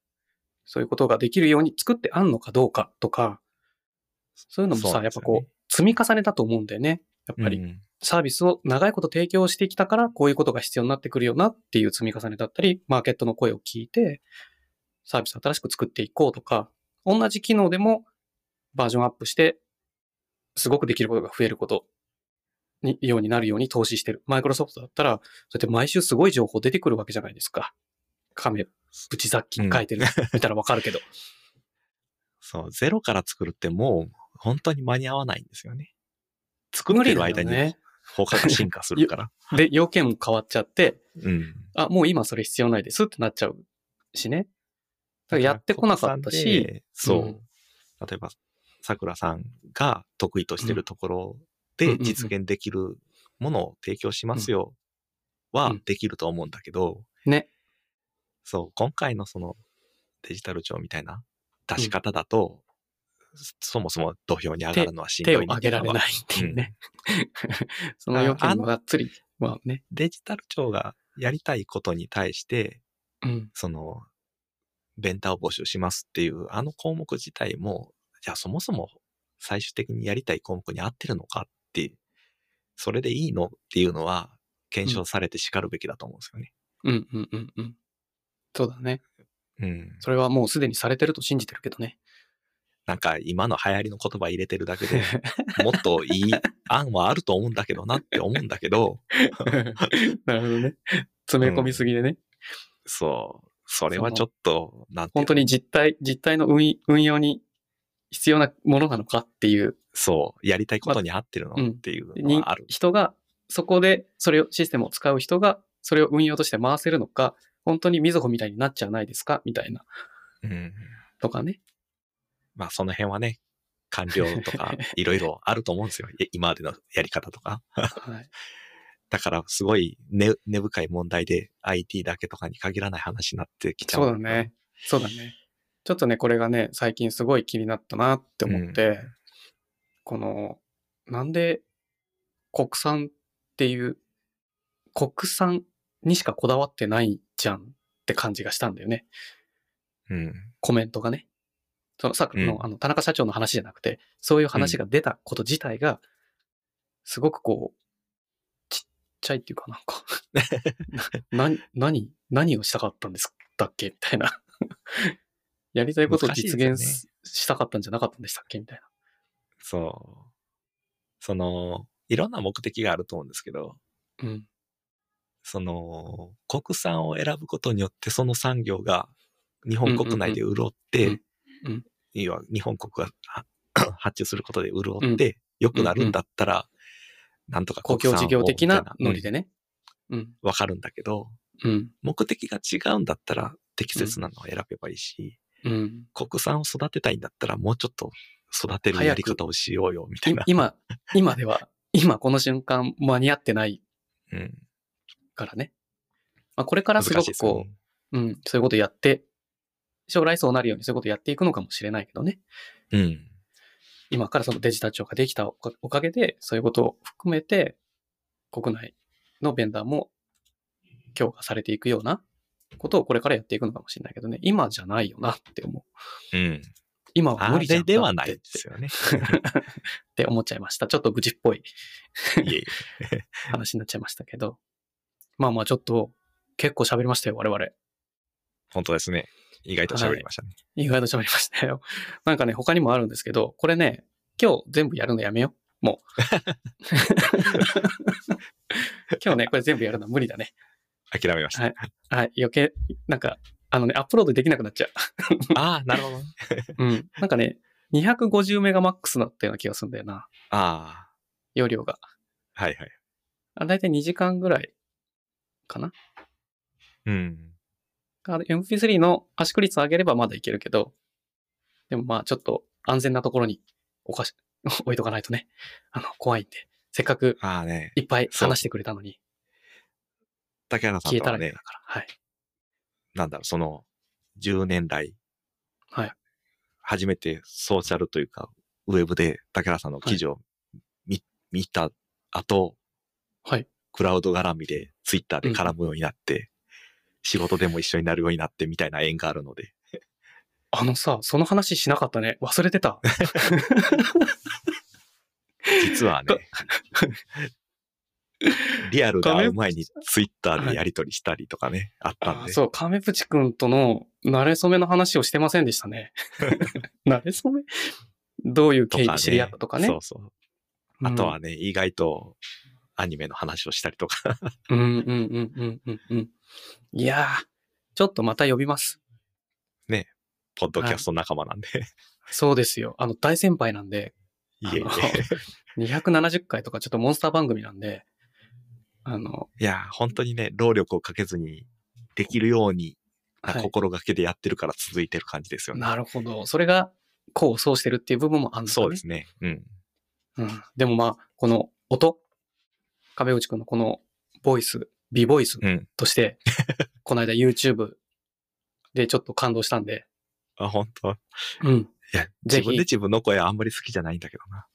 Speaker 1: そういうことができるように作ってあんのかどうかとか、そういうのも
Speaker 2: そう
Speaker 1: さ、
Speaker 2: なん
Speaker 1: やっ
Speaker 2: です
Speaker 1: ぱ
Speaker 2: よね
Speaker 1: こう、積み重ねだと思うんだよね。やっぱり、
Speaker 2: うん
Speaker 1: サービスを長いこと提供してきたから、こういうことが必要になってくるよなっていう積み重ねだったり、マーケットの声を聞いて、サービス新しく作っていこうとか、同じ機能でもバージョンアップして、すごくできることが増えることに、ようになるように投資してる。マイクロソフトだったら、そうやって毎週すごい情報出てくるわけじゃないですか。亀、ぶち雑記書いてる、見たらわかる
Speaker 2: <laughs>
Speaker 1: けど。
Speaker 2: そう、ゼロから作るってもう本当に間に合わないんですよね。作ってる間
Speaker 1: 無理だよ
Speaker 2: に
Speaker 1: ね。
Speaker 2: 他が進化する
Speaker 1: <laughs>
Speaker 2: から。
Speaker 1: で、要件も変わっちゃって、
Speaker 2: うん。
Speaker 1: あ、もう今それ必要ないですってなっちゃうしね。だからやってこなかったし、
Speaker 2: そう。
Speaker 1: うん
Speaker 2: 例えば、さくらさんが得意としてるところで実現できるものを提供しますよ
Speaker 1: う
Speaker 2: は
Speaker 1: ん
Speaker 2: できると思うんだけど、
Speaker 1: ね。
Speaker 2: そう、今回のそのデジタル庁みたいな出し方だと、そもそも土俵に上がるのはしんどい
Speaker 1: 手を挙げられないっていうね。 <laughs> その要件もがっつりはね。
Speaker 2: デジタル庁がやりたいことに対して、
Speaker 1: うん。
Speaker 2: その、ベンダーを募集しますっていう、あの項目自体も、じゃあそもそも最終的にやりたい項目に合ってるのかって、それでいいのっていうのは、検証されて叱るべきだと思うんですよね。
Speaker 1: うんうんうんうん。そうだね。
Speaker 2: うん。
Speaker 1: それはもうすでにされてると信じてるけどね。
Speaker 2: なんか今の流行りの言葉入れてるだけで、もっといい案はあると思うんだけどなって思うんだけど、
Speaker 1: <laughs> なるほどね。 <laughs> 詰め込みすぎでね。
Speaker 2: そう、それはちょっと、なんていうの
Speaker 1: 本当に実態、実態の運い運用に必要なものなのかっていう、
Speaker 2: そう、やりたいことに合ってるのっていうの
Speaker 1: に
Speaker 2: はある。
Speaker 1: 人が、そこでそれを、システムを使う人が、それを運用として回せるのか、本当にみずほみたいになっちゃわないですかみたいな、
Speaker 2: うん。
Speaker 1: とかね。
Speaker 2: まあその辺はね、官僚とか
Speaker 1: <laughs>
Speaker 2: いろいろあると思うんですよ。い今までのやり方とか。
Speaker 1: はい。
Speaker 2: だからすごい根根深い問題で IT だけとかに限らない話になってきちゃう。
Speaker 1: そうだね。。そうだね。ちょっとね、これがね、最近すごい気になったなって思って、
Speaker 2: うん
Speaker 1: この、なんで国産っていう、国産にしかこだわってないじゃんって感じがしたんだよね。
Speaker 2: うん。
Speaker 1: コメントがね。そのさっきの,、
Speaker 2: うん
Speaker 1: あの田中社長の話じゃなくて、そういう話が出たこと自体が、すごくこう、ちっちゃいっていうかなんか
Speaker 2: <laughs>
Speaker 1: な、何、何、何をしたかったんですだっけみたいな。やりたいことを実
Speaker 2: 難しい
Speaker 1: 現
Speaker 2: です
Speaker 1: し,、たかったんじゃなかったんでしたっけみたい
Speaker 2: そう。その、いろんな目的があると思うんですけど、
Speaker 1: な。うん。
Speaker 2: その、国産を選ぶことによってその産業が日本国内で潤
Speaker 1: うんう
Speaker 2: っ
Speaker 1: ん
Speaker 2: て
Speaker 1: うんうん、
Speaker 2: 要は日本国がは <coughs> 発注することで潤って良くなるんだったら、なんとか
Speaker 1: 公
Speaker 2: 国産
Speaker 1: 共事業
Speaker 2: を
Speaker 1: 的
Speaker 2: みた
Speaker 1: ないノリでね。うん。
Speaker 2: わかるんだけど、
Speaker 1: うん。
Speaker 2: 目的が違うんだったら適切なのを選べばいいし、
Speaker 1: うん。
Speaker 2: <laughs> 国産を育てたいんだったらもうちょっと育てるやり方をしようよみたい
Speaker 1: い
Speaker 2: な。
Speaker 1: 今、今では、今この瞬間間に合ってない
Speaker 2: うん、
Speaker 1: からね。まあ、これからす
Speaker 2: 難しい
Speaker 1: ご
Speaker 2: で
Speaker 1: く
Speaker 2: すよ
Speaker 1: こう、
Speaker 2: ね。
Speaker 1: うん、そういうことやって、将来そうなるようにそういうことやっていくのかもしれないけどね。
Speaker 2: うん。
Speaker 1: 今からそのデジタル庁ができたおかおかげで、そういうことを含めて、国内のベンダーも強化されていくようなことをこれからやっていくのかもしれないけどね。今じゃないよなって思う。
Speaker 2: うん。
Speaker 1: 今は
Speaker 2: あ
Speaker 1: 無理じゃん
Speaker 2: れではない
Speaker 1: だっ
Speaker 2: で
Speaker 1: て
Speaker 2: すよね。
Speaker 1: って思っちゃいました。ちょっと愚痴っぽい
Speaker 2: いえいえ
Speaker 1: 話になっちゃいましたけど。まあまあちょっと結構喋りましたよ、我々。
Speaker 2: 本当ですね。意外と喋りましたね。
Speaker 1: 意外と喋りましたよ。 <laughs> なんかね、他にもあるんですけど、これね、今日全部やるのやめよう。 <laughs> もう。今日ね、これ全部やるのは無理だね。
Speaker 2: 諦めました。
Speaker 1: はいはい、余計、なんか、あのね、アップロードできなくなっちゃ
Speaker 2: ああ、なるほどね。
Speaker 1: う。うん。なんかね、250メガマックスだったような気がするんだよな。
Speaker 2: あ
Speaker 1: 容量が。
Speaker 2: あ、はいはい。
Speaker 1: あだいたい2時間ぐらいかな。
Speaker 2: うん。
Speaker 1: あの MP3 の圧縮率上げればまだいけるけど、でもまあちょっと安全なところにおかし、 <laughs> 置いとかないとね、あの、怖いんで、せっかく
Speaker 2: まあね、
Speaker 1: いっぱい
Speaker 2: そう
Speaker 1: 話してくれたのに、
Speaker 2: 竹原さん
Speaker 1: 消え
Speaker 2: と
Speaker 1: たら
Speaker 2: はね
Speaker 1: 嫌だ、から。はい。
Speaker 2: なんだろう、その、10年来、
Speaker 1: はい。
Speaker 2: 初めてソーシャルというか、ウェブで竹原さんの記事を見、見た後、
Speaker 1: はい。
Speaker 2: クラウド絡みで、ツイッターで絡むようになって、仕事でも一緒になるようになってみたいな縁があるので、
Speaker 1: あのさ、その話しなかったね。忘れてた。
Speaker 2: 実
Speaker 1: <laughs>
Speaker 2: はね、リアルで会う前にツイッターでやり取りしたりとかね、 <laughs> あったん
Speaker 1: あ
Speaker 2: で。
Speaker 1: そう、亀淵くんとの慣れ初めの話をしてませんでした
Speaker 2: <laughs>
Speaker 1: ね。慣れ初めどういう経緯で知り合ったとかね。
Speaker 2: そうそう。あとはね、意外とアニメの話をしたりとか。
Speaker 1: うん。うんうんうんうんうんうん。いやー、ちょっとまた呼びます。
Speaker 2: ポッドキャスト仲間なん <laughs> で。
Speaker 1: そうですよ。あの、大先輩なんで、
Speaker 2: い
Speaker 1: は
Speaker 2: えい
Speaker 1: いあの
Speaker 2: え。
Speaker 1: 270回とかちょっとモンスター番組なんで、あの、
Speaker 2: <laughs> いや、本当にね、労力をかけずにできるように、
Speaker 1: はい
Speaker 2: 心がけでやってるから続いてる感じですよね。
Speaker 1: なるほど。それが、こう、そうしてるっていう部分もあるんですね。
Speaker 2: そうですね。うん。
Speaker 1: うん。でもまあ、この音、壁内くんのこのボイス、美ボイス
Speaker 2: うん。
Speaker 1: として、この間 YouTube でちょっと感動したんで、
Speaker 2: あ、本当。い
Speaker 1: うん。
Speaker 2: や、
Speaker 1: ぜ
Speaker 2: 自
Speaker 1: ひ
Speaker 2: 分で自分の声あんまり好きじゃないんだけどな。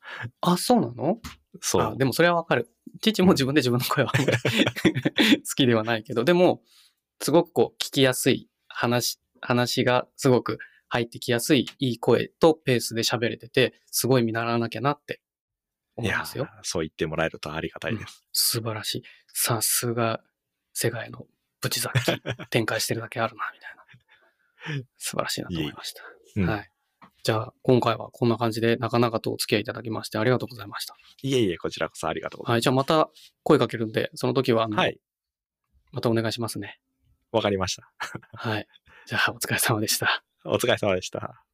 Speaker 1: あ、そうなの
Speaker 2: そ
Speaker 1: あ
Speaker 2: う。
Speaker 1: でもそれはわかる。父も自分で自分の声はあんまり <laughs> 好きではないけど、でも、すごくこう、聞きやすい話、話がすごく入ってきやすい、いい声とペースで喋れてて、すごい見習わなきゃなって
Speaker 2: い
Speaker 1: 思い
Speaker 2: や
Speaker 1: ますよ。、
Speaker 2: そう言ってもらえるとありがたいです。
Speaker 1: 素晴らしい。さすが、世界のブチ雑記、
Speaker 2: <laughs>
Speaker 1: 展開してるだけあるな、みたいな。素晴らしいなと思いました。
Speaker 2: うん
Speaker 1: はい。じゃあ、今回はこんな感じで、なかなかとお付き合いいただきまして、ありがとうございました。
Speaker 2: いえいえ、こちらこそありがとうござい
Speaker 1: はい。じゃあ、また声かけるんで、その時は、あの
Speaker 2: ます。はい。
Speaker 1: またお願いしますね。
Speaker 2: わかりました。
Speaker 1: はい。じゃあ、お疲れ様でした。
Speaker 2: お疲れ様でした。